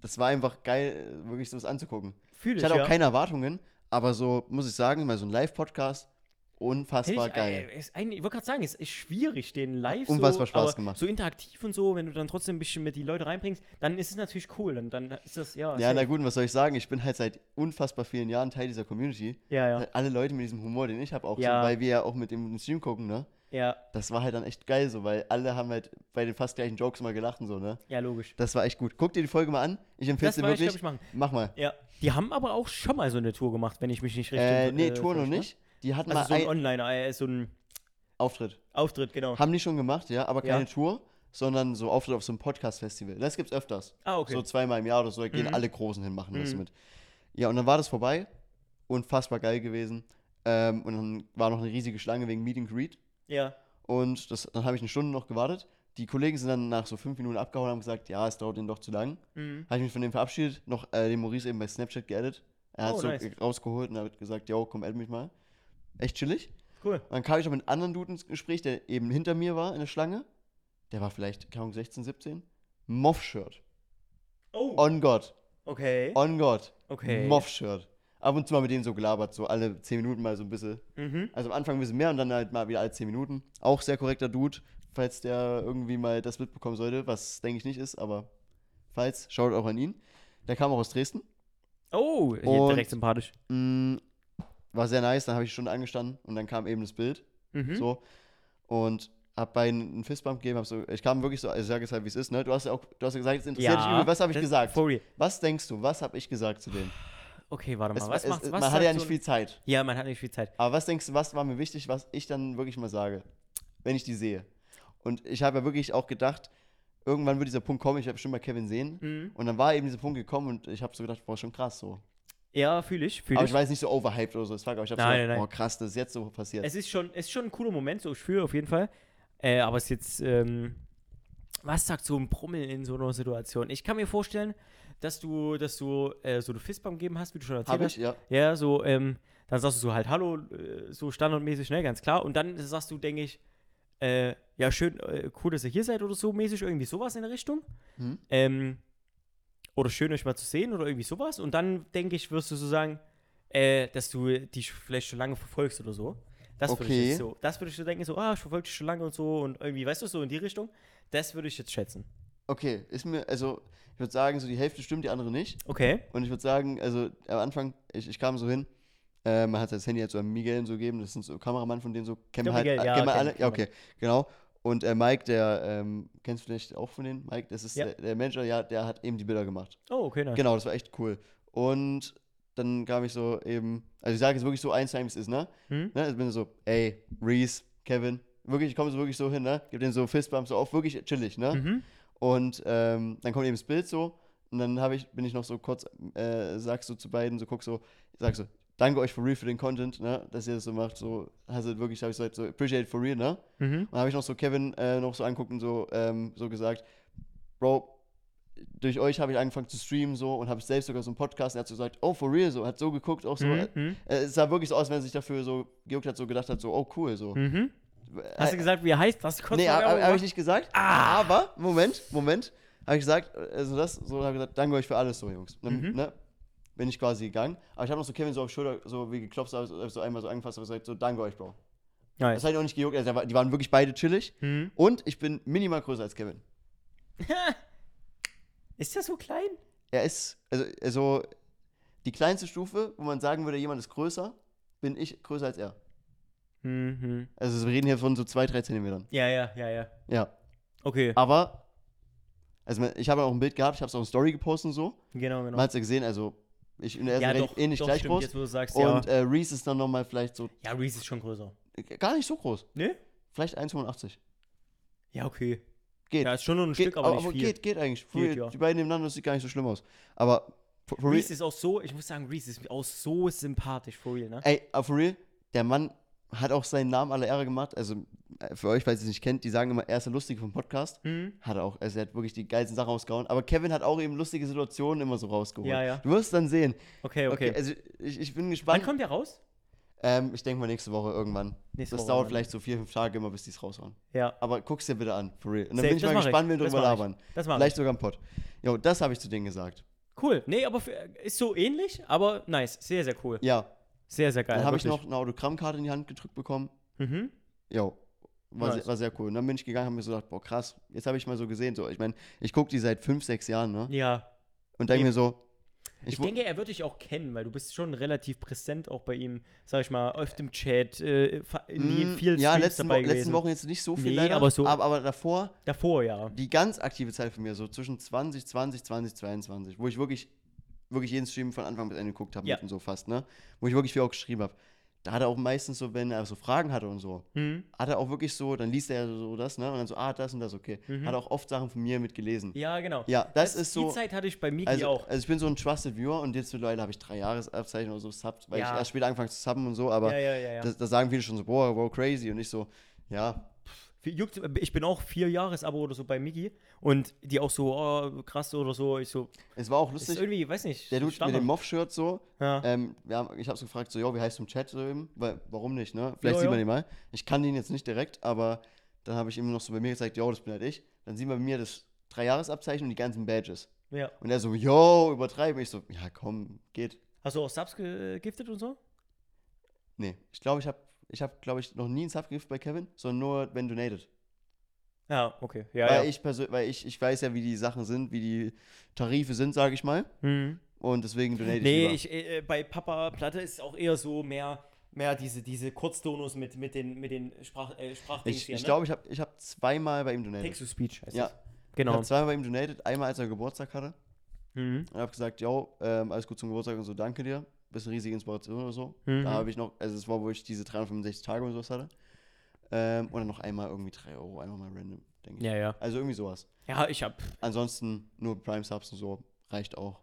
Speaker 1: das war einfach geil, äh, wirklich sowas anzugucken.
Speaker 2: Fühl
Speaker 1: Ich hatte auch
Speaker 2: ja.
Speaker 1: keine Erwartungen, aber so muss ich sagen, mal so ein Live-Podcast,
Speaker 2: Hätte
Speaker 1: unfassbar
Speaker 2: ich,
Speaker 1: geil.
Speaker 2: Äh, ist eigentlich, ich wollte gerade sagen, es ist schwierig, den live
Speaker 1: Unfassbar
Speaker 2: so,
Speaker 1: Spaß
Speaker 2: aber
Speaker 1: gemacht.
Speaker 2: so interaktiv und so, wenn du dann trotzdem ein bisschen mit die Leute reinbringst, dann ist es natürlich cool. Dann, dann ist das, ja.
Speaker 1: ja,
Speaker 2: safe.
Speaker 1: na gut, und was soll ich sagen? Ich bin halt seit unfassbar vielen Jahren Teil dieser Community. Äh,
Speaker 2: ja, ja.
Speaker 1: Alle Leute mit diesem Humor, den ich habe auch,
Speaker 2: Ja.
Speaker 1: so, weil wir ja auch mit dem Stream gucken, ne?
Speaker 2: Ja,
Speaker 1: Das war halt dann echt geil so, weil alle haben halt bei den fast gleichen Jokes mal gelacht und so, ne?
Speaker 2: ja, logisch.
Speaker 1: Das war echt gut. Guck dir die Folge mal an. Ich empfehle es
Speaker 2: Das
Speaker 1: dir
Speaker 2: werde ich,
Speaker 1: wirklich.
Speaker 2: glaube ich, machen.
Speaker 1: Mach mal.
Speaker 2: Ja. Die haben aber auch schon mal so eine Tour gemacht, wenn ich mich nicht richtig
Speaker 1: Äh,
Speaker 2: ent-
Speaker 1: nee, Tour noch
Speaker 2: täusche, ne?
Speaker 1: nicht. Die hatten
Speaker 2: Also so
Speaker 1: mal
Speaker 2: ein
Speaker 1: einen
Speaker 2: Online, äh, so ein
Speaker 1: Auftritt.
Speaker 2: Auftritt, genau.
Speaker 1: Haben die schon gemacht, ja, aber
Speaker 2: Ja.
Speaker 1: keine Tour, sondern so Auftritt auf so einem Podcast-Festival. Das gibt's öfters.
Speaker 2: Ah, okay. Mhm.
Speaker 1: So zweimal im Jahr oder so, da gehen alle Großen hin, machen das mit. Ja, und dann war das vorbei. Unfassbar geil gewesen. Ähm, und dann war noch eine riesige Schlange wegen Meet and Greet.
Speaker 2: Ja.
Speaker 1: Und das, dann habe ich eine Stunde noch gewartet. Die Kollegen sind dann nach so fünf Minuten abgehauen und haben gesagt, ja, es dauert ihnen doch zu lang.
Speaker 2: Mhm.
Speaker 1: Habe ich mich von dem verabschiedet, noch äh, den Maurice eben bei Snapchat geaddet. Er hat
Speaker 2: Oh,
Speaker 1: so
Speaker 2: nice.
Speaker 1: rausgeholt und hat gesagt, yo, komm, add mich mal. Echt chillig.
Speaker 2: Cool.
Speaker 1: Und dann kam ich noch mit einem anderen Dude ins Gespräch, der eben hinter mir war in der Schlange. Der war vielleicht, keine Ahnung, 16, 17. Moff-Shirt.
Speaker 2: Oh.
Speaker 1: On God.
Speaker 2: Okay.
Speaker 1: On God.
Speaker 2: Okay.
Speaker 1: Moff-Shirt. Ab und zu mal mit denen so gelabert, so alle 10 Minuten mal so ein bisschen.
Speaker 2: Mhm.
Speaker 1: Also am Anfang ein bisschen mehr und dann halt mal wieder alle 10 Minuten. Auch sehr korrekter Dude, falls der irgendwie mal das mitbekommen sollte, was denke ich nicht ist, aber falls, schaut auch an ihn. Der kam auch aus Dresden.
Speaker 2: Oh, hier
Speaker 1: Und-
Speaker 2: direkt sympathisch.
Speaker 1: Mm, war sehr nice, dann habe ich die Stunde angestanden und dann kam eben das Bild.
Speaker 2: Mhm.
Speaker 1: So. Und hab beiden einen Fistbump gegeben, hab so, ich kam wirklich so, ich sage es halt, wie es ist, ne? Du hast ja auch, du hast ja gesagt, es interessiert dich übel. Was habe ich
Speaker 2: das-
Speaker 1: gesagt?
Speaker 2: For real.
Speaker 1: Was denkst du? Was habe ich gesagt zu dem?
Speaker 2: Okay, warte mal.
Speaker 1: Es,
Speaker 2: was
Speaker 1: es,
Speaker 2: macht,
Speaker 1: es,
Speaker 2: was
Speaker 1: man hatte
Speaker 2: sagt
Speaker 1: ja
Speaker 2: so
Speaker 1: nicht
Speaker 2: ein-
Speaker 1: viel Zeit.
Speaker 2: Ja, man hat nicht viel Zeit.
Speaker 1: Aber was denkst du, was war mir wichtig, was ich dann wirklich mal sage, wenn ich die sehe? Und ich habe ja wirklich auch gedacht, irgendwann wird dieser Punkt kommen, ich habe bestimmt mal Kevin sehen.
Speaker 2: Mhm.
Speaker 1: Und dann war eben dieser Punkt gekommen und ich habe so gedacht, boah, schon krass so.
Speaker 2: Ja, fühle ich, fühle
Speaker 1: Aber
Speaker 2: ich.
Speaker 1: ich weiß nicht so overhyped oder so, das war, aber ich habe so
Speaker 2: Nein,
Speaker 1: gedacht,
Speaker 2: nein, nein.
Speaker 1: oh krass, das ist jetzt so passiert.
Speaker 2: Es ist schon, es ist schon ein cooler Moment, so ich fühle auf jeden Fall. Äh, aber es ist jetzt, ähm, was sagt so ein Brummel in so einer Situation? Ich kann mir vorstellen, dass du, dass du äh, so eine Fistbomb gegeben hast, wie du schon erzählt
Speaker 1: Habe
Speaker 2: hast.
Speaker 1: ich, ja.
Speaker 2: Ja, so, ähm, dann sagst du so halt Hallo, äh, so standardmäßig, ne, ganz klar. Und dann sagst du, denke ich, äh, ja, schön, äh, cool, dass ihr hier seid oder so mäßig, irgendwie sowas in der Richtung.
Speaker 1: Hm.
Speaker 2: Ähm, oder schön, euch mal zu sehen oder irgendwie sowas. Und dann, denke ich, wirst du so sagen, äh, dass du dich vielleicht schon lange verfolgst oder so. Das würde ich
Speaker 1: Okay.
Speaker 2: jetzt so, das würde ich so denken, so, ah, ich verfolge dich schon lange und so und irgendwie, weißt du, so in die Richtung. Das würde ich jetzt schätzen.
Speaker 1: Okay, ist mir, also ich würde sagen, so die Hälfte stimmt, die andere nicht.
Speaker 2: Okay.
Speaker 1: Und ich würde sagen, also am Anfang, ich, ich kam so hin, äh, man hat das Handy halt so an Miguel und so gegeben, das sind so Kameramann von denen so, kennen
Speaker 2: Ja,
Speaker 1: wir halt,
Speaker 2: Miguel,
Speaker 1: äh,
Speaker 2: ja,
Speaker 1: kennen wir
Speaker 2: kenn-
Speaker 1: alle, ja,
Speaker 2: kenn man.
Speaker 1: okay, genau. Und äh, Mike, der, ähm, kennst du vielleicht auch von denen, Mike, das ist
Speaker 2: Ja.
Speaker 1: der, der Manager, ja, der hat eben die Bilder gemacht.
Speaker 2: Oh, okay, nice.
Speaker 1: Genau, das war echt cool. Und dann kam ich so eben, also ich sage jetzt wirklich so eins, zu eins, wie es ist, ne?
Speaker 2: Hm?
Speaker 1: ne? Ich bin so, ey, Reese, Kevin, wirklich, ich komme so wirklich so hin, ne? Gib denen so Fistbumps so auf, wirklich chillig, ne?
Speaker 2: Mhm.
Speaker 1: Und ähm, dann kommt eben das Bild so. Und dann hab ich, bin ich noch so kurz, äh, sagst so zu beiden, so guck so, sag so, danke euch for real für den Content, ne, dass ihr das so macht, so, hast du wirklich, habe ich so, halt so, appreciate it for real, ne?
Speaker 2: Mhm.
Speaker 1: Und habe ich noch so Kevin äh, noch so anguckt und so, ähm, so gesagt, Bro, durch euch habe ich angefangen zu streamen so und habe selbst sogar so einen Podcast. Und er hat so gesagt, oh, for real, so, hat so geguckt, auch so.
Speaker 2: Mhm.
Speaker 1: Äh,
Speaker 2: Mhm.
Speaker 1: es sah wirklich so aus, wenn er sich dafür so gejuckt hat, so gedacht hat, so, oh, cool, so.
Speaker 2: Mhm. Hast du
Speaker 1: Äh,
Speaker 2: gesagt, wie er heißt? Hast du kurz
Speaker 1: Nee,
Speaker 2: mal
Speaker 1: habe
Speaker 2: Werbung
Speaker 1: hab ich
Speaker 2: gemacht? Ah.
Speaker 1: nicht gesagt. Aber, Moment, Moment, habe ich gesagt, also das, so habe gesagt, danke euch für alles so, Jungs. Ne,
Speaker 2: Mhm.
Speaker 1: ne? Bin ich quasi gegangen. Aber ich habe noch so Kevin so auf die Schulter, so wie geklopft, so, so einmal so angefasst, aber gesagt, so danke euch, Bro. Das
Speaker 2: Nice.
Speaker 1: hat ihn auch nicht gejuckt, also, der war- die waren wirklich beide chillig.
Speaker 2: Mhm.
Speaker 1: Und ich bin minimal größer als Kevin.
Speaker 2: Ist der so klein?
Speaker 1: Er ist, also, also die kleinste Stufe, wo man sagen würde, jemand ist größer, bin ich größer als er.
Speaker 2: Mhm.
Speaker 1: Also wir reden hier von so zwei, drei Zentimetern.
Speaker 2: Ja, ja, ja, ja.
Speaker 1: Ja.
Speaker 2: Okay,
Speaker 1: Aber, also ich habe auch ein Bild gehabt, ich habe es auch eine Story gepostet und so.
Speaker 2: genau, genau.
Speaker 1: Man hat es ja gesehen, also ich bin erst recht ähnlich gleich
Speaker 2: stimmt,
Speaker 1: groß.
Speaker 2: Jetzt, wo du sagst,
Speaker 1: und
Speaker 2: ja.
Speaker 1: äh, Reese ist dann nochmal vielleicht so,
Speaker 2: Ja, Reese ist schon größer.
Speaker 1: äh, gar nicht so groß.
Speaker 2: Ne?
Speaker 1: Vielleicht 1,85.
Speaker 2: Ja, okay.
Speaker 1: Geht.
Speaker 2: Ja, ist schon nur ein
Speaker 1: geht,
Speaker 2: Stück, aber, nicht viel.
Speaker 1: geht, geht eigentlich.
Speaker 2: Oh, Geht,
Speaker 1: Früher-
Speaker 2: ja.
Speaker 1: Die beiden nebeneinander, das sieht gar nicht so schlimm aus. Aber for, for real,
Speaker 2: Reese ist auch so, ich muss sagen, Reese ist auch so sympathisch, for real, ne?
Speaker 1: ey, aber for real, der Mann hat auch seinen Namen alle Ehre gemacht. Also äh, für euch, falls ihr es nicht kennt, die sagen immer, er ist der Lustige vom Podcast.
Speaker 2: Mhm.
Speaker 1: Hat er auch, also er hat wirklich die geilsten Sachen rausgehauen. Aber Kevin hat auch eben lustige Situationen immer so rausgeholt.
Speaker 2: Ja, ja.
Speaker 1: Du wirst dann sehen.
Speaker 2: Okay, okay.
Speaker 1: Okay, also ich, ich bin
Speaker 2: Wann
Speaker 1: gespannt.
Speaker 2: kommt der raus?
Speaker 1: Ähm, ich denke mal nächste Woche irgendwann.
Speaker 2: Nächste
Speaker 1: das
Speaker 2: Woche
Speaker 1: dauert
Speaker 2: irgendwann.
Speaker 1: vielleicht so vier, fünf Tage immer, bis die es raushauen.
Speaker 2: Ja.
Speaker 1: Aber guck's dir bitte an, for real. Und dann
Speaker 2: Safe,
Speaker 1: bin ich
Speaker 2: das
Speaker 1: mal
Speaker 2: mach
Speaker 1: gespannt, wenn wir
Speaker 2: Das
Speaker 1: drüber
Speaker 2: mach ich.
Speaker 1: labern.
Speaker 2: Das machen
Speaker 1: Vielleicht sogar im Pott. Jo, das habe ich zu denen gesagt.
Speaker 2: Cool. Nee, aber für, ist so ähnlich, aber nice. Sehr, sehr cool.
Speaker 1: Ja,
Speaker 2: Sehr, sehr geil.
Speaker 1: dann habe ich
Speaker 2: wirklich.
Speaker 1: noch eine Autogrammkarte in die Hand gedrückt bekommen.
Speaker 2: Mhm.
Speaker 1: Jo, war,
Speaker 2: Nice.
Speaker 1: sehr, war sehr cool. Und dann bin ich gegangen, habe mir so gedacht, boah krass, jetzt habe ich mal so gesehen. So, ich meine, ich gucke die seit fünf, sechs Jahren, ne?
Speaker 2: Ja,
Speaker 1: Und denke
Speaker 2: Eben.
Speaker 1: mir so, ich,
Speaker 2: Ich,
Speaker 1: wo-
Speaker 2: denke, er wird dich auch kennen, weil du bist schon relativ präsent auch bei ihm, sag ich mal, oft im Chat, äh, fa- in
Speaker 1: mh,
Speaker 2: den vielen
Speaker 1: Mm, Hm, ja,
Speaker 2: Streams
Speaker 1: letzten, Wo
Speaker 2: dabei
Speaker 1: letzten
Speaker 2: gewesen.
Speaker 1: Wochen jetzt nicht so viel
Speaker 2: Nee,
Speaker 1: leider,
Speaker 2: aber so-
Speaker 1: aber, aber davor
Speaker 2: Davor, ja.
Speaker 1: die ganz aktive Zeit von mir, so zwischen 20, 20, 20, 22, wo ich wirklich, wirklich jeden Stream von Anfang bis Ende geguckt habe
Speaker 2: Ja.
Speaker 1: mit und so fast, ne? Wo ich wirklich viel auch geschrieben habe. Da hat er auch meistens so, wenn er so Fragen hatte und so,
Speaker 2: Hm.
Speaker 1: hat er auch wirklich so, dann liest er ja so das, ne? Und dann so, ah, das und das, okay. Hat er auch oft Sachen von mir mitgelesen. Ja,
Speaker 2: Mhm. Ja, genau.
Speaker 1: das, ist
Speaker 2: Die
Speaker 1: so.
Speaker 2: Zeit hatte ich bei Miki
Speaker 1: Also,
Speaker 2: auch.
Speaker 1: also ich bin so ein Trusted Viewer und jetzt mittlerweile habe ich drei Jahresabzeichen oder so subbt, weil
Speaker 2: Ja.
Speaker 1: ich erst später angefangen zu subben und so, aber
Speaker 2: ja, ja, ja. ja.
Speaker 1: das- da sagen viele schon so, boah, wow, crazy und ich so, ja,
Speaker 2: Juckt, ich bin auch vier Jahres-Abo oder so bei Miki und die auch so, oh, krass oder so. Ich so,
Speaker 1: es war auch
Speaker 2: ist
Speaker 1: lustig.
Speaker 2: irgendwie, weiß nicht.
Speaker 1: Der Dude mit
Speaker 2: Standard.
Speaker 1: dem Moff-Shirt so,
Speaker 2: ja.
Speaker 1: Ähm, wir haben, ich habe so gefragt, so, jo, wie heißt du im Chat so eben? Weil, warum nicht, ne? Vielleicht
Speaker 2: Jo,
Speaker 1: sieht man
Speaker 2: jo.
Speaker 1: den mal. Ich kannte ihn jetzt nicht direkt, aber dann habe ich ihm noch so bei mir gezeigt, jo, das bin halt ich. Dann sieht man bei mir das Dreijahresabzeichen und die ganzen Badges.
Speaker 2: ja.
Speaker 1: Und er so, yo, übertreibe. Ich so, ja, komm, geht.
Speaker 2: Hast du auch Subs gegiftet und so?
Speaker 1: Nee, ich glaube, ich habe, ich habe, glaube ich, noch nie einen Subgift bei Kevin, sondern nur, wenn donated.
Speaker 2: Ja, okay. Ja,
Speaker 1: weil
Speaker 2: ja.
Speaker 1: ich persönlich, weil ich, ich weiß ja, wie die Sachen sind, wie die Tarife sind, sage ich mal.
Speaker 2: Hm.
Speaker 1: Und deswegen donate ich
Speaker 2: Nee,
Speaker 1: lieber.
Speaker 2: ich, äh, äh, bei Papa Platte ist es auch eher so mehr, mehr diese, diese Kurzdonos mit, mit den, mit den Sprach, äh, Sprachdings
Speaker 1: ich,
Speaker 2: hier,
Speaker 1: ich
Speaker 2: ne?
Speaker 1: glaube, ich habe ich hab zweimal bei ihm donated.
Speaker 2: Text-to-Speech heißt
Speaker 1: Äh, Ja.
Speaker 2: das.
Speaker 1: Ich
Speaker 2: Genau.
Speaker 1: habe zweimal bei ihm donated, einmal als er Geburtstag hatte.
Speaker 2: Mhm.
Speaker 1: und habe gesagt, yo, ähm, alles gut zum Geburtstag und so, danke dir. Bist eine riesige Inspiration oder so.
Speaker 2: Mhm.
Speaker 1: Da habe ich noch, also es war, wo ich diese 365 Tage und sowas hatte. Ähm, und dann noch einmal irgendwie 3 Euro, einfach mal random, denke ich.
Speaker 2: Ja, ja.
Speaker 1: Also irgendwie sowas.
Speaker 2: Ja, ich hab.
Speaker 1: Ansonsten nur Prime Subs und so, reicht auch.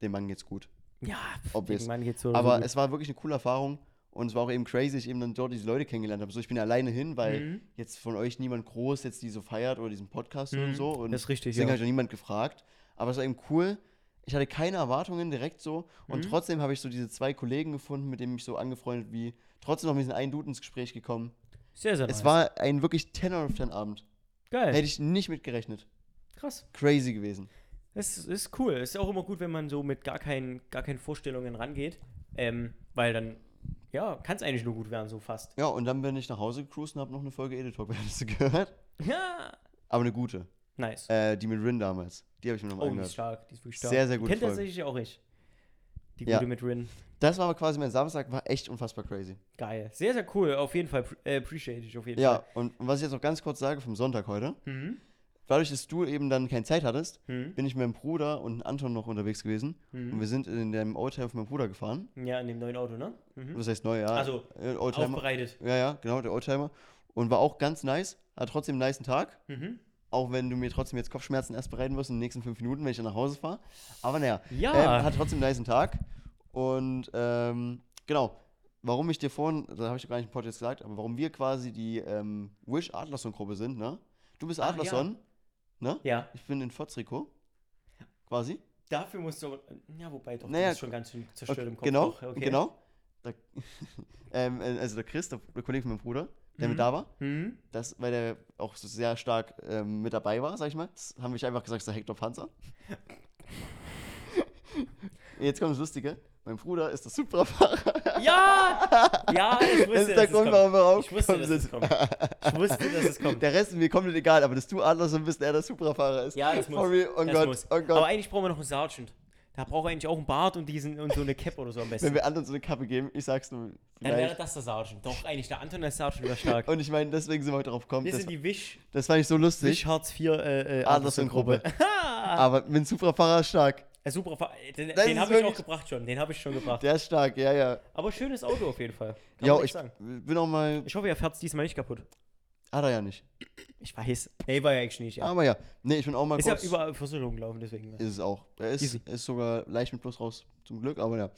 Speaker 1: Dem Mann geht's gut.
Speaker 2: Ja,
Speaker 1: Obvious.
Speaker 2: irgendwann geht's so. oder
Speaker 1: Aber
Speaker 2: so
Speaker 1: es war wirklich eine coole Erfahrung Und es war auch eben crazy, dass ich eben dann dort diese Leute kennengelernt habe. So, ich bin alleine hin, weil
Speaker 2: Mhm.
Speaker 1: jetzt von euch niemand groß jetzt diese feiert oder diesen Podcast hört und
Speaker 2: Mhm.
Speaker 1: so. Und
Speaker 2: Das ist richtig,
Speaker 1: Deswegen
Speaker 2: ja.
Speaker 1: habe ich noch niemand gefragt. Aber es war eben cool. Ich hatte keine Erwartungen direkt so.
Speaker 2: Mhm.
Speaker 1: Und trotzdem habe ich so diese zwei Kollegen gefunden, mit denen ich so angefreundet wie. Trotzdem noch mit diesem einen Dude ins Gespräch gekommen.
Speaker 2: Sehr, sehr
Speaker 1: Es
Speaker 2: nice.
Speaker 1: war ein wirklich 10 out of 10 Abend.
Speaker 2: geil.
Speaker 1: Hätte ich nicht mitgerechnet.
Speaker 2: Krass.
Speaker 1: Crazy gewesen.
Speaker 2: Es ist cool. Es ist auch immer gut, wenn man so mit gar keinen, gar keinen Vorstellungen rangeht. Ähm, weil dann, ja, kann es eigentlich nur gut werden, so fast.
Speaker 1: Ja, und dann bin ich nach Hause gecruised und habe noch eine Folge Edit Talk, hast du gehört?
Speaker 2: Ja.
Speaker 1: Aber eine gute.
Speaker 2: Nice.
Speaker 1: Äh, die mit Rin damals. Die habe ich mir nochmal
Speaker 2: oh, die ist
Speaker 1: angehört.
Speaker 2: stark. Die ist wirklich stark.
Speaker 1: Sehr, sehr gute
Speaker 2: Kennt
Speaker 1: Folge.
Speaker 2: tatsächlich auch ich. Die
Speaker 1: Ja.
Speaker 2: gute mit Rin.
Speaker 1: Das war aber quasi mein Samstag, war echt unfassbar crazy.
Speaker 2: Geil. Sehr, sehr cool. Auf jeden Fall. Äh, appreciate ich auf jeden
Speaker 1: Ja,
Speaker 2: Fall.
Speaker 1: und was ich jetzt noch ganz kurz sage vom Sonntag heute,
Speaker 2: Mhm.
Speaker 1: dadurch, dass du eben dann keine Zeit hattest,
Speaker 2: Mhm.
Speaker 1: bin ich mit meinem Bruder und Anton noch unterwegs gewesen
Speaker 2: Hm.
Speaker 1: und wir sind in dem Oldtimer von meinem Bruder gefahren.
Speaker 2: Ja, in dem neuen Auto, ne? Mhm.
Speaker 1: Das heißt Neujahr.
Speaker 2: Also,
Speaker 1: äh, Oldtimer.
Speaker 2: Aufbereitet.
Speaker 1: Ja, ja, genau, der Oldtimer. Und war auch ganz nice, hat trotzdem einen niceen Tag.
Speaker 2: Mhm.
Speaker 1: Auch wenn du mir trotzdem jetzt Kopfschmerzen erst bereiten wirst in den nächsten fünf Minuten, wenn ich dann nach Hause fahre. Aber naja,
Speaker 2: Ja.
Speaker 1: ähm, hat trotzdem einen niceen Tag. Und ähm, genau, warum ich dir vorhin, da habe ich gar nicht im Podcast gesagt, aber warum wir quasi die ähm, Wish Adlerson-Gruppe sind, ne? Du
Speaker 2: Ah,
Speaker 1: bist Adlerson, ne?
Speaker 2: Ja.
Speaker 1: Ich bin in Fotzrico, quasi.
Speaker 2: Dafür musst du. Ja, wobei doch,
Speaker 1: Naja,
Speaker 2: du bist schon ganz schön zerstört
Speaker 1: Okay,
Speaker 2: im Kopf.
Speaker 1: genau,
Speaker 2: doch. Okay.
Speaker 1: genau. Da, ähm, äh, also der Chris, der, der Kollege von meinem Bruder, der
Speaker 2: Mhm.
Speaker 1: mit da war,
Speaker 2: Mhm.
Speaker 1: das, weil der auch so sehr stark ähm, mit dabei war, sag ich mal, das haben mich einfach gesagt, ist der Hector Panzer. Jetzt kommt das Lustige. Mein Bruder ist der Suprafahrer.
Speaker 2: Ja! Ja, ich wusste,
Speaker 1: Das ist der
Speaker 2: dass es
Speaker 1: Grund,
Speaker 2: kommt.
Speaker 1: warum wir
Speaker 2: Ich wusste,
Speaker 1: raufgekommen
Speaker 2: dass es
Speaker 1: sind.
Speaker 2: kommt. Ich wusste, dass es kommt.
Speaker 1: Der Rest ist mir komplett egal, aber dass du anders und bist, der der Suprafahrer ist.
Speaker 2: Ja, das muss.
Speaker 1: Sorry, oh
Speaker 2: das
Speaker 1: Gott,
Speaker 2: muss.
Speaker 1: oh Gott.
Speaker 2: Aber eigentlich brauchen wir noch einen Sergeant. Da braucht er eigentlich auch einen Bart und, diesen, und so eine Cap oder so am
Speaker 1: Wenn
Speaker 2: besten.
Speaker 1: wir anderen so eine Kappe geben, ich sag's nur.
Speaker 2: Dann wäre
Speaker 1: Vielleicht.
Speaker 2: das der Sergeant. Doch, eigentlich der Anton der Sergeant wäre stark.
Speaker 1: Und ich meine, deswegen sind wir heute drauf gekommen.
Speaker 2: Wir
Speaker 1: Das, Ah,
Speaker 2: sind die Wisch,
Speaker 1: das fand ich so lustig.
Speaker 2: Wisch Hartz IV äh, äh,
Speaker 1: Adlerson-Gruppe.
Speaker 2: Adlerson-Gruppe.
Speaker 1: Aber mit dem Suprafahrer ist stark.
Speaker 2: Äh, Super, Fa- den,
Speaker 1: Das ist
Speaker 2: den habe ich auch
Speaker 1: wirklich-
Speaker 2: gebracht schon. Den habe ich schon gebracht.
Speaker 1: Der ist stark, ja, ja.
Speaker 2: Aber schönes Auto auf jeden Fall. Kann man
Speaker 1: Ja,
Speaker 2: echt
Speaker 1: ich
Speaker 2: sagen.
Speaker 1: bin auch mal.
Speaker 2: ich hoffe, ihr fährt es diesmal nicht kaputt.
Speaker 1: Hat er ja nicht.
Speaker 2: Ich weiß. Nee, war ja eigentlich nicht. Ja.
Speaker 1: Aber ja. Nee, ich bin auch mal
Speaker 2: Ist ja
Speaker 1: kurz.
Speaker 2: überall Versicherung laufen, deswegen.
Speaker 1: ist es auch. Er ist,
Speaker 2: Easy.
Speaker 1: ist sogar leicht mit Plus raus, zum Glück, aber ja.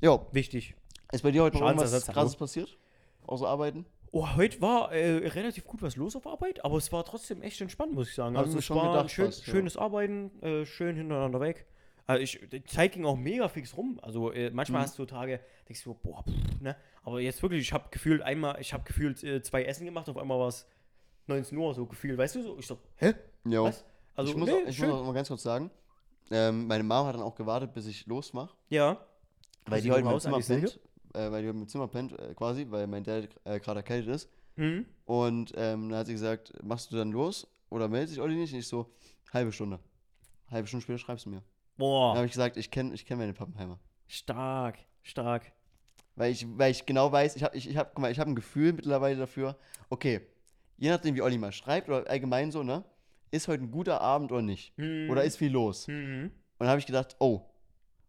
Speaker 1: Jo,
Speaker 2: Wichtig.
Speaker 1: ist bei dir heute noch irgendwas
Speaker 2: Schadensersatz, hallo?
Speaker 1: krasses passiert? Außer Arbeiten?
Speaker 2: Oh, heute war äh, relativ gut was los auf Arbeit, aber es war trotzdem echt entspannt, muss ich sagen.
Speaker 1: Hab ich
Speaker 2: Also
Speaker 1: mir
Speaker 2: es
Speaker 1: schon
Speaker 2: war
Speaker 1: gedacht
Speaker 2: ein schön,
Speaker 1: fast, ja.
Speaker 2: schönes Arbeiten, äh, schön hintereinander weg. Also ich, die Zeit ging auch mega fix rum. Also äh,
Speaker 1: Mhm.
Speaker 2: manchmal hast du Tage, denkst du, boah, pff, ne? Aber jetzt wirklich, ich habe gefühlt einmal, ich habe gefühlt äh, zwei Essen gemacht, auf einmal war es 19 Uhr so gefühlt, weißt du so? Ich so, hä?
Speaker 1: Jo.
Speaker 2: Was? Also
Speaker 1: Oh. ich muss,
Speaker 2: nee,
Speaker 1: auch, ich
Speaker 2: schön.
Speaker 1: muss auch mal ganz kurz sagen, ähm, meine Mama hat dann auch gewartet, bis ich losmache.
Speaker 2: ja.
Speaker 1: Weil
Speaker 2: Also
Speaker 1: die heute mit
Speaker 2: raus an
Speaker 1: Zimmer
Speaker 2: die Silke?
Speaker 1: pennt. Äh, weil die heute mit Zimmer pennt, äh, quasi, weil mein Dad äh, gerade erkältet ist.
Speaker 2: Hm?
Speaker 1: Und ähm, dann hat sie gesagt, machst du dann los oder meldet sich Olli nicht? Und ich so, halbe Stunde. Halbe Stunde später schreibst du mir.
Speaker 2: Boah,
Speaker 1: Dann habe ich gesagt, ich kenne ich kenn meine Pappenheimer.
Speaker 2: stark, stark.
Speaker 1: Weil ich, weil ich genau weiß, ich habe ich, ich hab, guck mal, ich hab ein Gefühl mittlerweile dafür, okay, je nachdem, wie Olli mal schreibt oder allgemein so, ne, ist heute ein guter Abend oder nicht?
Speaker 2: Hm.
Speaker 1: Oder ist viel los? Und
Speaker 2: Mhm.
Speaker 1: dann habe ich gedacht, oh,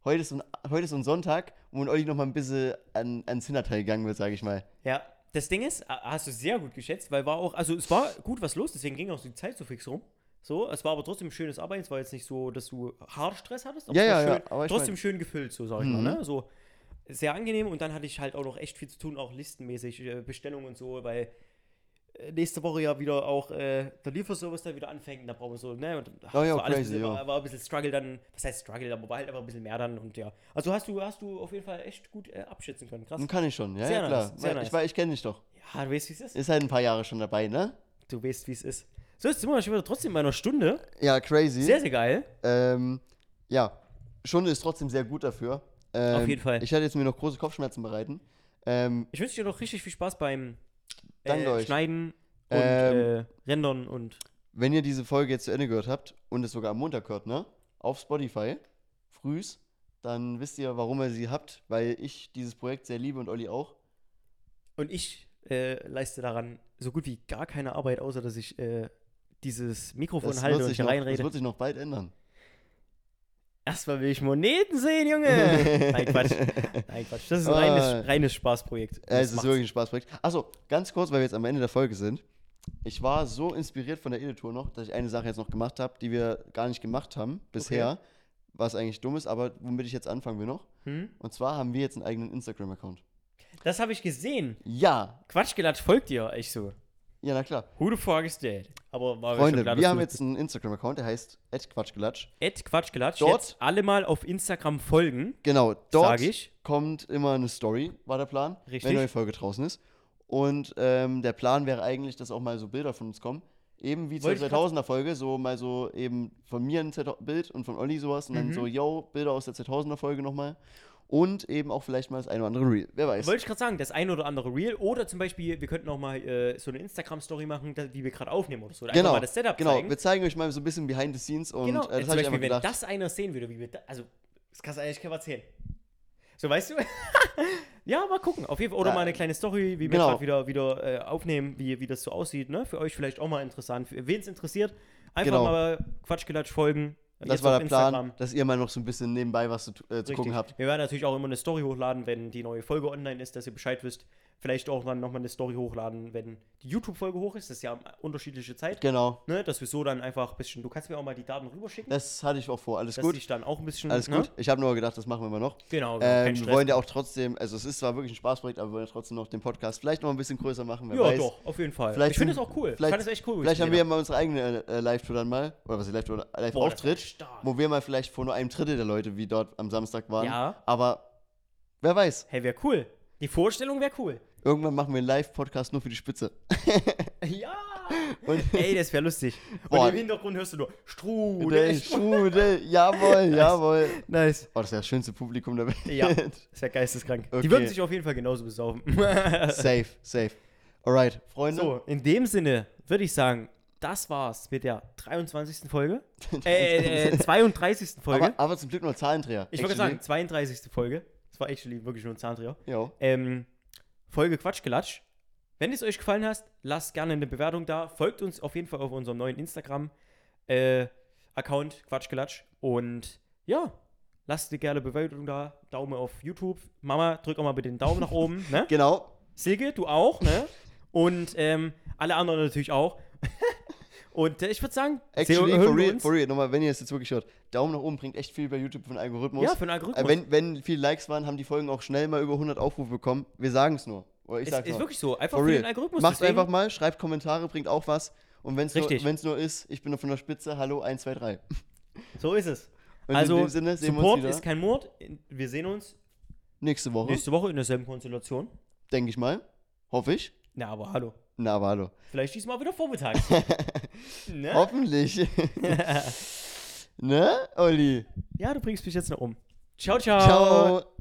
Speaker 1: heute ist, so ein, heute ist so ein Sonntag, wo Olli nochmal ein bisschen an, ans Hinterteil gegangen wird, sage ich mal.
Speaker 2: Ja, das Ding ist, a- hast du sehr gut geschätzt, weil war auch, also es war gut was los, deswegen ging auch die Zeit so fix rum. So, es war aber trotzdem schönes Arbeiten, es war jetzt nicht so, dass du hart Stress hattest, aber
Speaker 1: Ja,
Speaker 2: es war
Speaker 1: ja, ja,
Speaker 2: schön,
Speaker 1: aber ich
Speaker 2: trotzdem
Speaker 1: mein-
Speaker 2: schön gefüllt, so sag ich
Speaker 1: Mhm.
Speaker 2: mal, ne? So sehr angenehm und dann hatte ich halt auch noch echt viel zu tun, auch listenmäßig, äh, Bestellungen und so, weil äh, nächste Woche ja wieder auch äh, der Lieferservice dann wieder anfängt, und da brauchen wir so, ne? Und, ach,
Speaker 1: Oh, Ja, ja,
Speaker 2: das war, alles ein
Speaker 1: crazy,
Speaker 2: bisschen,
Speaker 1: ja.
Speaker 2: war, war ein bisschen Struggle dann, was heißt Struggle, aber war halt einfach ein bisschen mehr dann und ja. Also hast du, hast du auf jeden Fall echt gut äh, abschätzen können, krass.
Speaker 1: Nun kann ich schon, ja,
Speaker 2: Sehr
Speaker 1: ja klar.
Speaker 2: nice, sehr
Speaker 1: Weil ich
Speaker 2: nice.
Speaker 1: weil ich kenne dich doch.
Speaker 2: Ja, du weißt, wie es ist.
Speaker 1: Ist halt ein paar Jahre schon dabei, ne?
Speaker 2: Du weißt, wie es ist. So, jetzt sind wir schon wieder trotzdem bei einer Stunde.
Speaker 1: Ja, crazy.
Speaker 2: Sehr, sehr geil.
Speaker 1: Ähm, ja, Stunde ist trotzdem sehr gut dafür. Ähm,
Speaker 2: jeden Fall.
Speaker 1: Ich hatte jetzt mir noch große Kopfschmerzen bereiten. Ähm,
Speaker 2: Ich wünsche dir noch richtig viel Spaß beim
Speaker 1: Danke
Speaker 2: äh,
Speaker 1: euch.
Speaker 2: Schneiden und
Speaker 1: Ähm.
Speaker 2: äh, Rendern und.
Speaker 1: wenn ihr diese Folge jetzt zu Ende gehört habt und es sogar am Montag hört, ne? Auf Spotify, frühs, dann wisst ihr, warum ihr sie habt, weil ich dieses Projekt sehr liebe und Olli auch.
Speaker 2: Und ich äh, leiste daran so gut wie gar keine Arbeit, außer dass ich äh, dieses Mikrofon
Speaker 1: Das
Speaker 2: halte
Speaker 1: wird,
Speaker 2: und
Speaker 1: sich
Speaker 2: hier
Speaker 1: noch, das
Speaker 2: reinrede.
Speaker 1: wird sich noch bald ändern.
Speaker 2: Erstmal will ich Moneten sehen, Junge. Nein, Quatsch. Nein, Quatsch. Das ist ein
Speaker 1: Ah.
Speaker 2: reines, reines Spaßprojekt.
Speaker 1: Äh,
Speaker 2: Das
Speaker 1: es ist
Speaker 2: macht's.
Speaker 1: wirklich ein Spaßprojekt. Achso, ganz kurz, weil wir jetzt am Ende der Folge sind. Ich war so inspiriert von der Editour noch, dass ich eine Sache jetzt noch gemacht habe, die wir gar nicht gemacht haben bisher, was eigentlich dumm ist, aber womit ich jetzt anfangen will noch.
Speaker 2: Hm?
Speaker 1: Und zwar haben wir jetzt einen eigenen Instagram-Account.
Speaker 2: Das habe ich gesehen.
Speaker 1: Ja,
Speaker 2: Quatschgelatsch folgt dir. Ich so,
Speaker 1: ja, na klar.
Speaker 2: who the fuck is that? Aber war
Speaker 1: Freunde, wir haben jetzt einen Instagram-Account, der heißt @quatschgelatsch.
Speaker 2: Ad Quatschgelatsch
Speaker 1: Dort-
Speaker 2: jetzt alle mal auf Instagram folgen.
Speaker 1: Genau, dort
Speaker 2: Sag ich.
Speaker 1: kommt immer eine Story, war der Plan,
Speaker 2: Richtig.
Speaker 1: wenn eine neue Folge draußen ist. Und ähm, der Plan wäre eigentlich, dass auch mal so Bilder von uns kommen. Eben wie zur
Speaker 2: Wollte ich grad-
Speaker 1: 2000er Folge, so mal so eben von mir ein Z- Bild und von Olli sowas und
Speaker 2: Mhm.
Speaker 1: dann so, yo, Bilder aus der 2000er Folge nochmal. Und eben auch vielleicht mal das eine oder andere Reel, wer weiß.
Speaker 2: Wollte ich gerade sagen, das ein oder andere Reel oder zum Beispiel, wir könnten auch mal äh, so eine Instagram-Story machen, da- die wir gerade aufnehmen oder so. Oder
Speaker 1: genau,
Speaker 2: Einfach mal das Setup
Speaker 1: genau.
Speaker 2: zeigen.
Speaker 1: wir zeigen euch mal so ein bisschen behind the scenes und
Speaker 2: genau.
Speaker 1: äh, das
Speaker 2: zum
Speaker 1: habe ich einfach
Speaker 2: Beispiel, wenn
Speaker 1: gedacht.
Speaker 2: das einer sehen würde, wie wir da, also, das kannst du eigentlich keinem erzählen. So, weißt du? ja, mal gucken. Auf jeden Fall. Oder
Speaker 1: Ja.
Speaker 2: mal eine kleine Story, wie
Speaker 1: Genau.
Speaker 2: wir gerade wieder, wieder äh, aufnehmen, wie, wie das so aussieht. Ne? Für euch vielleicht auch mal interessant. Wen es interessiert, einfach
Speaker 1: Genau.
Speaker 2: mal Quatschgelatsch folgen.
Speaker 1: das
Speaker 2: Jetzt
Speaker 1: war
Speaker 2: auf
Speaker 1: der Plan,
Speaker 2: Instagram.
Speaker 1: dass ihr mal noch so ein bisschen nebenbei was zu, tu- äh, zu gucken
Speaker 2: Richtig.
Speaker 1: habt.
Speaker 2: Wir werden natürlich auch immer eine Story hochladen, wenn die neue Folge online ist, dass ihr Bescheid wisst. Vielleicht auch dann nochmal eine Story hochladen, wenn die YouTube-Folge hoch ist. Das ist ja unterschiedliche Zeit.
Speaker 1: Genau,
Speaker 2: Ne? Dass wir so dann einfach ein bisschen. Du kannst mir auch mal die Daten rüberschicken.
Speaker 1: das hatte ich auch vor. Alles
Speaker 2: dass
Speaker 1: gut.
Speaker 2: ich dann auch ein bisschen.
Speaker 1: Alles
Speaker 2: ne?
Speaker 1: gut. Ich habe nur gedacht, das machen wir mal noch.
Speaker 2: Genau,
Speaker 1: Ähm,
Speaker 2: kein
Speaker 1: wir
Speaker 2: Stress.
Speaker 1: wollen ja auch trotzdem, also es ist zwar wirklich ein Spaßprojekt, aber wir wollen ja trotzdem noch den Podcast vielleicht noch ein bisschen größer machen. Wer
Speaker 2: ja,
Speaker 1: weiß.
Speaker 2: doch, auf jeden Fall.
Speaker 1: Vielleicht
Speaker 2: ich finde es
Speaker 1: sind-
Speaker 2: auch cool. Ich
Speaker 1: vielleicht-
Speaker 2: fand es echt cool. wo ich
Speaker 1: Vielleicht haben wir ja
Speaker 2: gesehen
Speaker 1: mal unsere eigene äh, Live-Tour dann mal, oder was ist Live-Tour,
Speaker 2: Boah, das wird
Speaker 1: Live-Auftritt,
Speaker 2: stark.
Speaker 1: wo wir mal vielleicht vor nur einem Drittel der Leute, wie dort am Samstag waren.
Speaker 2: Ja.
Speaker 1: Aber wer weiß,
Speaker 2: hab. Hey, wäre cool. Die Vorstellung wäre cool.
Speaker 1: irgendwann machen wir einen Live-Podcast nur für die Spitze.
Speaker 2: Ja!
Speaker 1: Und
Speaker 2: Ey, das wäre lustig.
Speaker 1: Boah.
Speaker 2: Und im Hintergrund hörst du nur
Speaker 1: der
Speaker 2: Strudel.
Speaker 1: Strudel, jawohl, jawohl.
Speaker 2: Nice.
Speaker 1: Oh, das ist das schönste Publikum der Welt.
Speaker 2: Ja, das wäre geisteskrank.
Speaker 1: Okay.
Speaker 2: Die würden sich auf jeden Fall genauso besaufen.
Speaker 1: safe, safe. Alright, Freunde.
Speaker 2: so, in dem Sinne würde ich sagen, das war's mit der 23. Folge. äh, äh, 32. Folge.
Speaker 1: Aber, aber zum Glück nur Zahlendreher.
Speaker 2: ich wollte
Speaker 1: Actually,
Speaker 2: gerade sagen, 32. Folge. Das war actually wirklich nur ein Zahndreher.
Speaker 1: Jo.
Speaker 2: Ähm, Folge Quatschgelatsch. Wenn es euch gefallen hat, lasst gerne eine Bewertung da. Folgt uns auf jeden Fall auf unserem neuen äh, Instagram-Account Quatschgelatsch. Und ja, lasst eine gerne Bewertung da. Daumen auf YouTube. Mama, drück auch mal bitte den Daumen nach oben. Ne?
Speaker 1: Genau.
Speaker 2: Silke, du auch, ne? Und ähm, alle anderen natürlich auch. Und äh, ich würde sagen,
Speaker 1: Actually,
Speaker 2: sehen- hören
Speaker 1: for
Speaker 2: wir
Speaker 1: real,
Speaker 2: uns.
Speaker 1: for real, nochmal, wenn ihr es jetzt wirklich hört, Daumen nach oben bringt echt viel bei YouTube für den Algorithmus.
Speaker 2: Ja, für den Algorithmus.
Speaker 1: Äh, wenn, wenn viele Likes waren, haben die Folgen auch schnell mal über 100 Aufrufe bekommen. Wir sagen es nur. Oder ich
Speaker 2: ist,
Speaker 1: sag's
Speaker 2: ist
Speaker 1: nur.
Speaker 2: wirklich so. Einfach
Speaker 1: For
Speaker 2: für
Speaker 1: real.
Speaker 2: den Algorithmus.
Speaker 1: Macht's
Speaker 2: deswegen-
Speaker 1: einfach mal, schreibt Kommentare, bringt auch was. Und wenn es nur,
Speaker 2: Richtig.
Speaker 1: wenn's nur ist, ich bin noch von der Spitze, hallo 1, 2, 3.
Speaker 2: So ist es.
Speaker 1: Und
Speaker 2: also,
Speaker 1: in dem Sinne sehen wir
Speaker 2: Support
Speaker 1: uns
Speaker 2: ist
Speaker 1: wieder Oh.
Speaker 2: kein Mord. Wir sehen uns
Speaker 1: nächste Woche,
Speaker 2: nächste Woche in derselben Konstellation.
Speaker 1: denke ich mal. Hoffe ich.
Speaker 2: Na, aber hallo.
Speaker 1: Na, aber hallo.
Speaker 2: Vielleicht diesmal wieder vormittags. ne?
Speaker 1: Oh. Hoffentlich. ne, Olli?
Speaker 2: Ja, du bringst mich jetzt noch um. Ciao, ciao.
Speaker 1: Ciao.